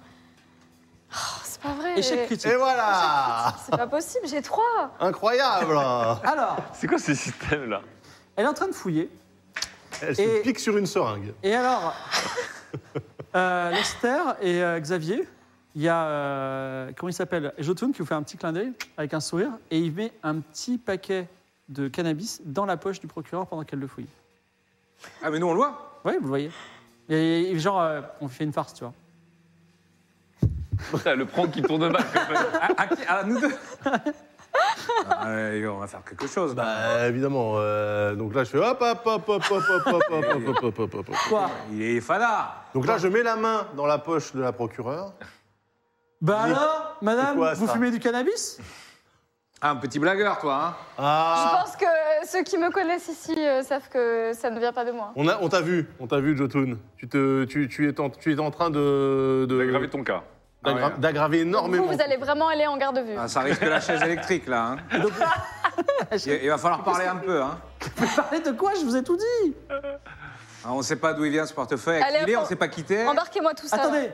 S4: Oh, c'est pas vrai.
S1: Échec critique.
S3: Et voilà
S4: C'est pas possible, j'ai trois.
S3: Incroyable
S1: Alors,
S2: C'est quoi ce système-là
S1: elle est en train de fouiller.
S3: Elle se
S1: Et-
S3: pique sur une seringue.
S1: Et alors, euh, Lester et euh, Xavier, il y a, euh, comment il s'appelle Jotun qui vous fait un petit clin d'œil avec un sourire et il met un petit paquet de cannabis dans la poche du procureur pendant qu'elle le fouille.
S5: Ah, mais nous, on le
S1: (laughs)
S5: voit.
S1: Oui, vous le voyez. Et, et genre, euh, on fait une farce, tu vois.
S2: Putain, Le prank qui tourne mal, quand (laughs) même.
S5: À, à qui À nous deux. Ah, ouais, on va faire quelque chose. là.
S3: Bah évidemment, euh, donc là je fais hop hop hop hop hop hop hop hop hop hop hop hop hop hop.
S1: Quoi
S5: Il est fada.
S3: Donc là je mets la main dans la poche de la procureure.
S1: Bah
S3: Mais-
S1: alors, madame,
S3: quoi,
S1: vous
S3: ça
S1: fumez du cannabis
S5: Ah, un petit blagueur, toi. hein.
S4: Je
S3: Ah
S4: pense que ceux qui me connaissent ici euh, savent que ça ne vient pas de moi.
S3: On a- on t'a vu, on t'a vu Jotun. Tu, te, tu, tu, es en, tu es en train de... de-
S2: T'as gravé ton cas.
S3: d'aggra-
S5: Ah ouais.
S3: D'aggraver énormément.
S4: Vous, vous allez vraiment aller en garde à vue.
S5: Ah, ça risque la chaise électrique, là. hein. Il, il va falloir parler un peu. Hein.
S1: Parlez de quoi Je vous ai tout dit
S5: Ah, On ne sait pas d'où il vient ce portefeuille.
S4: Allez,
S5: Avec qui il est, on ne
S4: on-
S5: s'est pas quitté.
S4: Embarquez-moi tout ça.
S1: Attendez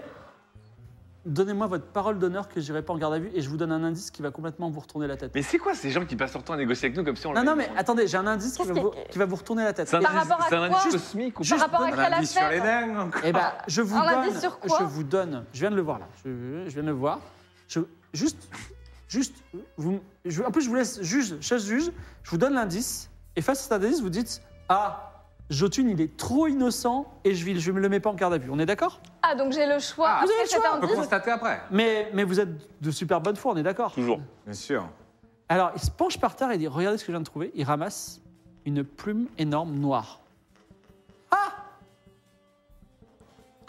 S1: Donnez-moi votre parole d'honneur que j'irai pas en garde à vue et je vous donne un indice qui va complètement vous retourner la tête.
S2: Mais c'est quoi ces gens qui passent leur temps à négocier avec nous comme si on
S1: Non,
S2: l'avait-
S1: non, mais attendez, j'ai un indice qui
S4: Qu'est-ce
S1: va, vous,
S4: qui-
S1: qui va vous retourner la tête.
S2: C'est un
S4: Par
S2: indice-
S4: rapport à
S2: c'est un indice
S4: quoi
S2: cosmique ou
S4: Par
S2: pas
S4: rapport à
S5: On
S4: quelle
S5: a un indice sur les
S4: affaire
S5: nains. encore.
S1: Eh ben, je vous
S4: un
S1: donne.
S4: indice sur quoi
S1: je vous donne. Je viens de le voir là. Je, je viens de le voir. Je, juste, juste, vous. je- en plus, je vous laisse juge, chasse juge. Je vous donne l'indice. Et face à cet indice, vous dites Ah, Jotun, il est trop innocent et je ne je me le mets pas en garde à vue. On est d'accord
S4: Ah, donc j'ai le choix.
S5: Ah,
S4: Après
S1: vous avez le
S4: cet
S1: choix.
S5: On peut
S4: indice,
S5: constater après.
S1: mais, mais vous êtes de super bonne foi, on est d'accord
S2: Toujours.
S5: Bien sûr.
S1: Alors, il se penche par terre et dit Regardez ce que je viens de trouver. Il ramasse une plume énorme noire.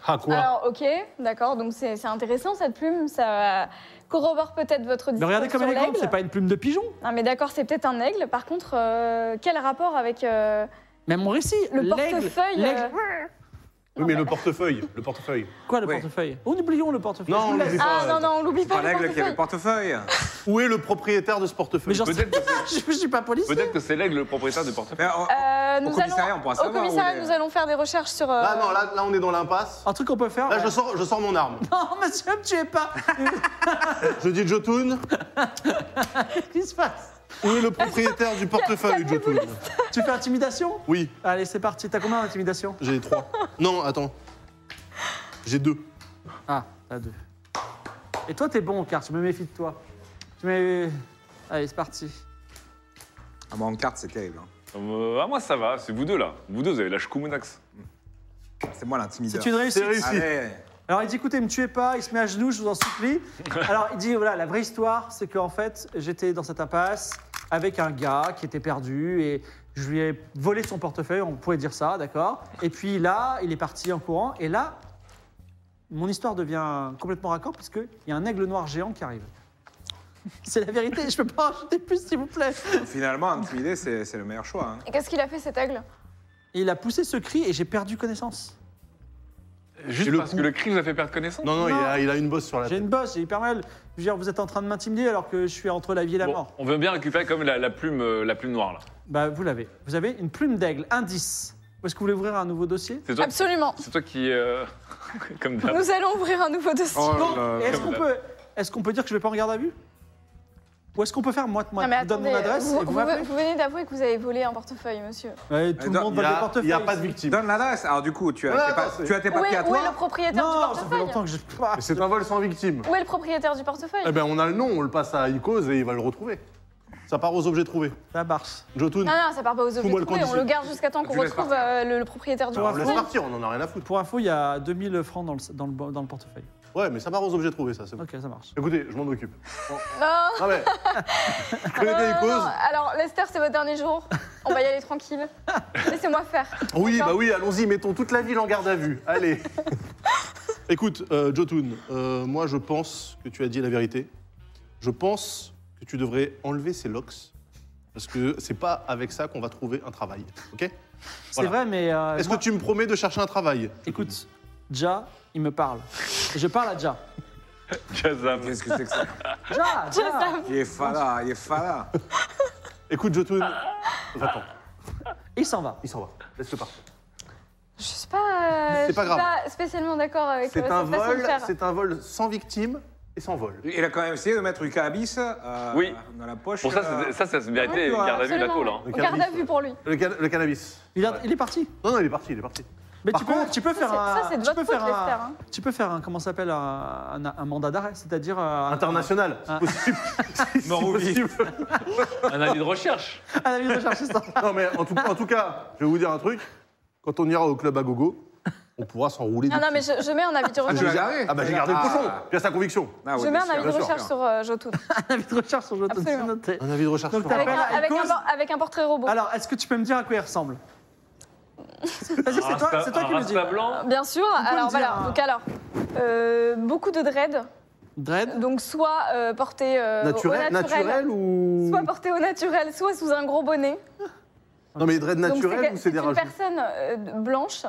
S3: Ah quoi
S4: Alors, ok, d'accord. Donc, c'est c'est intéressant cette plume. Ça corrobore peut-être votre
S1: Mais
S4: discours
S1: regardez comme
S4: sur
S1: elle est grande,
S4: l'aigle.
S1: c'est pas une plume de pigeon.
S4: Non, mais d'accord, c'est peut-être un aigle. Par contre, euh, quel rapport avec euh,
S1: Même mon récit.
S4: le
S1: l'aigle-
S4: portefeuille
S1: l'aigle-
S4: euh,
S3: Oui mais le portefeuille, le portefeuille.
S1: Quoi, le
S5: Oui.
S1: portefeuille On oublions le portefeuille.
S3: Non,
S1: Je vous
S3: on
S1: laisse.
S3: l'oublie
S4: Ah, non, non, on l'oublie
S5: C'est
S4: pas.
S5: pas
S4: le
S5: l'aigle qui avait le
S4: portefeuille.
S5: portefeuille.
S3: Où est le propriétaire de ce
S1: Ah, Mais
S3: portefeuille
S1: j'en sais
S2: Peut-être que
S1: pas, (laughs) je suis pas policier.
S2: Peut-être que c'est l'aigle le propriétaire du portefeuille.
S5: Mais on-
S4: Euh, nous
S5: commissariat,
S4: allons-
S5: on pourra
S4: au
S5: savoir où
S4: commissariat,
S5: il est.
S4: nous allons faire des recherches sur. euh,
S3: Là Bah non, là, là on est dans l'impasse.
S1: Un truc qu'on peut faire.
S3: Là
S1: ouais.
S3: je sors, je sors mon arme.
S1: (laughs) Non, monsieur, me tuez pas.
S3: Je dis Jotun,
S1: (laughs) Qu'est-ce qui se passe
S3: Où est le propriétaire du portefeuille, Jotun
S1: Tu fais intimidation
S3: Oui,
S1: Allez, c'est parti. T'as combien d'intimidation
S3: j'ai trois. Non, attends. J'ai deux.
S1: Ah, t'as deux. Et toi, t'es bon, car je me méfie de toi. Tu m'as. Allez, c'est parti.
S5: Ah, moi, en carte, c'est terrible. hein.
S2: Euh, ah, moi, ça va, c'est vous deux là. Vous deux, vous avez la Shkumunax.
S5: C'est moi l'intimideur.
S1: C'est une réussite.
S3: C'est réussi.
S5: Allez.
S1: Alors il dit écoutez, me tuez pas, il se met à genoux, je vous en supplie. Alors il dit voilà, la vraie histoire, c'est qu'en fait, j'étais dans cette impasse avec un gars qui était perdu et je lui ai volé son portefeuille, on pouvait dire ça, d'accord Et puis là, il est parti en courant et là, mon histoire devient complètement raccord parce qu'il y a un aigle noir géant qui arrive. C'est la vérité, je peux pas en ajouter plus, s'il vous plaît.
S5: Finalement, intimider, c'est c'est le meilleur choix. hein.
S4: Et qu'est-ce qu'il a fait cet aigle
S1: Et il a poussé ce cri et j'ai perdu connaissance.
S2: Juste
S3: le
S2: parce
S3: coup.
S2: que le cri vous a fait perdre connaissance
S3: Non, non, Il, a, il a une bosse sur la
S1: J'ai
S3: tête.
S1: une bosse, j'ai hyper mal. Je veux dire, vous êtes en train de m'intimider alors que je suis entre la vie et la
S2: Bon,
S1: mort.
S2: On veut bien récupérer comme la, la plume, euh, la plume noire là.
S1: Bah, vous l'avez. Vous avez une plume d'aigle, indice. Est-ce que vous voulez ouvrir un nouveau dossier
S2: C'est toi,
S4: Absolument.
S2: c'est toi qui. euh, (laughs) comme
S3: Bah
S2: d'hab.
S4: Nous allons ouvrir un nouveau dossier.
S3: Euh,
S5: Oh
S1: Bon,
S5: là
S1: et
S5: là.
S1: est-ce qu'on peut, est qu'on peut dire que je vais pas en garde à vue Ou est-ce qu'on peut faire moi moi
S4: Non, mais
S1: Je vous donne mon
S4: attendez,
S1: adresse
S4: vous,
S1: et vous
S4: vous-
S1: m'appelez
S4: vous venez d'avouer que vous avez volé un portefeuille, monsieur.
S1: Ouais, Tout le
S5: Attends,
S1: monde
S3: Il
S1: va des
S3: n'y
S1: portefeuilles.
S3: a, pas de victime.
S5: Donne l'adresse. Alors, du coup, tu as,
S3: Ah,
S5: tes, pa-
S3: attends, c'est-
S5: tu as tes
S4: Où
S5: papiers
S4: est,
S5: à
S4: où est
S5: toi
S4: le propriétaire
S1: Non,
S4: du
S1: ça fait
S4: portefeuille
S1: longtemps que je. Ah,
S3: Mais c'est un vol sans victime.
S4: Où est le propriétaire du portefeuille
S3: Eh ben, on a le nom, on le passe à Icos et il va le retrouver. Ça part aux objets trouvés.
S1: Ça marche.
S3: Jotun,
S4: Non, non, ça part pas aux objets
S3: Fous-moi le
S4: trouvés. On
S3: conditionnel.
S4: le garde jusqu'à temps qu'on
S5: Tu laisses
S4: retrouve
S5: partir.
S4: euh, le, le propriétaire du
S3: on le laisse
S4: portefeuille.
S3: partir, on en a rien à foutre.
S1: Pour info, il y a 2000 francs dans le, dans le, dans le portefeuille.
S3: Ouais, mais ça part aux objets trouvés, ça, c'est bon.
S1: Ok, ça marche.
S3: Écoutez, je m'en occupe.
S4: Non,
S3: Ah
S4: (laughs)
S3: mais, je
S4: non,
S3: connais
S4: non,
S3: des
S4: Ah non, non.
S3: causes.
S4: Alors, Lester, c'est votre dernier jour. On va y aller tranquille. Laissez-moi faire.
S3: Oui,
S4: D'accord.
S3: bah oui, allons-y, mettons toute la ville en garde à vue.
S4: (laughs)
S3: Allez. Écoute, euh, Jotun, euh, moi je pense que tu as dit la vérité. Je pense que tu devrais enlever ces locks parce que c'est pas avec ça qu'on va trouver un travail,
S4: Euh,
S3: ok
S1: C'est
S3: Voilà.
S1: vrai, mais. euh,
S3: Est-ce
S1: moi-
S3: que tu me promets de chercher un travail
S1: Écoute, Ja, il me parle. Et Je parle à Ja.
S2: Shazam.
S5: Qu'est-ce que c'est que ça
S4: (laughs)
S1: Ja, Ja
S5: Il est fada, il est fada.
S3: Écoute, Jotun,
S4: Ah.
S3: va-t'en,
S1: Il s'en va.
S3: il s'en va, laisse-le partir.
S4: Je suis pas, euh,
S3: C'est
S4: je suis
S3: pas grave.
S4: pas spécialement d'accord avec euh,
S3: C'est
S4: cette
S3: un
S4: façon de
S3: vol,
S4: faire.
S3: c'est un vol sans victime et sans vol.
S5: Il a quand même essayé de mettre Uka Abyss euh,
S2: Oui.
S5: dans la poche.
S2: Pour ça,
S5: euh,
S2: c'est- ça, ça se méritait
S5: Ouais,
S2: une garde à vue de la
S4: Absolument.
S2: tôle. hein.
S3: Le
S4: Garde à
S3: cannabis.
S4: vue pour lui.
S3: Le, can- le cannabis.
S1: Il, a-
S3: Ouais.
S1: il est parti.
S3: Non, non, il est parti, il est parti.
S1: Mais
S3: Par
S1: tu peux,
S3: contre-
S1: tu peux faire
S4: c'est-
S1: un.
S4: ça, c'est de
S1: tu peux
S4: votre faute,
S1: faire un-
S4: Lester, hein.
S1: Tu peux faire un. Comment ça s'appelle un, un- un mandat d'arrêt, c'est-à-dire. euh, un-
S3: International,
S1: Ah.
S3: c'est possible.
S5: (laughs)
S3: Si
S5: Mort ou vie.
S3: possible.
S2: Un avis de recherche.
S1: Un avis de recherche, c'est ça.
S3: Non, mais en tout, en tout cas, je vais vous dire un truc. Quand on ira au club à gogo, on pourra s'enrouler.
S4: Ah
S3: des
S4: non, mais je, je mets un avis de
S5: Ah,
S4: recherche.
S5: tu l'as gardé
S3: Ah bah j'ai gardé le
S5: Ah.
S3: cochon, j'ai sa conviction.
S5: Ah oui,
S4: je mets
S5: bien
S4: un
S5: sûr,
S4: avis de
S5: bien sûr.
S4: recherche sur euh, Jotun.
S1: Un avis de recherche sur Jotun, c'est
S4: Absolument.
S1: noté.
S3: Un avis de recherche.
S1: Donc,
S3: sur-
S1: t'as-
S4: Avec un,
S1: Appelle à
S4: avec, un,
S1: Icos.
S4: por- avec un portrait robot.
S1: Alors, est-ce que tu peux me dire à quoi il ressemble Vas-y, (laughs) c'est toi,
S2: Rasta-
S1: c'est toi qui
S2: un
S1: me dis.
S2: Rasta blanc.
S4: Bien sûr.
S1: me
S4: Alors
S1: dire
S4: voilà.
S1: un-
S4: Donc alors, euh, beaucoup de dread.
S1: Dread
S4: Donc soit euh, porté euh,
S3: Naturel,
S4: au naturel,
S3: naturel ou.
S4: soit porté au naturel, soit sous un gros bonnet.
S3: Non mais dread
S4: Donc,
S3: naturel
S4: que-
S3: ou c'est des
S4: une
S3: rajouts
S4: personne euh, de- blanche. euh,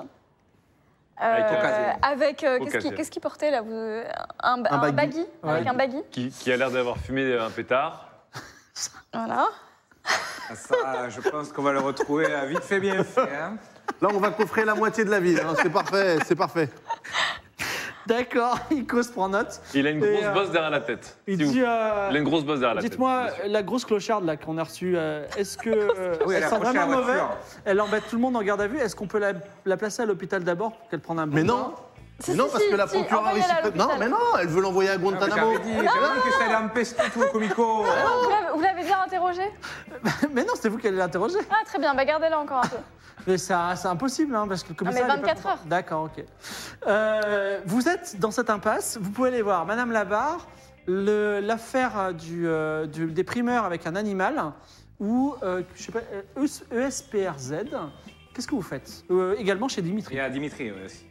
S2: Avec caucasienne.
S4: avec euh, qu'est-ce
S2: Caucasienne.
S4: qu'il qu'est-ce qu'il portait là vous, un, un,
S3: Un baggy.
S4: baggy, avec
S1: Ouais.
S4: un baggy
S2: Qui, qui a l'air d'avoir fumé un pétard.
S4: voilà
S5: Ah, Ça, je pense qu'on va le retrouver euh, vite fait, bien fait. hein.
S3: Là, on va coffrer la moitié de la ville. hein, C'est parfait, c'est parfait.
S1: D'accord, (laughs) Icos prend note.
S2: Il a une
S1: Et,
S2: grosse
S1: euh,
S2: bosse derrière la tête.
S1: Il
S2: C'est ouf.
S1: dit euh,
S2: Il a une grosse bosse derrière la tête.
S1: Dites-moi, euh,
S2: bien sûr.
S1: la grosse clocharde là qu'on a reçue, euh, est-ce que. euh,
S5: Oui,
S1: elle
S5: elle a
S1: sent
S5: accroché la
S1: vraiment mauvais
S5: voiture.
S1: Elle embête tout le monde en garde à vue. Est-ce qu'on peut la, la placer à l'hôpital d'abord pour qu'elle prenne un bon
S3: Mais non
S1: bain
S4: Si,
S3: Mais non,
S4: si,
S3: parce
S4: si,
S3: que la
S4: si,
S3: procureure
S4: envoyez-la
S3: ici.
S4: à
S3: peut- Non,
S4: l'hôpital.
S3: mais non, elle veut l'envoyer à
S5: Ah, mais
S3: Guantanamo.
S5: J'avais dit, j'avais dit que ça allait empester tout,
S4: Vous
S5: Comico.
S4: l'avez- vous l'avez bien interrogé
S1: (laughs) Mais non, c'était vous qui allez l'interroger.
S4: ah très bien bah gardez-la encore un peu
S1: Mais ça- c'est impossible, hein, parce que comme
S4: Ah, mais
S1: ça, elle est pas
S4: 24
S1: contente.
S4: heures.
S1: D'accord, ok. Euh, vous êtes dans cette impasse. Vous pouvez aller voir Madame Labarre, le- l'affaire du, euh, du- des primeurs avec un animal, ou euh, je sais pas, euh, ES- ESPRZ. Qu'est-ce que vous faites Euh, Également chez
S5: Il
S1: Dimitri.
S5: y a Dimitri euh, aussi.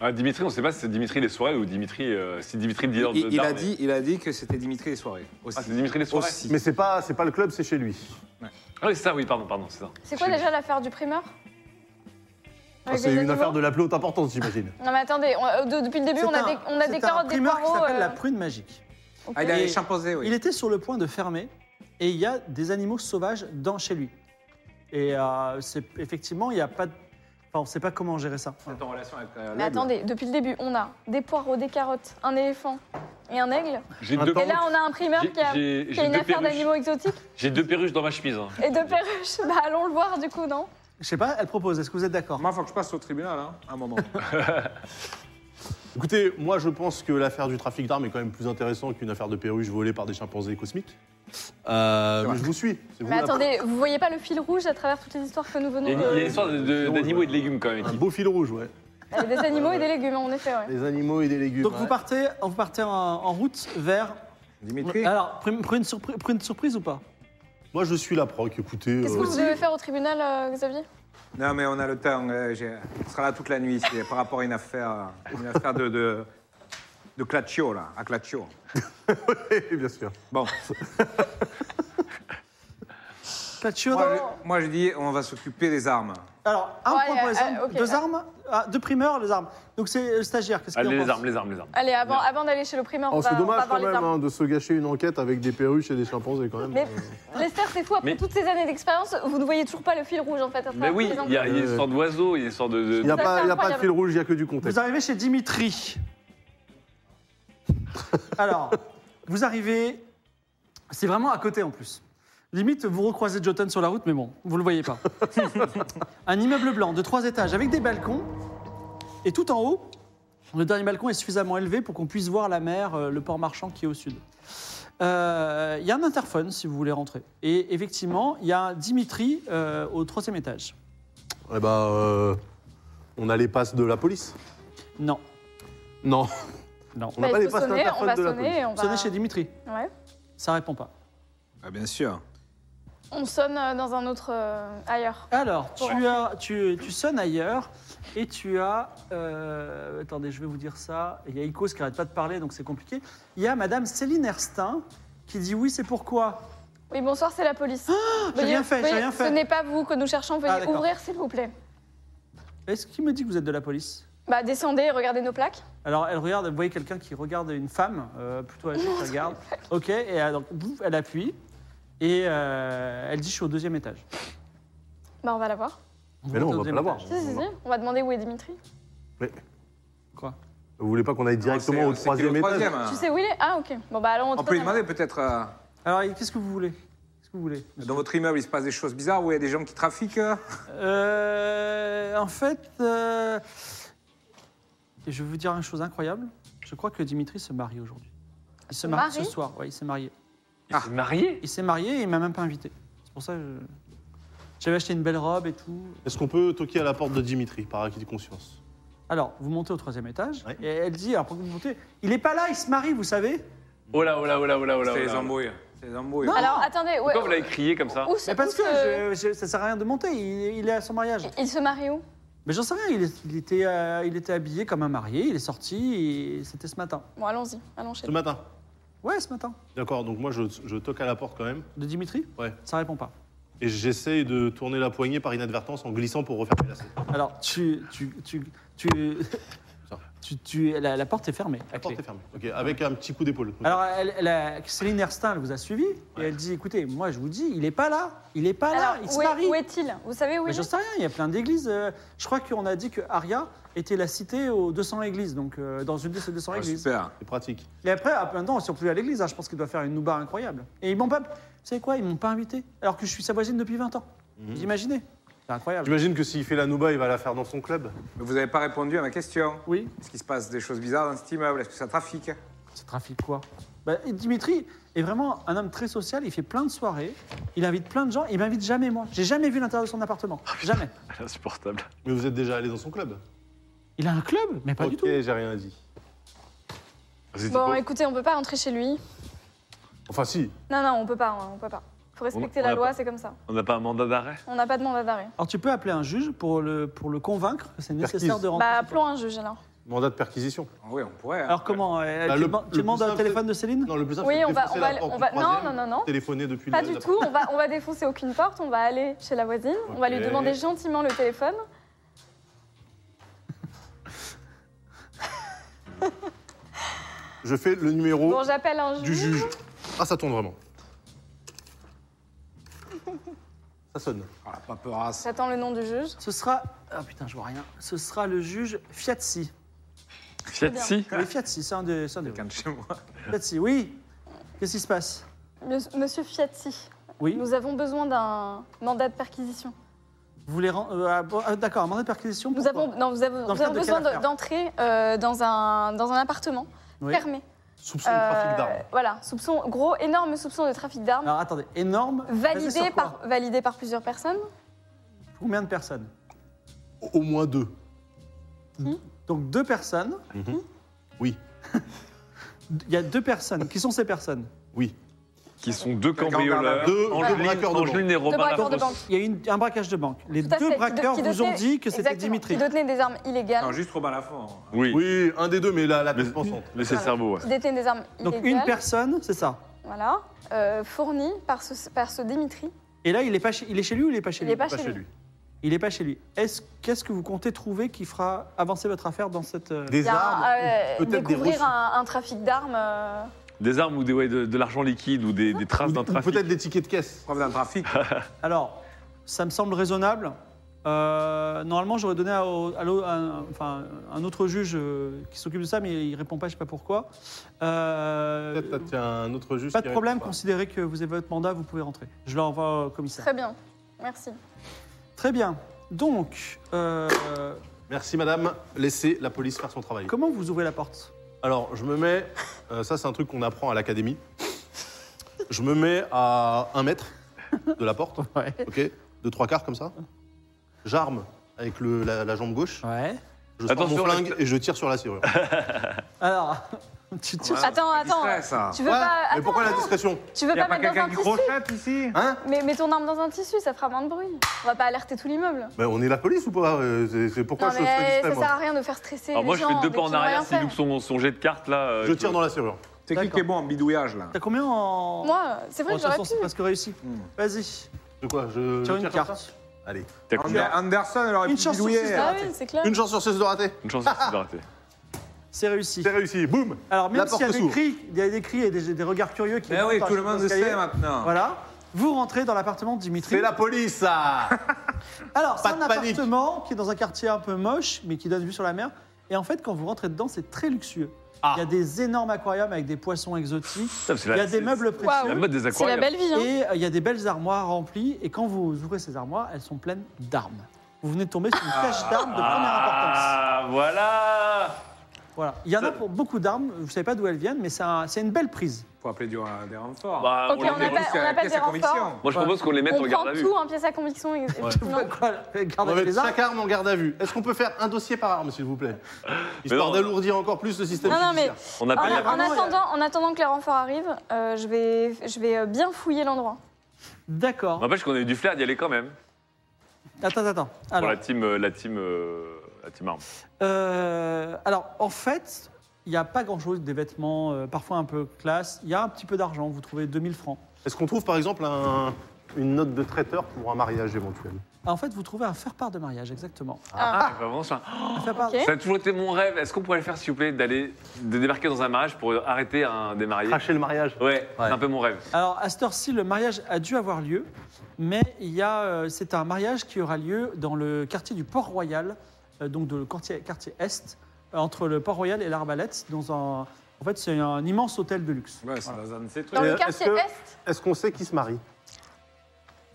S2: Ah, Dimitri, on ne sait pas si c'est Dimitri les soirées ou Dimitri. euh, si Dimitri le dealer de
S5: Il, il a
S2: d'armes est-
S5: dit, il a dit que c'était Dimitri les soirées. Aussi.
S2: Ah, c'est Dimitri les soirées.
S5: aussi.
S3: Mais c'est pas, c'est pas le club, c'est chez lui.
S2: Ah oui, c'est ça, oui, pardon, pardon, c'est ça.
S4: c'est quoi
S2: J'ai-
S4: déjà l'affaire du primeur Avec
S3: Ah, C'est
S4: les
S3: une
S4: animaux
S3: affaire de la plus haute importance, j'imagine.
S4: non mais attendez on- euh, de- depuis le début on a
S1: C'est
S4: des
S1: un-
S4: on a
S1: c'est
S4: des carottes
S1: un
S4: des
S1: primeur qui
S4: poireaux
S1: s'appelle
S4: euh,
S1: la prune magique.
S4: ok.
S5: Ah, il a
S1: Et-
S5: les charposés, oui.
S1: Il était sur le point de fermer et il y a des animaux sauvages dans chez lui. Et euh, c'est- effectivement, il n'y a pas de. Enfin, on ne sait pas comment gérer ça.
S5: en relation avec. euh,
S4: mais
S5: l'aigle.
S4: attendez depuis le début on a des poireaux des carottes un éléphant et un aigle.
S2: J'ai
S3: Attends.
S2: deux,
S4: Et là, on a un primeur
S2: j'ai-
S4: qui a,
S2: j'ai-
S4: qui
S2: j'ai
S4: a une
S2: deux
S4: affaire
S2: perruches.
S4: d'animaux exotiques
S2: j'ai deux perruches dans ma chemise. hein.
S4: et
S2: (laughs)
S4: de perruches. Bah, allons le voir du coup, non
S1: Je sais pas, elle propose, est-ce que vous êtes d'accord
S5: Moi, faut que je passe au tribunal, hein, un (laughs) moment.
S3: Écoutez, moi je pense que l'affaire du trafic d'armes est quand même plus intéressante qu'une affaire de perruche volée par des chimpanzés cosmiques. Euh,
S5: C'est
S3: mais
S5: vrai.
S3: je vous suis. C'est vous,
S4: Mais
S3: la-
S4: attendez, vous voyez pas le fil rouge à travers toutes les histoires que nous venons
S2: Il y a, il y a une
S4: (laughs) de.
S2: histoire de- de- d'animaux et de légumes quand même.
S3: Un
S2: qui-
S3: beau fil rouge, ouais.
S4: Euh, Des animaux et des légumes, en effet, ouais.
S3: Les animaux et des légumes.
S1: Donc vous
S3: ouais.
S1: partez, vous partez en, en route vers.
S5: Dimitri,
S1: Alors, prune, prune, surpri- prune surprise ou pas
S3: Moi je suis la proc, écoutez.
S4: Qu'est-ce que
S3: euh,
S4: vous devez faire au tribunal, euh, Xavier
S5: non mais on a le temps, euh, j'ai- on sera là toute la nuit ici, par rapport à une affaire, euh, une affaire de, de, de Claccio, là, à Claccio.
S3: (laughs) bien sûr.
S5: Bon,
S1: Tachio,
S5: moi
S1: dans-
S5: je, moi, je dis, on va s'occuper des armes.
S1: Alors, un
S4: Ouais,
S1: point pour les
S4: euh,
S1: armes.
S4: euh, ok.
S1: Deux armes Ah, Deux primeurs, les armes. Donc c'est le stagiaire, qu'est-ce
S2: Ah,
S1: qu'il en pense
S2: les armes, les armes, les armes.
S4: Allez, avant,
S2: Non.
S4: avant d'aller chez le primeur, on
S3: Oh,
S4: va,
S3: c'est
S4: on va
S3: dommage
S4: voir
S3: quand
S4: les
S3: même
S4: armes.
S3: hein, de se gâcher une enquête avec des perruches et des chimpanzés quand même.
S4: Mais
S3: Euh,
S4: Lester, c'est fou, après
S2: Mais-
S4: toutes ces années d'expérience, vous ne voyez toujours pas le fil rouge, en fait. à travers
S2: Mais oui,
S4: tous les
S2: il y a
S4: endroits.
S2: il y a une sorte d'oiseau, il y a une sorte de. de-
S3: Il n'y a,
S4: Ça,
S3: pas,
S4: c'est
S3: il y a pas de
S4: incroyable.
S3: fil rouge, il n'y a que du contexte.
S1: Vous arrivez chez Dimitri. Alors, vous arrivez. C'est vraiment à côté en plus. Limite, vous recroisez Jotun sur la route, mais bon, vous le voyez pas. Un immeuble blanc de trois étages avec des balcons. Et tout en haut, le dernier balcon est suffisamment élevé pour qu'on puisse voir la mer, euh, le port marchand qui est au sud. Euh, Il y a un interphone si vous voulez rentrer. Et effectivement, il y a un Dimitri euh, au troisième étage.
S3: Eh ben, euh, on a les passes de la police.
S1: Non,
S3: Non,
S1: non.
S3: on n'a
S4: Bah,
S3: pas
S4: il
S3: les
S4: faut
S3: passes
S4: sonner, on
S3: d'interphone
S4: va
S3: de la
S4: sonner
S3: police.
S4: et on va...
S1: Sonnez chez Dimitri,
S4: Ouais.
S1: ça répond pas.
S5: Ah, bien sûr.
S4: On sonne euh, dans un autre... euh, ailleurs.
S1: Alors, tu,
S4: Ouais.
S1: as, tu, tu sonnes ailleurs et tu as. euh, attendez, je vais vous dire ça. Il y a Icos qui n'arrête pas de parler, donc c'est compliqué. Il y a Madame Céline Erstein qui dit Oui, c'est pourquoi
S4: Oui, bonsoir, c'est la police.
S1: Ah, J'ai
S4: Veuillez-
S1: rien fait, j'ai
S4: veuillez-
S1: rien fait.
S4: Ce n'est pas vous que nous cherchons, veuillez
S1: Ah, d'accord.
S4: ouvrir, s'il vous plaît.
S1: Est-ce qu'il me dit que vous êtes de la police
S4: Bah, descendez, regardez nos plaques.
S1: Alors, elle regarde, vous voyez quelqu'un qui regarde une femme, euh, plutôt âgée, qui regarde. Ok, et elle, donc, bouf, elle appuie et euh, elle dit Je suis au deuxième étage.
S4: Bah, on va la voir.
S1: Vous
S3: Mais non,
S1: êtes
S3: on
S1: au
S3: va pas
S1: deuxième
S3: la voir.
S1: étage.
S4: Si, si, si. On va demander où est Dimitri.
S1: Quoi
S3: Vous voulez pas qu'on aille directement
S5: C'est-
S3: au
S5: c'est
S3: troisième
S5: que le
S3: étage
S5: troisième, hein.
S4: Tu sais où il est Ah, ok. Bon, bah, allons au
S5: On peut lui
S4: tribunal.
S5: demander peut-être, euh,
S1: Alors, qu'est-ce que vous voulez Qu'est-ce que vous voulez
S5: dans votre immeuble, il se passe des choses bizarres où il y a des gens qui trafiquent euh
S1: Euh, en fait, euh, et je vais vous dire une chose incroyable. Je crois que Dimitri se marie aujourd'hui. Il se
S4: Se
S1: marie,
S4: marie
S1: ce soir. Ouais, il s'est marié.
S2: Il
S4: Ah.
S2: s'est marié
S1: Il s'est marié et il m'a même pas invité. C'est pour ça que je- j'avais acheté une belle robe et tout.
S3: Est-ce qu'on peut toquer à la porte de Dimitri par acquis de conscience
S1: Alors, vous montez au troisième étage
S3: Ouais.
S1: et elle dit, alors pour que vous montez, il est pas là, il se marie, vous savez
S2: Oh là, oh là, oh là, oh là, oh là.
S5: C'est
S2: oh
S5: les
S2: là.
S5: embrouilles. C'est les embrouilles. Ah,
S4: Alors, attendez, ouais,
S2: Pourquoi vous l'avez crié comme ça
S4: où se-
S1: Mais parce
S4: où
S1: que
S4: se-
S1: je- je- ça sert à rien de monter, il, il est à son mariage.
S4: Il se marie où
S1: Mais j'en sais rien, il, est- il était, euh, il était habillé comme un marié, il est sorti et c'était ce matin.
S4: Bon, allons-y, allons chez
S3: Ce
S4: lui.
S3: matin.
S1: Ouais, ce matin.
S3: D'accord, donc moi je, je toque à la porte quand même
S1: De Dimitri
S3: Ouais.
S1: Ça répond pas.
S3: et j'essaye de tourner la poignée par inadvertance en glissant pour refermer la scène.
S1: Alors, tu. tu, tu,
S3: (laughs)
S1: tu, tu, tu- la, la porte est fermée. à
S3: La porte
S1: clé.
S3: est fermée. Ok, avec un petit coup d'épaule.
S1: Alors, elle, elle a- Céline Erstein, elle vous a suivi et elle dit écoutez, moi je vous dis, il est pas là, il est pas là, il
S4: Alors,
S1: se
S4: où est-
S1: marie.
S4: où est-il Vous savez où
S1: Mais
S4: il
S1: j'en
S4: est
S1: sais rien, il y a plein d'églises. euh, Je crois qu'on a dit que Aria était la cité aux 200 églises, donc euh, dans une de ces 200
S5: Ah,
S1: églises.
S5: super.
S3: C'est pratique.
S1: Et après, à plein de temps, si on peut aller à l'église, hein, je pense qu'il doit faire une nouba incroyable. Et ils m'ont pas. Vous savez quoi Ils m'ont pas invité, alors que je suis sa voisine depuis 20 ans.
S3: Mhm.
S1: Vous imaginez C'est incroyable.
S3: J'imagine que s'il fait la nouba, il va la faire dans son club.
S5: Mais vous n'avez pas répondu à ma question.
S1: Oui
S5: Est-ce qu'il se passe des choses bizarres dans cet immeuble Est-ce que ça trafique Ah
S1: Ça trafique quoi Bah, Dimitri est vraiment un homme très social, il fait plein de soirées, il invite plein de gens, il m'invite jamais moi. J'ai jamais vu l'intérieur de son appartement.
S3: Ah,
S1: Jamais.
S2: Ah, Insupportable.
S3: Mais vous êtes déjà allé dans son club
S1: Il a un club Mais pas
S3: Ok,
S1: du tout.
S3: j'ai rien dit.
S2: C'était
S4: Bon,
S2: pas-
S4: écoutez, on peut pas rentrer chez lui.
S3: Enfin si,
S4: Non, non, on peut pas, hein, on peut pas. Faut respecter
S2: On- on
S4: la
S2: a
S4: loi,
S2: pas-
S4: c'est comme ça.
S2: On n'a pas un mandat d'arrêt
S4: On n'a pas de mandat d'arrêt.
S1: Alors tu peux appeler un juge pour le, pour le convaincre que c'est nécessaire
S3: Perquise.
S1: de rentrer.
S4: Bah, appelons un juge alors.
S3: mandat de perquisition.
S5: Oui, on pourrait. hein.
S1: Alors comment euh,
S3: Bah,
S1: Tu,
S3: le-
S1: demandes- tu
S3: le
S1: demandes
S3: plus
S1: le
S3: simple,
S1: téléphone de Céline
S3: Non, le plus simple,
S4: Oui,
S3: c'est de
S4: on va-
S3: défoncer la
S4: on va aller-
S3: porte
S4: on
S3: du
S4: va- non,
S3: troisième,
S4: non, non, non.
S3: Téléphoner depuis
S4: Pas
S3: le-
S4: du
S3: la-
S4: tout, on va, on va défoncer aucune porte, on va aller chez la voisine, on va lui
S3: Ok.
S4: demander gentiment le téléphone.
S3: Je fais le
S1: Oh,
S3: numéro
S4: Bon, j'appelle un
S3: du
S4: juge.
S3: juge. Ah, ça tourne vraiment. Ça sonne.
S5: Ah, la paperasse.
S4: J'attends le nom du juge.
S1: Ce sera. Ah putain, je vois rien. Ce sera le juge Fiatzi.
S2: Fiat, si.
S1: Oui, Fiat, si, c'est un de, c'est un de vous.
S5: Quelqu'un de chez moi.
S1: Fiat, si, oui. Qu'est-ce qui se passe
S4: Mons- Monsieur Fiatti,
S1: Oui.
S4: nous avons besoin d'un mandat de perquisition.
S1: Vous voulez rend- euh, ah, bon, ah, D'accord, un mandat de perquisition.
S4: Nous
S1: pourquoi
S4: avons, non, nous avons,
S1: Dans le
S4: nous avons
S1: cadre de
S4: besoin
S1: quelle
S4: de-
S1: affaire
S4: d'entrer euh, dans, un, dans un appartement
S1: Oui.
S4: fermé.
S3: Soupçon de
S4: Euh,
S3: trafic d'armes.
S4: Voilà, soupçon, gros, énorme soupçon de trafic d'armes,
S1: Alors attendez, énorme. basé
S4: validé
S1: Ah. sur quoi
S4: par, validé par plusieurs personnes.
S1: Combien de personnes
S3: Au moins deux.
S1: Donc deux personnes.
S3: Oui,
S1: Il y a deux personnes. Qui sont ces personnes
S3: oui.
S2: Qui sont deux
S5: Quelqu'un
S2: cambrioleurs.
S5: en
S3: Deux, deux
S2: Angeline,
S3: braqueurs de banque.
S2: Angeline et
S4: De
S2: Robin
S4: braqueurs de
S2: Lafrosse.
S4: banque.
S1: Il y a eu une- un braquage de banque. Les
S4: Tout à fait,
S1: deux
S4: qui-
S1: braqueurs
S4: qui
S1: vous ont
S4: donnaient-
S1: dit que c'était
S4: exactement,
S1: Dimitri.
S4: Qui donnait des armes illégales.
S5: Non, juste Robin Lafont.
S2: Oui.
S3: Oui, un des deux, mais la, la
S2: Mais,
S3: tête pensante.
S2: mais c'est le
S4: Voilà.
S2: cerveau, ouais.
S4: Qui détenait des armes
S1: Donc
S4: illégales.
S1: une personne, c'est ça.
S4: Voilà, euh, fournie par ce, par ce Dimitri.
S1: Et là, il est, pas chez, il est chez lui ou il est pas chez
S4: Il
S1: lui
S4: n'est pas,
S3: Pas
S4: chez lui.
S1: Il est pas chez lui. Est-ce qu'est-ce que vous comptez trouver qui fera avancer votre affaire dans cette euh,
S3: Des
S4: Il y a
S3: armes,
S4: un, euh,
S3: peut-être des
S4: découvrir
S3: ressources.
S4: un, un trafic d'armes. euh,
S2: Des armes ou des, ouais, de, de l'argent liquide ou des, des traces
S3: ou-
S2: d'un
S3: ou
S2: trafic.
S3: peut-être des tickets de caisse.
S5: Preuve d'un trafic.
S1: Alors, ça me semble raisonnable. Euh, normalement, j'aurais donné à, au- à l'au- à un, enfin, un autre juge euh, qui s'occupe de ça, mais il répond pas, je sais pas pourquoi. Euh,
S3: Peut-être t'as- t'as un autre juge.
S1: pas
S3: qui
S1: de problème,
S3: répond pas.
S1: considérez que vous avez votre mandat, vous pouvez rentrer. Je l'envoie au commissaire.
S4: Très bien, merci.
S1: Très bien. Donc, euh,
S3: Merci madame, laissez la police faire son travail.
S1: comment vous ouvrez la porte
S3: Alors, je me mets. euh, ça, c'est un truc qu'on apprend à l'académie. Je me mets à un mètre de la porte,
S1: Ouais.
S3: ok De trois quarts comme ça. J'arme avec le- la, la jambe gauche.
S1: Ouais.
S3: Je sors
S2: Attention,
S3: mon flingue
S2: reste-
S3: et je tire sur la serrure.
S1: Alors, (laughs) tu tires.
S5: Ouais.
S4: Attends,
S5: C'est
S4: attends.
S5: discret, ça.
S4: Tu veux
S3: Ouais,
S4: pas,
S3: mais
S4: attends,
S3: pourquoi la discrétion
S4: tu veux
S5: Y a
S4: pas
S5: pas
S4: mettre dans
S5: quelqu'un
S4: un
S5: qui
S4: tissu
S5: crochette ici
S3: Hein
S4: mais mets ton arme dans un tissu, ça fera moins de bruit. On va pas alerter tout l'immeuble.
S3: Mais Ben, on est la police ou pas Euh, c'est- C'est pourquoi
S4: Non
S3: je serais
S4: mais
S3: discret,
S4: ça
S3: moi
S4: sert à rien de faire stresser
S2: Alors
S4: les
S2: moi, je
S4: gens.
S2: fais deux pas
S4: dès
S2: en
S4: qu'ils vont
S2: arrière
S4: rien
S2: s'il
S4: faire.
S2: loupe son, son jet de carte, là. euh,
S3: Je tire dans la serrure.
S5: C'est qui
S1: D'accord.
S5: qui est bon en bidouillage, là
S1: T'as combien en.
S4: Moi, c'est
S1: Bon, Oh, de
S4: vrai que
S1: toute
S4: j'aurais
S1: façon,
S4: pu.
S1: c'est presque réussi.
S5: Hmm.
S1: Vas-y,
S3: De quoi Je
S1: tire une
S3: tire comme
S1: carte.
S3: ça Allez.
S2: T'as
S5: Ander-
S2: combien
S5: Anderson, elle aurait
S1: Une
S5: pu
S1: chance sur six
S5: bidouiller.
S1: de-
S4: Ah oui, c'est clair.
S3: Une chance sur six de rater.
S2: Une chance de se rater.
S1: C'est réussi.
S3: C'est réussi, boum
S1: Alors
S3: La
S1: même s'il y a
S3: porte
S1: des
S3: s'ouvre.
S1: cris, il y a des cris et des, des regards curieux qui.
S5: Mais Eh Ben oui,
S1: montent
S5: tout le
S1: par-
S5: monde
S1: dans
S5: le
S1: l'escalier.
S5: sait maintenant.
S1: Voilà. Vous rentrez dans l'appartement de Dimitri.
S3: C'est la police, ça
S1: Alors, c'est un
S3: Pas de panique.
S1: appartement qui est dans un quartier un peu moche, mais qui donne vue sur la mer. Et en fait, quand vous rentrez dedans, c'est très luxueux.
S3: Ah.
S1: Il y a des énormes aquariums avec des poissons exotiques.
S2: Putain, c'est
S1: Il
S2: la-
S1: y a des
S2: c'est-
S1: meubles
S2: c'est La
S1: précieux.
S2: mode des
S4: C'est la
S2: aquariums.
S4: belle vie. Hein.
S1: Et euh, il y a des belles armoires remplies. Et quand vous ouvrez ces armoires, elles sont pleines d'armes. Vous venez de tomber sur une cache d'armes de première importance.
S2: Ah, voilà
S1: Voilà. Il y en a pour beaucoup d'armes. Vous savez pas d'où elles viennent, mais c'est un- c'est une belle prise. (laughs)
S5: Faut appeler du, des renforts.
S2: Bah,
S4: Ok,
S2: les
S4: on
S2: met-
S4: appelle-
S5: C'est la
S4: appelle
S5: pièce
S4: des
S5: à conviction.
S4: renforts.
S2: Moi, je propose qu'on les mette en
S4: On
S2: garde à
S4: prend
S2: vue.
S4: tout en pièce à conviction.
S1: (laughs)
S4: et- effectivement.
S1: Voilà.
S3: On va
S1: Gardez
S3: mettre
S1: les armes.
S3: chaque arme en garde à vue. Est-ce qu'on peut faire un dossier par arme, s'il vous (laughs) plaît Histoire
S2: non.
S3: d'alourdir encore plus le système
S4: Non, non, mais
S3: judiciaire.
S2: On
S4: en,
S2: appelle
S1: Ah,
S2: la
S4: en
S1: vraiment, il y a-
S4: attendant, en attendant que les renforts arrivent, euh, je, vais, je vais euh, bien fouiller l'endroit.
S2: On
S1: D'accord.
S2: rappelle qu'on a eu du flair d'y aller quand même.
S1: Attends, attends.
S2: Pour
S1: Alors,
S2: la team, euh, la team, euh, la team arme.
S1: Euh, alors, en fait, il n'y a pas grand-chose, des vêtements euh, parfois un peu classe. Il y a un petit peu d'argent, vous trouvez 2000 francs.
S3: Est-ce qu'on trouve par exemple un- une note de traiteur pour un mariage éventuel
S1: Ah, En fait, vous trouvez un faire-part de mariage, exactement.
S2: Ah, bah, vraiment, ça.
S1: Un faire-part.
S4: ok.
S2: Ça a toujours été mon rêve. Est-ce qu'on pourrait le faire, s'il vous plaît, d'aller de débarquer dans un mariage pour arrêter un des mariés
S3: Cracher le mariage
S2: Ouais, c'est un peu mon rêve.
S1: Alors, à cette heure-ci, le mariage a dû avoir lieu, mais il y a, euh, c'est un mariage qui aura lieu dans le quartier du Port-Royal, euh, donc dans le quartier, quartier Est, euh, entre le Port-Royal et l'Arbalète, dans un... En fait, c'est un immense hôtel de luxe.
S5: Ouais, c'est dans un de ces
S4: Dans
S5: trucs.
S3: Et
S4: le
S3: est-ce
S4: quartier
S3: que-
S4: Est,
S3: Est-ce qu'on sait qui se marie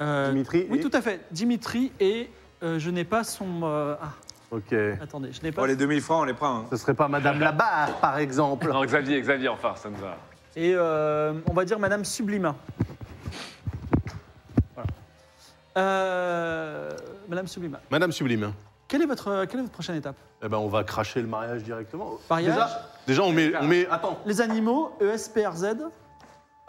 S1: Euh,
S3: Dimitri
S1: Oui,
S3: et-
S1: tout à fait. Dimitri et... euh, je n'ai pas son... euh, ah,
S3: Ok.
S1: attendez, je n'ai pas...
S5: Bon, les 2000 francs, on les prend. hein.
S3: Ce serait pas Madame Labarre, par exemple
S2: Non, Xavier, Xavier, enfin, ça nous a.
S1: et euh, on va dire Madame Sublima. Voilà. Euh, Madame Sublima,
S3: Madame Sublime.
S1: quelle est votre, quelle est votre prochaine étape
S3: Eh ben, on va cracher le mariage directement.
S1: Mariage
S3: Déjà, déjà on, met, on met. Attends,
S1: Les animaux, E ESPRZ.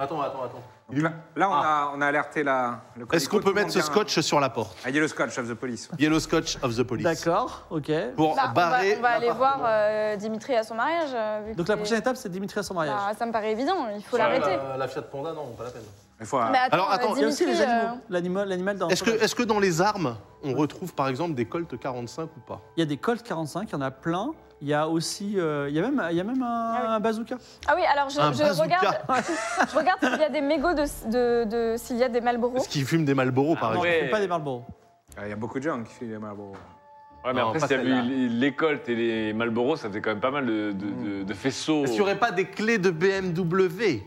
S3: attends, attends, attends.
S5: Donc Là, là, on, a, on a alerté la. le
S3: Est-ce
S5: Comico,
S3: qu'on peut
S5: tout le
S3: mettre
S5: monde
S3: ce
S5: vient.
S3: scotch sur la porte
S5: Ah, il y a le scotch, chef de police.
S3: Yellow scotch of the police.
S1: D'accord, ok.
S3: Pour
S4: bah, on va,
S3: barrer.
S4: on va aller
S3: l'appartement.
S4: voir euh, Dimitri à son mariage. euh, vu
S1: Donc
S4: que
S1: la
S4: c'est-
S1: prochaine étape, c'est Dimitri à son mariage.
S4: Bah, ça me paraît évident, il faut
S2: Ça,
S4: l'arrêter.
S3: Euh, La, la Fiat Panda, non, pas la peine.
S5: Il faut.
S4: Mais attends,
S3: Alors, attends,
S4: euh,
S1: Il y a aussi les
S4: Dimitri, euh,
S1: animaux. L'animal, l'animal dans.
S3: Est-ce que, est que dans les armes, on retrouve par exemple des Colt 45 ou pas
S1: Il y a des Colt 45, il y en a plein. Il y a aussi, euh, il y a même, il y a même un, un bazooka.
S4: Ah oui, alors je,
S3: Un
S4: je
S3: bazooka.
S4: regarde, je regarde s'il y a des mégots de, de, de- s'il y a des Malboro.
S3: Est-ce qu'ils fument des Malboro, par
S2: Ah
S3: exemple
S2: ouais.
S5: Ah,
S1: Pas des Marlboro.
S5: Il y a beaucoup de gens qui filent les Marlboro.
S2: Ouais, mais
S3: Non,
S2: après,
S3: pas
S2: s'il y
S3: celle-là.
S2: avait eu l'école et les Malboro, ça faisait quand même pas mal de, de,
S3: Mm.
S2: de- de faisceaux.
S3: Est-ce qu'il n'y aurait pas des clés de BMW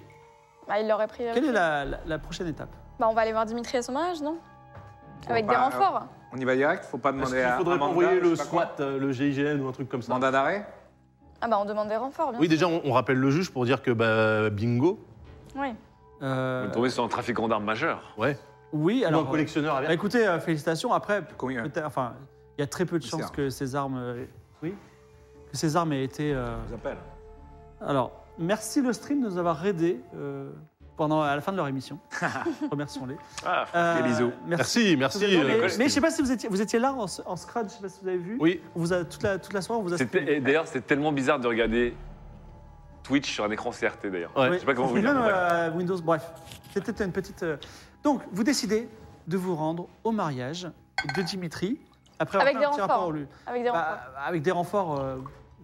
S4: Bah, il l'aurait pris.
S1: Quelle est la, la- la prochaine étape
S4: Bah, on va aller voir Dimitri à son mariage, non
S5: Faut
S4: Avec
S1: bah,
S4: des
S5: pas-
S4: renforts.
S1: euh.
S5: On y va direct, faut pas
S3: Est-ce
S5: demander
S3: qu'il
S5: à.
S3: faudrait
S5: à
S3: pas
S5: Manda,
S3: envoyer
S5: je
S3: le
S5: sais pas quoi.
S3: SWAT, euh, le GIGN ou un truc comme ça
S5: Mandat d'arrêt
S4: Ah bah on demande des renforts, bien
S3: Oui, déjà, on, on rappelle le juge pour dire que bah, bingo.
S4: sûr. Oui.
S1: Euh,
S2: On est tombé sur un trafiquant d'armes majeur.
S3: Ouais.
S1: Oui, alors.
S3: ou un collectionneur
S1: bah,
S3: avec.
S1: écoutez, euh, félicitations. Après,
S5: Combien
S1: peut-être- enfin, il y a très peu de
S5: C'est
S1: chances
S5: rare.
S1: que ces armes. euh, oui Que ces armes aient été. euh,
S5: Je vous appelle.
S1: Alors, merci le stream de nous avoir aidés euh, pendant, à la fin de leur
S2: (laughs)
S1: émission. Remercions-les.
S2: Ah,
S1: Euh,
S2: des bisous.
S3: Merci,
S1: Vous
S3: merci.
S1: avez-
S3: euh,
S1: mais,
S2: Colston.
S1: mais je sais pas si vous étiez, vous étiez là en, en scratch, je sais pas si vous avez vu.
S3: Oui,
S1: On vous a, toute, la, toute la soirée, on vous a.
S2: C'était- et D'ailleurs, c'était tellement bizarre de regarder Twitch sur un écran CRT d'ailleurs.
S3: Ouais.
S2: Je sais pas comment vous
S1: Et
S2: dire.
S1: même,
S2: mais bref.
S1: euh, Windows, bref. C'était une petite. euh, Donc, vous décidez de vous rendre au mariage de Dimitri. Après avoir
S4: Avec
S1: fait
S4: des
S1: un petit
S4: renforts.
S1: rapport au lieu.
S4: Avec des renforts.
S1: Bah, avec des renforts, euh,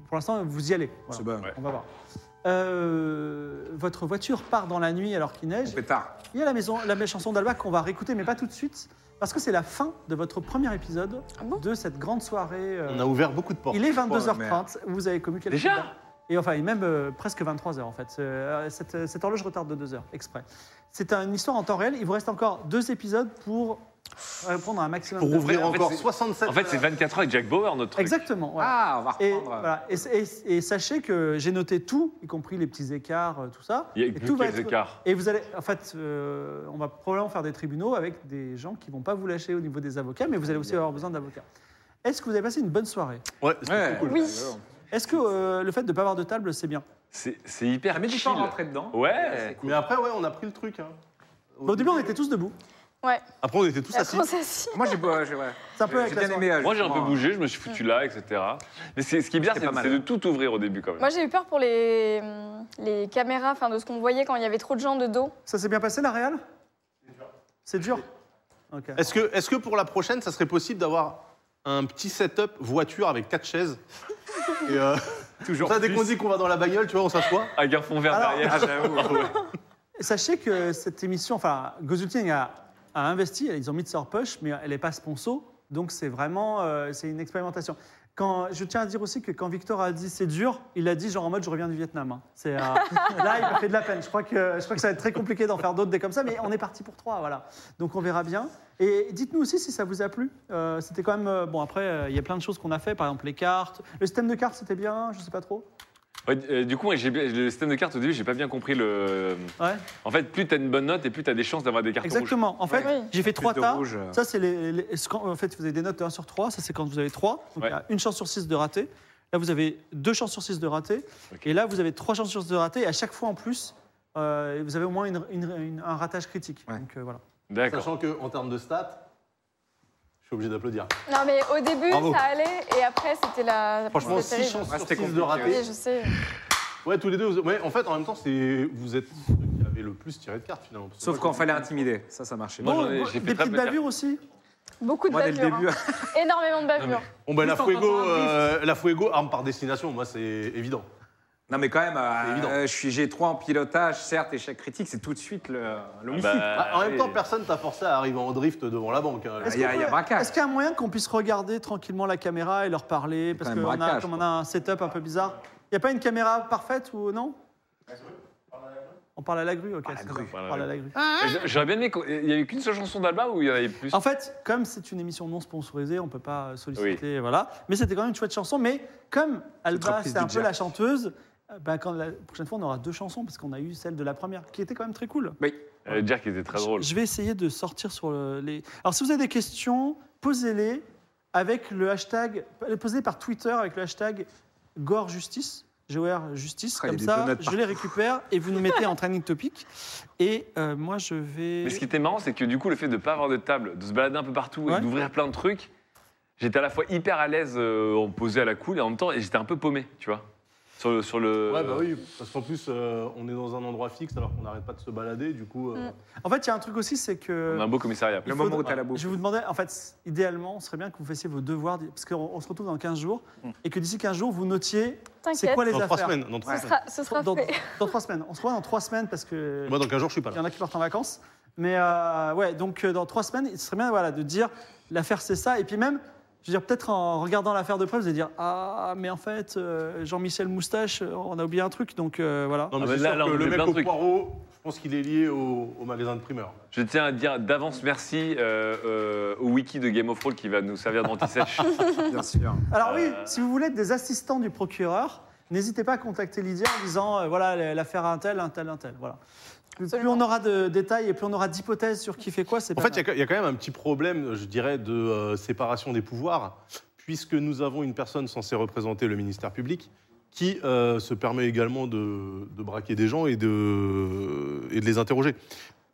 S1: pour l'instant, vous y allez. Voilà.
S5: C'est bon.
S2: Ouais.
S1: On va voir. Euh, votre voiture part dans la nuit alors qu'il neige.
S5: On pétard.
S1: Il y a la, maison, la chanson d'Alba qu'on va réécouter, mais pas tout de suite, parce que c'est la fin de votre premier épisode
S4: Ah bon
S1: de cette grande soirée. euh,
S3: on a ouvert beaucoup de portes.
S1: Il est
S5: merde.
S1: 22h30, vous avez commis quelques
S2: Déjà
S1: dates. Et enfin, et même euh, presque 23h en fait. Euh, cette, cette horloge retarde de 2 heures, exprès. C'est une histoire en temps réel. Il vous reste encore deux épisodes pour répondre à un maximum
S3: Pour
S1: de-
S3: ouvrir
S2: en fait,
S3: encore
S2: c'est-
S3: 67.
S2: En fait, c'est 24 heures avec Jack Bauer, notre truc.
S1: Exactement. voilà.
S5: Ah, on va
S1: Et,
S5: reprendre.
S1: voilà. Et- et- et sachez que j'ai noté tout, y compris les petits écarts, euh, tout ça.
S2: Il y a
S1: Et
S2: plus
S1: tout va
S2: que les
S1: être-
S2: écarts.
S1: Et vous allez, en fait, euh, on va probablement faire des tribunaux avec des gens qui vont pas vous lâcher au niveau des avocats, mais vous allez aussi avoir besoin d'avocats. Est-ce que vous avez passé une bonne soirée
S3: Ouais, c'est
S5: Ouais.
S3: cool.
S4: Oui.
S1: Est-ce que euh, le fait de pas avoir de table, c'est bien
S2: C'est c'est hyper
S5: T'as mis du
S2: chill.
S5: temps à rentrer dedans.
S2: Ouais.
S3: Mais après, ouais, on a pris le truc. hein.
S1: Au début, on était tous debout.
S4: Ouais.
S3: Après, on était tous
S4: Après,
S3: assis.
S4: on s'assit.
S5: Moi, j'ai pas- j'ai- ouais.
S1: C'est un peu
S5: J'ai
S1: avec la
S5: bien
S1: soirée.
S5: aimé.
S2: Moi, j'ai un peu
S5: justement.
S2: bougé, je me suis foutu là, etc. Mais c'est- ce qui est bizarre,
S5: C'est
S2: c'est
S5: pas mal.
S2: c'est de tout ouvrir au début quand même.
S4: Moi j'ai eu peur pour les, hum, les caméras, enfin de ce qu'on voyait quand il y avait trop de gens de dos.
S1: Ça s'est bien passé, la réal C'est dur. Ok.
S3: Est-ce que, est que pour la prochaine, ça serait possible d'avoir un petit setup voiture avec quatre chaises Et
S2: (laughs)
S3: euh,
S2: Toujours.
S3: ça, dès
S2: plus.
S3: qu'on dit Ah, qu'on va dans la bagnole, tu vois, on s'assoit.
S2: Un garçon vert
S1: Alors-
S2: derrière.
S1: Sachez que cette émission, enfin, Gozulting a, a investi, ils ont mis de leur poche, mais elle n'est pas sponsor, donc c'est vraiment, euh, c'est une expérimentation. Quand, je tiens à dire aussi que quand Victor a dit c'est dur, il a dit genre en mode je reviens du Vietnam. hein. C'est, euh, là, il m'a fait de la peine. Je crois, que, je crois que ça va être très compliqué d'en faire d'autres des comme ça, mais on est parti pour trois, voilà. Donc on verra bien. Et dites-nous aussi si ça vous a plu. Euh, c'était quand même. euh, bon, après, euh, il y a plein de choses qu'on a fait, par exemple les cartes. Le système de cartes, c'était bien, je sais pas trop.
S2: Ouais, euh, du coup, moi, j'ai- le système de cartes au début, j'ai pas bien compris le.
S1: Ouais.
S2: En fait, plus t'as une bonne note et plus t'as des chances d'avoir des cartes rouges.
S1: Exactement. En fait,
S4: Oui.
S1: j'ai fait trois
S5: de
S1: tas.
S5: rouge.
S1: Ça, c'est les, les- ce qu'en- En fait, vous avez des notes de 1 sur 3. Ça, c'est quand vous avez 3. Donc,
S2: Ouais.
S1: il y a une chance sur 6 de rater. Là, vous avez deux chances sur 6 de rater.
S2: Ok.
S1: Et là, vous avez trois chances sur 6 de rater. Et à chaque fois, en plus, euh, vous avez au moins une- une- une- un ratage critique.
S5: Ouais.
S1: Donc, euh, voilà.
S2: D'accord.
S3: Sachant qu'en termes de stats, je suis obligé d'applaudir.
S4: Non mais au début
S3: Bravo.
S4: ça allait et après c'était la.
S3: Franchement,
S4: c'était
S3: 6
S4: terrible.
S3: chances
S5: Ah,
S3: sur
S5: c'était
S3: six de
S5: compliqué.
S4: Oui,
S3: rater.
S4: je sais.
S3: Ouais, tous les deux. vous- Ouais, en fait, en même temps, c'est vous êtes ceux qui avez le plus tiré de cartes finalement. Parce que
S5: Sauf
S3: moi,
S5: quand
S3: j'ai-
S5: fallait intimider. Ça, ça marchait.
S2: Moi,
S5: Moi,
S2: j'en
S1: Bon,
S2: ai-
S1: bon,
S2: j'ai fait
S1: des
S2: très
S1: petites
S2: peu de
S1: bavures aussi.
S4: Beaucoup de
S5: dès le
S4: bavures.
S5: début.
S4: hein. Énormément de bavures.
S3: Bon, ben la
S1: Juste en tentant
S3: Fuego,
S1: un drift.
S3: euh, la Fuego, arme par destination, moi, c'est évident.
S5: (laughs) Non, mais quand même,
S3: C'est évident.
S5: euh, je suis G3 en pilotage, certes, échec critique, c'est tout de suite le, le homicide.
S2: Bah,
S3: Ah, en même
S2: oui.
S3: temps, personne t'a forcé à arriver en drift devant la banque. hein.
S5: Est-ce
S3: Il y a-
S5: qu'on
S3: il y a-
S5: peut- braquage.
S1: Est-ce qu'il y a un moyen qu'on puisse regarder tranquillement la caméra et leur parler Parce
S5: quand
S1: que
S5: même
S1: on a,
S5: braquage,
S1: comme on a un setup un peu bizarre. Il n'y a pas une caméra parfaite ou non On parle à la grue, ok. c'est
S5: grue.
S1: ça. On parle à la grue.
S2: Mais J'aurais bien aimé. qu'on- Il y a eu qu'une seule chanson d'Alba ou il y en avait plus
S1: En fait, comme c'est une émission non sponsorisée, on peut pas solliciter, voilà. Mais c'était quand même une chouette chanson. Mais comme Alba,
S5: reprise
S1: c'est un
S5: du
S1: peu
S5: Jack.
S1: la chanteuse, euh, ben, quand la prochaine fois, on aura deux chansons parce qu'on a eu celle de la première, qui était quand même très cool.
S5: Oui.
S2: Euh, Jack était très drôle.
S1: Je, je vais essayer de sortir sur le- les. Alors, si vous avez des questions, posez-les avec le hashtag, posez par Twitter avec le hashtag GoreJustice. GOR Justice,
S5: Ah, il y a
S1: comme
S5: des
S1: ça,
S5: donuts
S1: je
S5: partout.
S1: les récupère et vous nous mettez en training topic. Et euh, moi, je vais.
S2: Mais ce qui était marrant, c'est que du coup, le fait de ne pas avoir de table, de se balader un peu partout
S1: Ouais.
S2: et d'ouvrir plein de trucs, j'étais à la fois hyper à l'aise euh, en posé à la cool et en même temps, et j'étais un peu paumé, tu vois. Sur le. Sur le...
S3: Ouais, bah oui, parce qu'en plus, euh, on est dans un endroit fixe alors qu'on n'arrête pas de se balader, du coup. euh,
S1: En fait, il y a un truc aussi, c'est que.
S2: On a un beau commissariat.
S5: Le
S1: Il
S5: moment
S1: faudra-
S5: où t'as la bouffe.
S1: Je vais vous demander, en fait, idéalement, ce serait bien que vous fassiez vos devoirs, parce qu'on on se retrouve dans 15 jours,
S5: Mm.
S1: et que d'ici 15 jours, vous notiez c'est
S4: T'inquiète.
S1: quoi les
S3: Dans
S1: affaires.
S3: trois semaines. Dans trois
S4: Ce
S3: semaines.
S4: sera, ce sera
S1: dans,
S4: fait.
S1: dans trois semaines. On se voit dans trois semaines, parce que
S3: Moi, dans 15 jours, je suis pas
S1: il
S3: là.
S1: y en a qui partent en vacances. Mais euh, ouais, donc euh, dans trois semaines, il serait bien voilà, de dire l'affaire c'est ça, et puis même Je veux dire, peut-être en regardant l'affaire de près, vous allez dire Ah, mais en fait, euh, Jean-Michel Moustache, euh, on a oublié un truc, donc euh, voilà.
S3: Non,
S2: Ah,
S3: mais
S2: mais
S3: c'est
S2: là,
S3: sûr
S2: là, on
S3: que le
S2: oublie
S3: mec
S2: plein de
S3: au
S2: trucs.
S3: poireau, je pense qu'il est lié au, au magasin de primeurs.
S2: Je tiens à dire d'avance merci euh, euh, au wiki de Game of Thrones qui va nous
S3: (laughs)
S2: servir d'antisèche.
S4: (laughs)
S5: Bien sûr.
S1: Alors oui,
S2: Euh.
S1: si vous voulez être des assistants du procureur, n'hésitez pas à contacter Lydia en disant euh, Voilà, l'affaire a un tel, un tel, un tel. Voilà. Plus
S4: Absolument.
S1: on aura de détails et plus on aura d'hypothèses sur qui fait quoi, c'est
S3: En
S1: pas mal.
S3: fait, il y a quand- il y, a quand même un petit problème, je dirais, de euh, séparation des pouvoirs, puisque nous avons une personne censée représenter le ministère public qui euh, se permet également de, de braquer des gens et de, et de les interroger.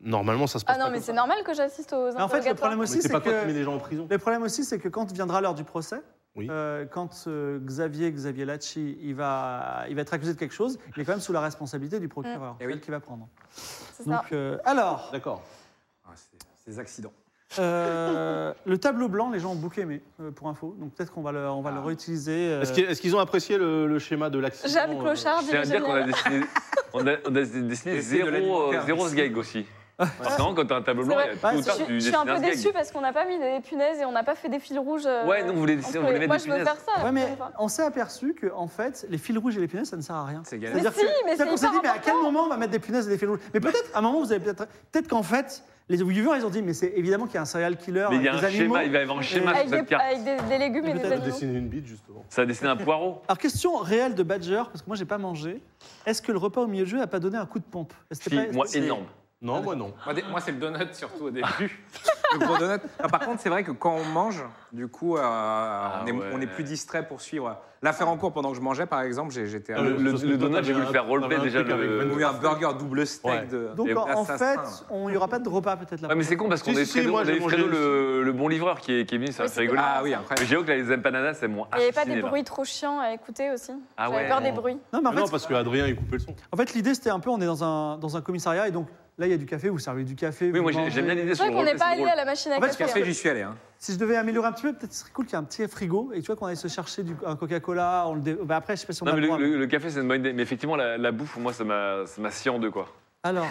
S3: Normalement, ça se passe
S4: (laughs) Ah non,
S3: pas
S4: mais
S3: comme
S4: c'est
S3: ça.
S4: normal que j'assiste aux
S1: Mais en fait, le problème
S3: Mais
S1: aussi,
S3: c'est
S1: c'est
S3: pas toi qui
S1: que.
S3: mets les gens en prison.
S1: Le problème aussi, c'est que quand viendra l'heure du procès,
S3: Oui.
S1: euh, quand euh, Xavier, Xavier Lacci, il va, il va être accusé de quelque chose, il est quand même sous la responsabilité du
S3: Mm.
S1: procureur,
S5: Eh
S1: celle
S5: oui.
S1: qui va prendre.
S4: C'est ça.
S1: Donc, euh, alors,
S3: D'accord.
S5: Ah, c'est- Ces accidents.
S1: euh, le tableau blanc, les gens ont beaucoup aimé, euh, pour info, donc peut-être qu'on va le, on va le
S5: Ah.
S1: réutiliser. euh,
S3: Est-ce qu'ils est-ce qu'ils ont apprécié le, le schéma de l'accident
S4: Jeanne
S3: euh,
S4: Clochard,
S2: Je tiens à
S4: dirige
S2: dire qu'on a
S4: génial.
S2: dessiné, on a, on a dessiné
S5: Et c'est de
S2: zéro,
S5: l'alimentaire,
S2: euh, zéro
S5: ici.
S2: sgeg aussi. Parce que vraiment, quand t'as un tableau
S4: C'est
S2: blanc,
S4: vrai.
S2: il y a
S1: Ouais,
S2: tout
S1: c'est-
S2: tard,
S4: Je,
S2: tu
S4: je suis un
S2: dessines
S4: peu
S2: sgeg.
S4: déçue parce qu'on n'a pas mis des punaises et on n'a pas fait des fils rouges. euh,
S2: Ouais, nous, on voulait,
S4: entre
S2: on voulait
S4: les-
S2: mettre
S4: Moi,
S2: des
S4: je veux faire
S2: punaises.
S4: ça.
S1: Ouais, mais
S4: je comprends pas.
S1: on s'est aperçu que en fait, les fils rouges et les punaises, ça ne sert à rien.
S5: C'est galère.
S4: Mais
S1: C'est-à-dire
S4: si, mais
S1: c'est-à-dire
S4: c'est
S1: qu'on s'est dit,
S4: hyper
S1: mais à quel
S4: important.
S1: moment on va mettre des punaises et des fils rouges Mais peut-être, à un moment, vous avez peut-être. Peut-être qu'en fait, les viewers, ils ont dit, mais c'est évidemment qu'il y a un serial killer.
S2: Mais il y a
S1: avec
S2: un
S1: des animaux.
S2: schéma, il va y avoir un schéma sur
S4: Avec,
S2: cette
S4: des,
S2: carte.
S4: avec des, des légumes et des
S3: Peut-être de
S4: animaux.
S3: dessiner une bite, justement.
S2: Ça a dessiné un poireau.
S1: Alors, question réelle de Badger, parce que moi, j'ai pas mangé. Est-ce que le repas au milieu de jeu n'a pas donné un coup de pompe Est-ce que
S2: Si,
S1: pas-
S2: moi,
S1: c'est-
S2: énorme.
S3: Non, moi non.
S6: Moi, des- moi, c'est le donut surtout au début.
S5: Le gros donut. Ah, par contre, c'est vrai que quand on mange, du coup, euh, on, est,
S2: Ah, ouais.
S5: on est plus distrait pour suivre. L'affaire en cours, pendant que je mangeais, par exemple, j'ai- j'étais à
S2: Le,
S3: Euh,
S2: le-
S3: parce que
S2: le
S3: toi,
S2: donut, j'ai voulu
S3: t'avais
S2: faire
S3: un-
S2: relever
S3: t'avais un
S2: déjà
S3: truc avec
S2: le.
S3: Ben
S5: ou un burger double steak
S3: Ouais.
S5: de.
S1: Donc,
S2: Et
S1: en, en fait,
S5: assassin.
S1: on- il n'y aura pas de repas, peut-être, là
S2: Ouais, mais c'est con parce qu'on
S3: Si,
S2: est
S3: si, si,
S2: Fredo,
S3: moi,
S2: on
S3: j'ai
S2: avait
S3: mangé
S2: Fredo,
S3: aussi.
S2: le, le bon livreur qui est, qui est venu, ça a
S4: Oui,
S2: fait
S4: c'était
S2: rigoler.
S4: pas-
S5: Ah oui, après.
S2: J'ai que là, les empanadas, elles m'ont
S4: Il n'y avait pas des
S2: là.
S4: bruits trop chiants à écouter aussi.
S2: Ah
S4: J'avais
S2: ouais.
S4: peur des bruits.
S1: Non, mais en
S3: Ah non,
S1: fait,
S3: parce qu'Adrien, il coupait le son.
S1: en fait, l'idée, c'était un peu, on est dans un, dans un commissariat, et donc là, il y a du café, vous servez du café.
S2: Oui,
S1: vous
S2: moi, j'ai-
S1: mangez.
S2: j'aime bien l'idée
S4: C'est
S2: sur
S4: vrai
S2: le
S4: qu'on n'est
S2: roleplay,
S4: pas
S2: c'est
S4: allé
S2: drôle.
S4: à la machine à
S1: En fait,
S4: café.
S5: Café, j'y suis allé. Hein.
S1: Si je devais améliorer un petit peu, peut-être ce serait cool qu'il y ait un petit frigo, et tu vois, qu'on aille se chercher du, un Coca-Cola. On le dé- bah, après, je sais pas si on
S2: Non,
S1: va
S2: mais
S1: le
S2: le,
S1: boire.
S2: le- le café, c'est une bonne idée. Mais effectivement, la, la bouffe, moi, ça m'a ça m'a scié en deux, quoi. (laughs)
S1: Alors,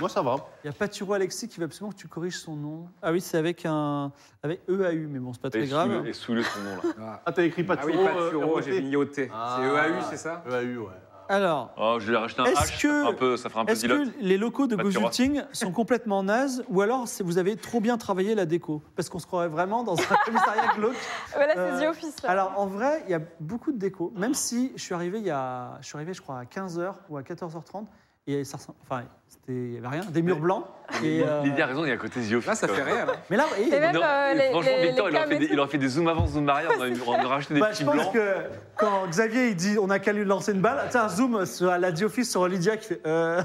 S3: Moi, ça va.
S1: il y a Paturo Alexis qui veut absolument que tu corriges son nom. Ah oui, c'est avec un. avec EAU, mais bon, c'est pas très
S2: Et
S1: grave.
S2: sous- et sous le son nom, là.
S3: Ah, t'as écrit pas euh,
S5: Ah oui, pas de
S1: euh,
S5: Turo, j'ai mis OT.
S3: Ah.
S5: C'est EAU, c'est ça
S3: EAU, ouais.
S1: Alors.
S2: Oh, je lui ai racheté un
S1: Est-ce
S2: H,
S1: que-
S2: ça fera un peu, ça fera un peu
S1: Est-ce
S2: pilote.
S1: que les locaux de
S2: Pas de
S1: Gozulting sont complètement nazes ou alors c'est- vous avez trop bien travaillé la déco Parce qu'on se croirait vraiment dans un (laughs) commissariat glauque.
S4: Voilà,
S1: Euh,
S4: c'est The Office.
S1: Alors en vrai, il y a beaucoup de déco. Même si je suis arrivé, il y a, je, suis arrivé je crois, à 15h ou à 14h30. Et ça ressemble- enfin, c'était- il n'y avait rien, des murs blancs. Et, euh,
S2: Lydia a raison, il y a un côté The Office.
S5: Là, ça
S2: quoi.
S5: fait rêve. hein.
S1: mais là, et-
S4: Et même,
S2: Non,
S4: euh, les-
S2: franchement, Victor,
S4: les- les
S2: il aurait fait
S4: cams et
S2: des- il aurait fait des zoom avant, zoom arrière. On aurait- on aurait racheté des
S1: bah,
S2: petits
S1: je pense
S2: blancs.
S1: que quand Xavier il dit on a qu'à lui lancer une balle, tiens, zoom sur la The Office sur Lydia qui fait. euh,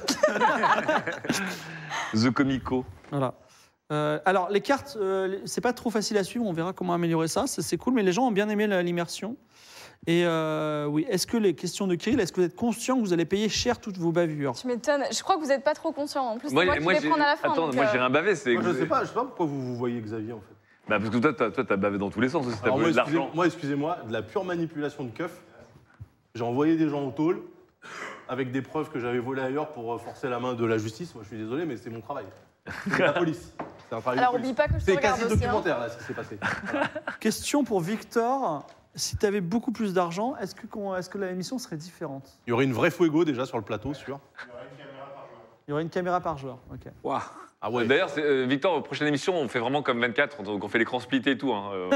S2: The Comico.
S1: Voilà. Euh, alors, les cartes, euh, les- c'est pas trop facile à suivre. On verra comment améliorer ça. ça, C'est cool, mais les gens ont bien aimé la- l'immersion. Et euh, oui, est-ce que les questions de Kirill, est-ce que vous êtes conscient que vous allez payer cher toutes vos bavures
S4: Tu m'étonnes. Je crois que vous n'êtes pas trop conscient. En plus, c'est moi, qui
S2: moi,
S4: vais
S2: j'ai-
S4: prendre à la fin.
S2: Attends,
S4: donc,
S2: moi,
S4: euh,
S2: j'ai rien bavé. c'est-
S3: Moi, je sais pas, je sais pas pourquoi vous vous voyez Xavier, en fait.
S2: Bah, parce que toi, t'as- toi, t'as bavé dans tous les sens aussi. T'as
S3: Alors moi,
S2: volé de
S3: excusez-
S2: l'argent.
S3: moi, excusez-moi, de la pure manipulation de keuf. J'ai envoyé des gens au tôle avec des preuves que j'avais volées ailleurs pour euh, forcer la main de la justice. Moi, je suis désolé, mais c'est mon travail. C'est de la (laughs) police. C'est un travail de
S4: Alors,
S3: police.
S4: oublie pas que je te
S3: C'est
S4: regarde
S3: quasi
S4: aussi. hein.
S3: documentaire, là, ce qui s'est passé.
S1: Question pour Victor. Si tu avais beaucoup plus d'argent, est-ce que, qu'on- est-ce que la émission serait différente
S3: Il y aurait une vraie fuego déjà sur le plateau, sûr.
S1: Il y aurait une caméra par joueur. ok.
S5: Waouh.
S3: Ah ouais.
S2: D'ailleurs, c'est, euh, Victor, prochaine émission, on fait vraiment comme 24, donc on fait l'écran splitté et tout. Hein, euh,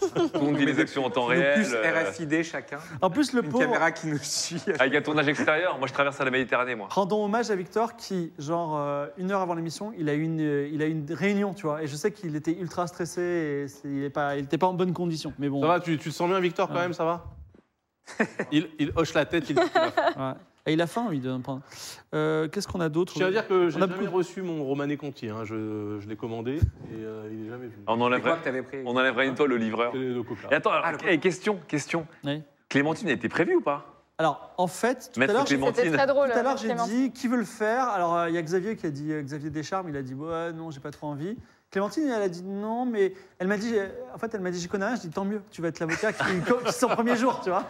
S2: tout le monde vit les actions en temps
S5: Nous,
S2: réel.
S5: plus
S2: euh, Ah,
S5: RFID chacun.
S1: En plus, le
S5: Une
S1: pauvre.
S5: caméra qui nous suit.
S2: avec un tournage extérieur. Moi, je traverse la Méditerranée, moi.
S1: Rendons hommage à Victor qui, genre, euh, une heure avant l'émission, il a eu une, euh, il a eu une réunion, tu vois. Et je sais qu'il était ultra stressé et c'est- il n'était pas, il était pas en bonne condition. Mais bon.
S3: Ça va, tu, tu te sens bien, Victor, quand
S1: Ouais.
S3: même, ça va Ah. (laughs) il, il hoche la tête, il dit qu'il a faim.
S1: Ouais. Et il a faim, lui, de prendre. Euh, Qu'est-ce qu'on a d'autre
S3: Je tiens à dire que j'ai
S1: On a
S3: jamais
S1: beaucoup-
S3: reçu mon Romané Conti. hein. Je, je l'ai commandé et euh, il est jamais venu.
S2: Ah, On
S5: C'est quoi
S2: enlèverait,
S5: que t'avais pris
S2: on enlèverait une toile au livreur.
S3: C'est les deux coques, là.
S2: Et attends, alors,
S5: Ah, le-
S2: eh, question, question.
S1: Oui.
S2: Clémentine a été prévue ou pas
S1: Alors, en fait, tout à
S2: Maître
S1: l'heure, j'ai-
S2: Clément-
S4: C'était
S2: Clémentine.
S4: très
S1: tout
S4: drôle.
S1: à l'heure, j'ai
S4: Clément.
S1: dit qui veut le faire. Alors, euh, il y a Xavier qui a dit euh, Xavier Descharmes, il a dit ouais, non, j'ai pas trop envie. Clémentine, elle a dit non, mais elle m'a dit, euh, en fait, elle m'a dit, j'y connais rien. Je dis, tant mieux, tu vas être l'avocat qui, (laughs) qui son premier jour, tu vois.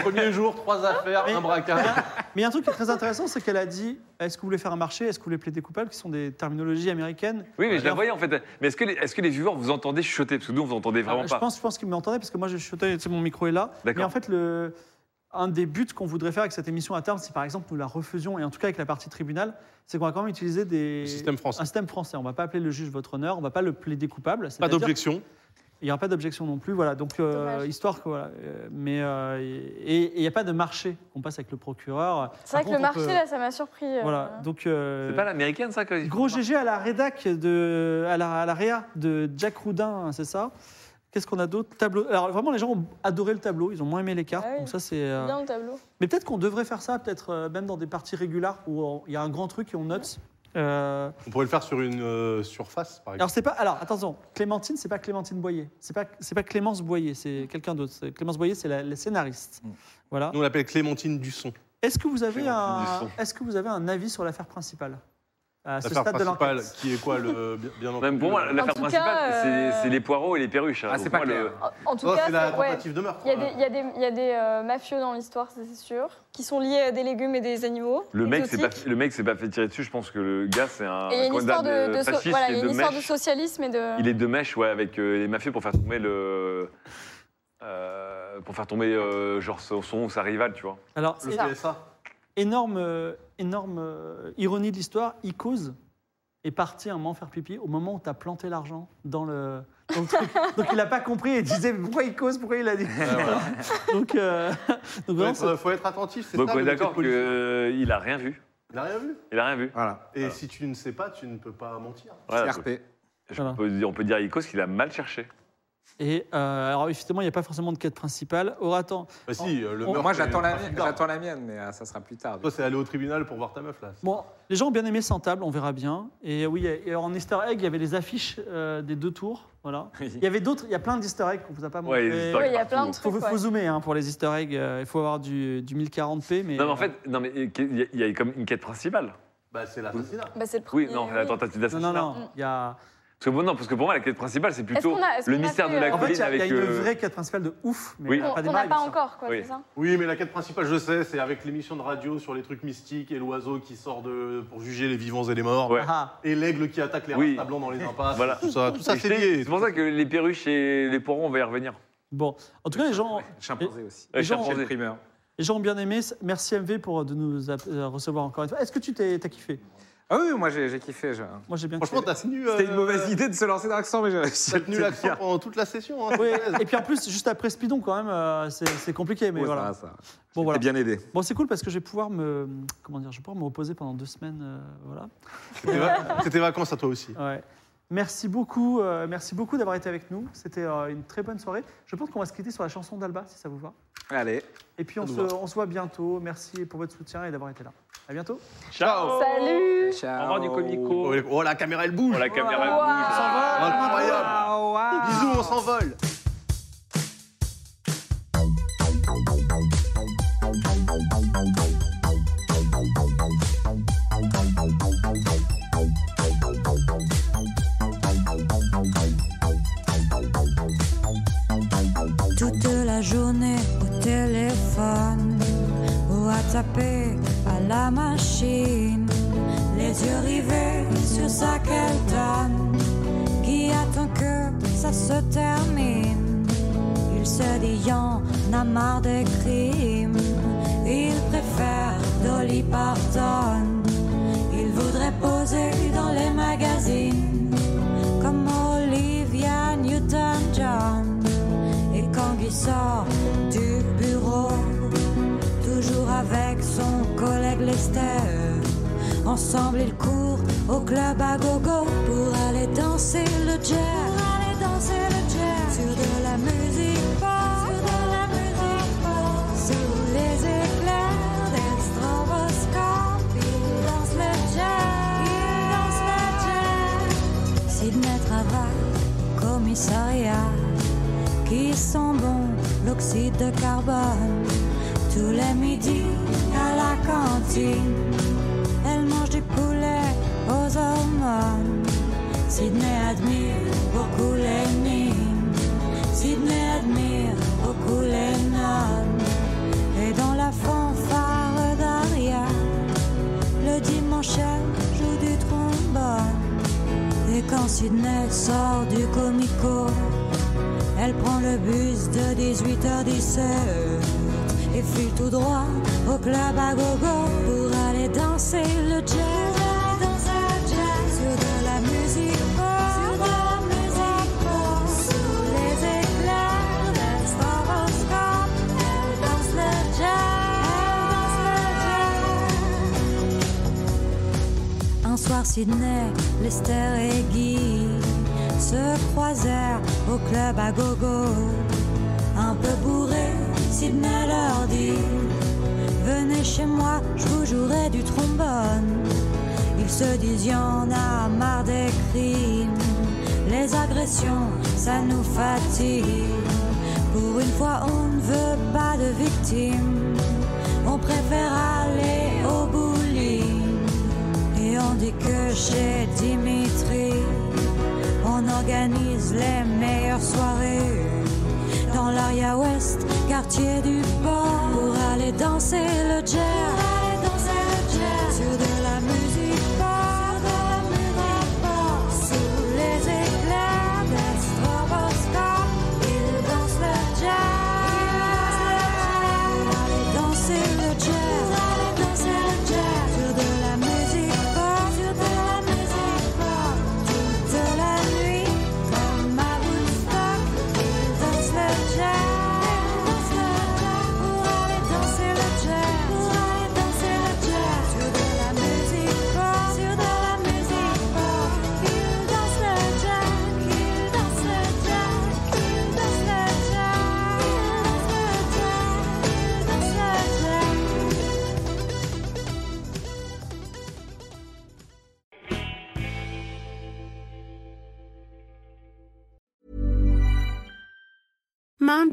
S6: Premier jour, trois affaires,
S1: Mais-
S6: un braquage.
S1: Mais il y a un truc qui est très intéressant, c'est qu'elle a dit, est-ce que vous voulez faire un marché Est-ce que vous voulez plaider coupable Qui sont des terminologies américaines.
S2: Oui, mais je la
S1: Alors,
S2: voyais en fait. Mais est-ce que, les- est-ce que les viewers vous entendez chuchoter Parce que nous, on vous entendait vraiment
S1: Ah, je
S2: pas.
S1: pense, je pense qu'il m'entendait parce que moi, je chutais, tu sais, mon micro est là.
S2: D'accord.
S1: Mais en fait, le, un des buts qu'on voudrait faire avec cette émission à terme, si par exemple nous la refusions, et en tout cas avec la partie tribunal, c'est qu'on va quand même utiliser des,
S3: Le système français.
S1: un système français. On va pas appeler le juge votre honneur, on va pas le plaider coupable.
S3: Pas
S1: c'est-à-dire
S3: d'objection.
S1: Il n'y aura pas d'objection non plus, voilà. Donc, euh,
S4: Dommage.
S1: histoire que voilà. Euh, Mais euh, et il n'y a pas de marché qu'on passe avec le procureur.
S4: C'est
S1: Par
S4: vrai que le
S1: contre, on
S4: marché,
S1: peut-
S4: là, ça m'a surpris. euh,
S1: Voilà. Donc, euh,
S2: C'est pas l'américaine, ça que-
S1: gros GG à la rédac de à la, à la réa de Jack Roudin, hein, c'est ça. Qu'est-ce qu'on a d'autre Tableau. Alors vraiment, les gens ont adoré le tableau. Ils ont moins aimé les cartes.
S4: Ah oui.
S1: Donc ça, c'est. euh,
S4: Bien le tableau.
S1: Mais peut-être qu'on devrait faire ça, peut-être euh, même dans des parties régulières où on- il y a un grand truc et on note. Euh,
S3: On pourrait le faire sur une euh, surface, par
S1: alors
S3: exemple.
S1: c'est pas. Alors attention, Clémentine, c'est pas Clémentine Boyer. C'est pas c'est pas Clémence Boyer. C'est quelqu'un d'autre. C'est- Clémence Boyer, c'est la, la scénariste.
S3: Mm.
S1: Voilà.
S3: Nous, on l'appelle Clémentine Dusson.
S1: Est-ce que vous avez
S2: Clémentine
S1: un
S2: Dusson.
S1: est-ce que vous avez un avis sur l'affaire principale à ce
S3: L'affaire
S1: stade de
S3: principale,
S1: l'enquête
S3: qui est quoi, le, bien, bien
S2: Non, mais
S3: entendu euh,
S2: pour moi,
S3: le-
S2: l'affaire
S4: tout
S2: principale,
S4: cas,
S2: c'est-
S4: euh,
S2: c'est les poireaux et les perruches. hein.
S5: Ah,
S2: Donc
S5: c'est pas
S2: moi, le-
S5: clair.
S4: En- En tout
S1: Oh,
S3: Non,
S4: cas,
S3: Oh, c'est la
S4: c'est- ouais.
S3: tentative de meurtre. hein,
S4: Il y a des, il y a des, il y a des, euh, mafieux dans l'histoire, ça c'est sûr, qui sont liés à des légumes et des animaux.
S2: Le mec, c'est
S4: exotiques.
S2: pas, hein. le mec s'est pas fait tirer dessus. Je pense que le gars, c'est un
S4: Et il y a une
S2: candidat
S4: histoire de, de so-
S2: fasciste
S4: voilà, il y
S2: et
S4: a
S2: de
S4: une histoire de
S2: mèche.
S4: socialisme et de.
S2: Il est de mèche, ouais, avec euh, les mafieux pour faire tomber le. euh, pour faire tomber, euh, genre, son, son ou sa rivale, tu vois.
S1: Alors
S3: Le
S1: et-
S3: PSA.
S1: énorme, euh, énorme euh, ironie de l'histoire, Icos est parti à un moment faire pipi au moment où t'as planté l'argent dans le, dans le
S4: (laughs)
S1: truc. Donc il n'a pas compris et disait mais pourquoi Icos, pourquoi il a dit. (laughs) donc euh, donc
S3: Faut
S1: vraiment,
S3: être, euh, faut être attentif, c'est
S2: Donc,
S3: ça.
S2: on
S3: le
S2: est
S3: métier de
S2: bah, d'accord qu'il
S3: policier.
S2: a rien vu.
S3: Il n'a rien vu.
S2: Il a rien vu.
S5: Voilà.
S3: Et si tu ne sais pas, tu ne peux pas mentir.
S2: Voilà.
S5: RP.
S2: Je
S1: Voilà.
S2: peux dire- on peut dire à Icos qu'il a mal cherché.
S1: c'est- Et euh, alors effectivement, il n'y a pas forcément de quête principale. Or, attends.
S3: Bah si, euh, le meurtre.
S5: oh, Moi,
S3: c'est-
S5: j'attends
S2: Ah,
S5: la,
S3: c'est
S5: mienne-
S3: tard.
S5: j'attends la mienne, mais ah, ça sera plus tard.
S3: Toi, c'est aller au tribunal pour voir ta meuf, là.
S1: Bon, les gens ont bien aimé sans table, on verra bien. Et oui, et en Easter egg, il y avait les affiches euh, des deux tours. Voilà. Il y avait d'autres, il y a plein d'Easter eggs qu'on vous a pas montré.
S2: Ouais, les Easter
S4: Ouais, il y a
S2: partout.
S4: plein de
S1: faut,
S4: trucs.
S1: faut
S4: ouais.
S1: zoomer hein, pour les Easter eggs. euh, Il faut avoir du, du 1040p, mais.
S2: Non, mais en fait, non, mais il y a- il y a comme une quête principale.
S3: Bah, c'est l'assassinat.
S4: Bah, c'est le
S2: Oui,
S4: premier.
S2: non, la tentative
S1: Non,
S2: d'assassinat.
S1: non, non. Il y a.
S2: Parce que, bon, non, parce que pour moi, la quête principale, c'est plutôt
S4: qu'on a- est-ce
S2: le
S4: qu'on a
S2: mystère
S4: fait,
S2: de la
S4: euh,
S1: En fait, il
S2: colline
S1: y a, il y a
S2: avec.
S1: une
S2: euh,
S1: vraie quête principale de ouf, mais
S2: Oui.
S1: elle a
S4: Qu'on
S1: pas
S4: qu'on n'a
S1: démarré,
S4: pas
S1: il me semble.
S4: encore, quoi,
S2: Oui.
S4: c'est ça
S3: Oui, mais la quête principale, je sais, c'est avec l'émission de radio sur les trucs mystiques et l'oiseau qui sort de pour juger les vivants et les morts.
S2: Ouais.
S1: Ah,
S3: Et l'aigle qui attaque les
S2: Oui.
S3: oui. blancs dans les impasses.
S2: Voilà.
S3: Tout ça, tout ça
S2: Et
S3: c'est
S2: je sais,
S3: lié.
S2: C'est pour ça que les perruches et les poirons, on va y revenir.
S1: bon, en tout cas, les gens,
S5: Chimpanzé aussi.
S2: Ouais,
S1: Les gens-
S5: J'ai
S2: chimpanzé.
S5: le primeur.
S1: les gens ont bien aimé. Merci MV pour de nous app- euh, recevoir encore une fois. Est-ce que tu t'es, t'as kiffé
S5: Ah oui, moi, j'ai j'ai kiffé. je-
S1: Moi, j'ai bien
S3: Franchement,
S1: kiffé.
S3: t'as tenu. euh,
S5: C'était une mauvaise idée de se lancer dans l'accent, mais j'ai réussi.
S3: T'as
S5: à
S3: tenu
S5: le
S3: l'accent
S5: tenir.
S3: pendant toute la session. Hein,
S1: Oui,
S3: c'est balèze.
S1: et puis en plus, juste après Spidon, quand même, euh, c'est, c'est compliqué, mais
S5: Ouais, ça
S1: voilà.
S5: va, ça va.
S1: Bon, voilà.
S5: T'es bien aidé.
S1: Bon, c'est cool parce que je vais pouvoir me, comment dire, je vais pouvoir me reposer pendant deux semaines, euh, voilà.
S3: C'était va- C'était vacances à toi aussi.
S1: Ouais. Merci beaucoup, euh, merci beaucoup d'avoir été avec nous. C'était euh, une très bonne soirée. Je pense qu'on va se quitter sur la chanson d'Alba, si ça vous va.
S5: Allez.
S1: Et puis on se, on se voit bientôt. Merci pour votre soutien et d'avoir été là. À bientôt.
S2: Ciao
S4: Salut
S5: Ciao.
S2: Au revoir, Nico Nico.
S3: Oh, oh, la caméra, elle bouge.
S2: Oh, la caméra
S4: Wow.
S2: bouge.
S3: Incroyable.
S5: Waouh, waouh.
S1: hein.
S3: Bisous, on s'envole.
S7: Toute la journée au téléphone ou à taper à la machine, les yeux rivés sur sa donne qui attend que ça se termine. Il se dit y'en a marre des crimes, il préfère Dolly Parton. Il voudrait poser dans les magazines comme Olivia Newton-John. Et quand il sort du bureau, toujours avec son collègue Lester, ensemble ils courent au club à gogo pour aller danser le jazz. Pour aller danser le jazz. Sur de la musique pop. Sur de la musique pop. Sous les éclairs des stroboscopes, ils dansent le jazz. Ils dansent le jazz. Sydney travaille au commissariat qui sont bons, l'oxyde de carbone. Tous les midis à la cantine, elle mange du poulet aux hormones. Sydney admire beaucoup les nîmes. Sydney admire beaucoup les nonnes. Et dans la fanfare d'Aria, le dimanche elle joue du trombone. Et quand Sydney sort du comico, elle prend le bus de 18h17 et file tout droit au club à gogo pour aller danser le jazz. Sur de la musique pop. Sous les éclairs d'un stroboscope, elle danse le jazz. Un soir, Sydney, Lester et Guy se croisèrent au club à gogo. Un peu bourré, Sydney leur dit Venez chez moi, je vous jouerai du trombone. Ils se disent y en a marre des crimes, les agressions, ça nous fatigue. Pour une fois, on ne veut pas de victimes, on préfère aller au bowling. Et on dit que chez Dimitri, on organise les meilleures soirées dans l'aria ouest, quartier du port, pour aller danser le jazz. Sur de la musique pop. Sous les éclairs d'un stroboscope, ils dansent le jazz. Allez danser le jazz. Danser le jazz. Sur de la musique pop. Sur de la musique pop. Toute la nuit, comme à Woodstock, ils dansent le jazz. Pour aller danser le jazz. Pour aller danser le jazz. Sur de la musique pop. Sur de la musique pop. Ils dansent le jazz. Ils dansent le jazz. Ils dansent le jazz. Ils dansent le jazz. Ils dansent le jazz.
S8: Mom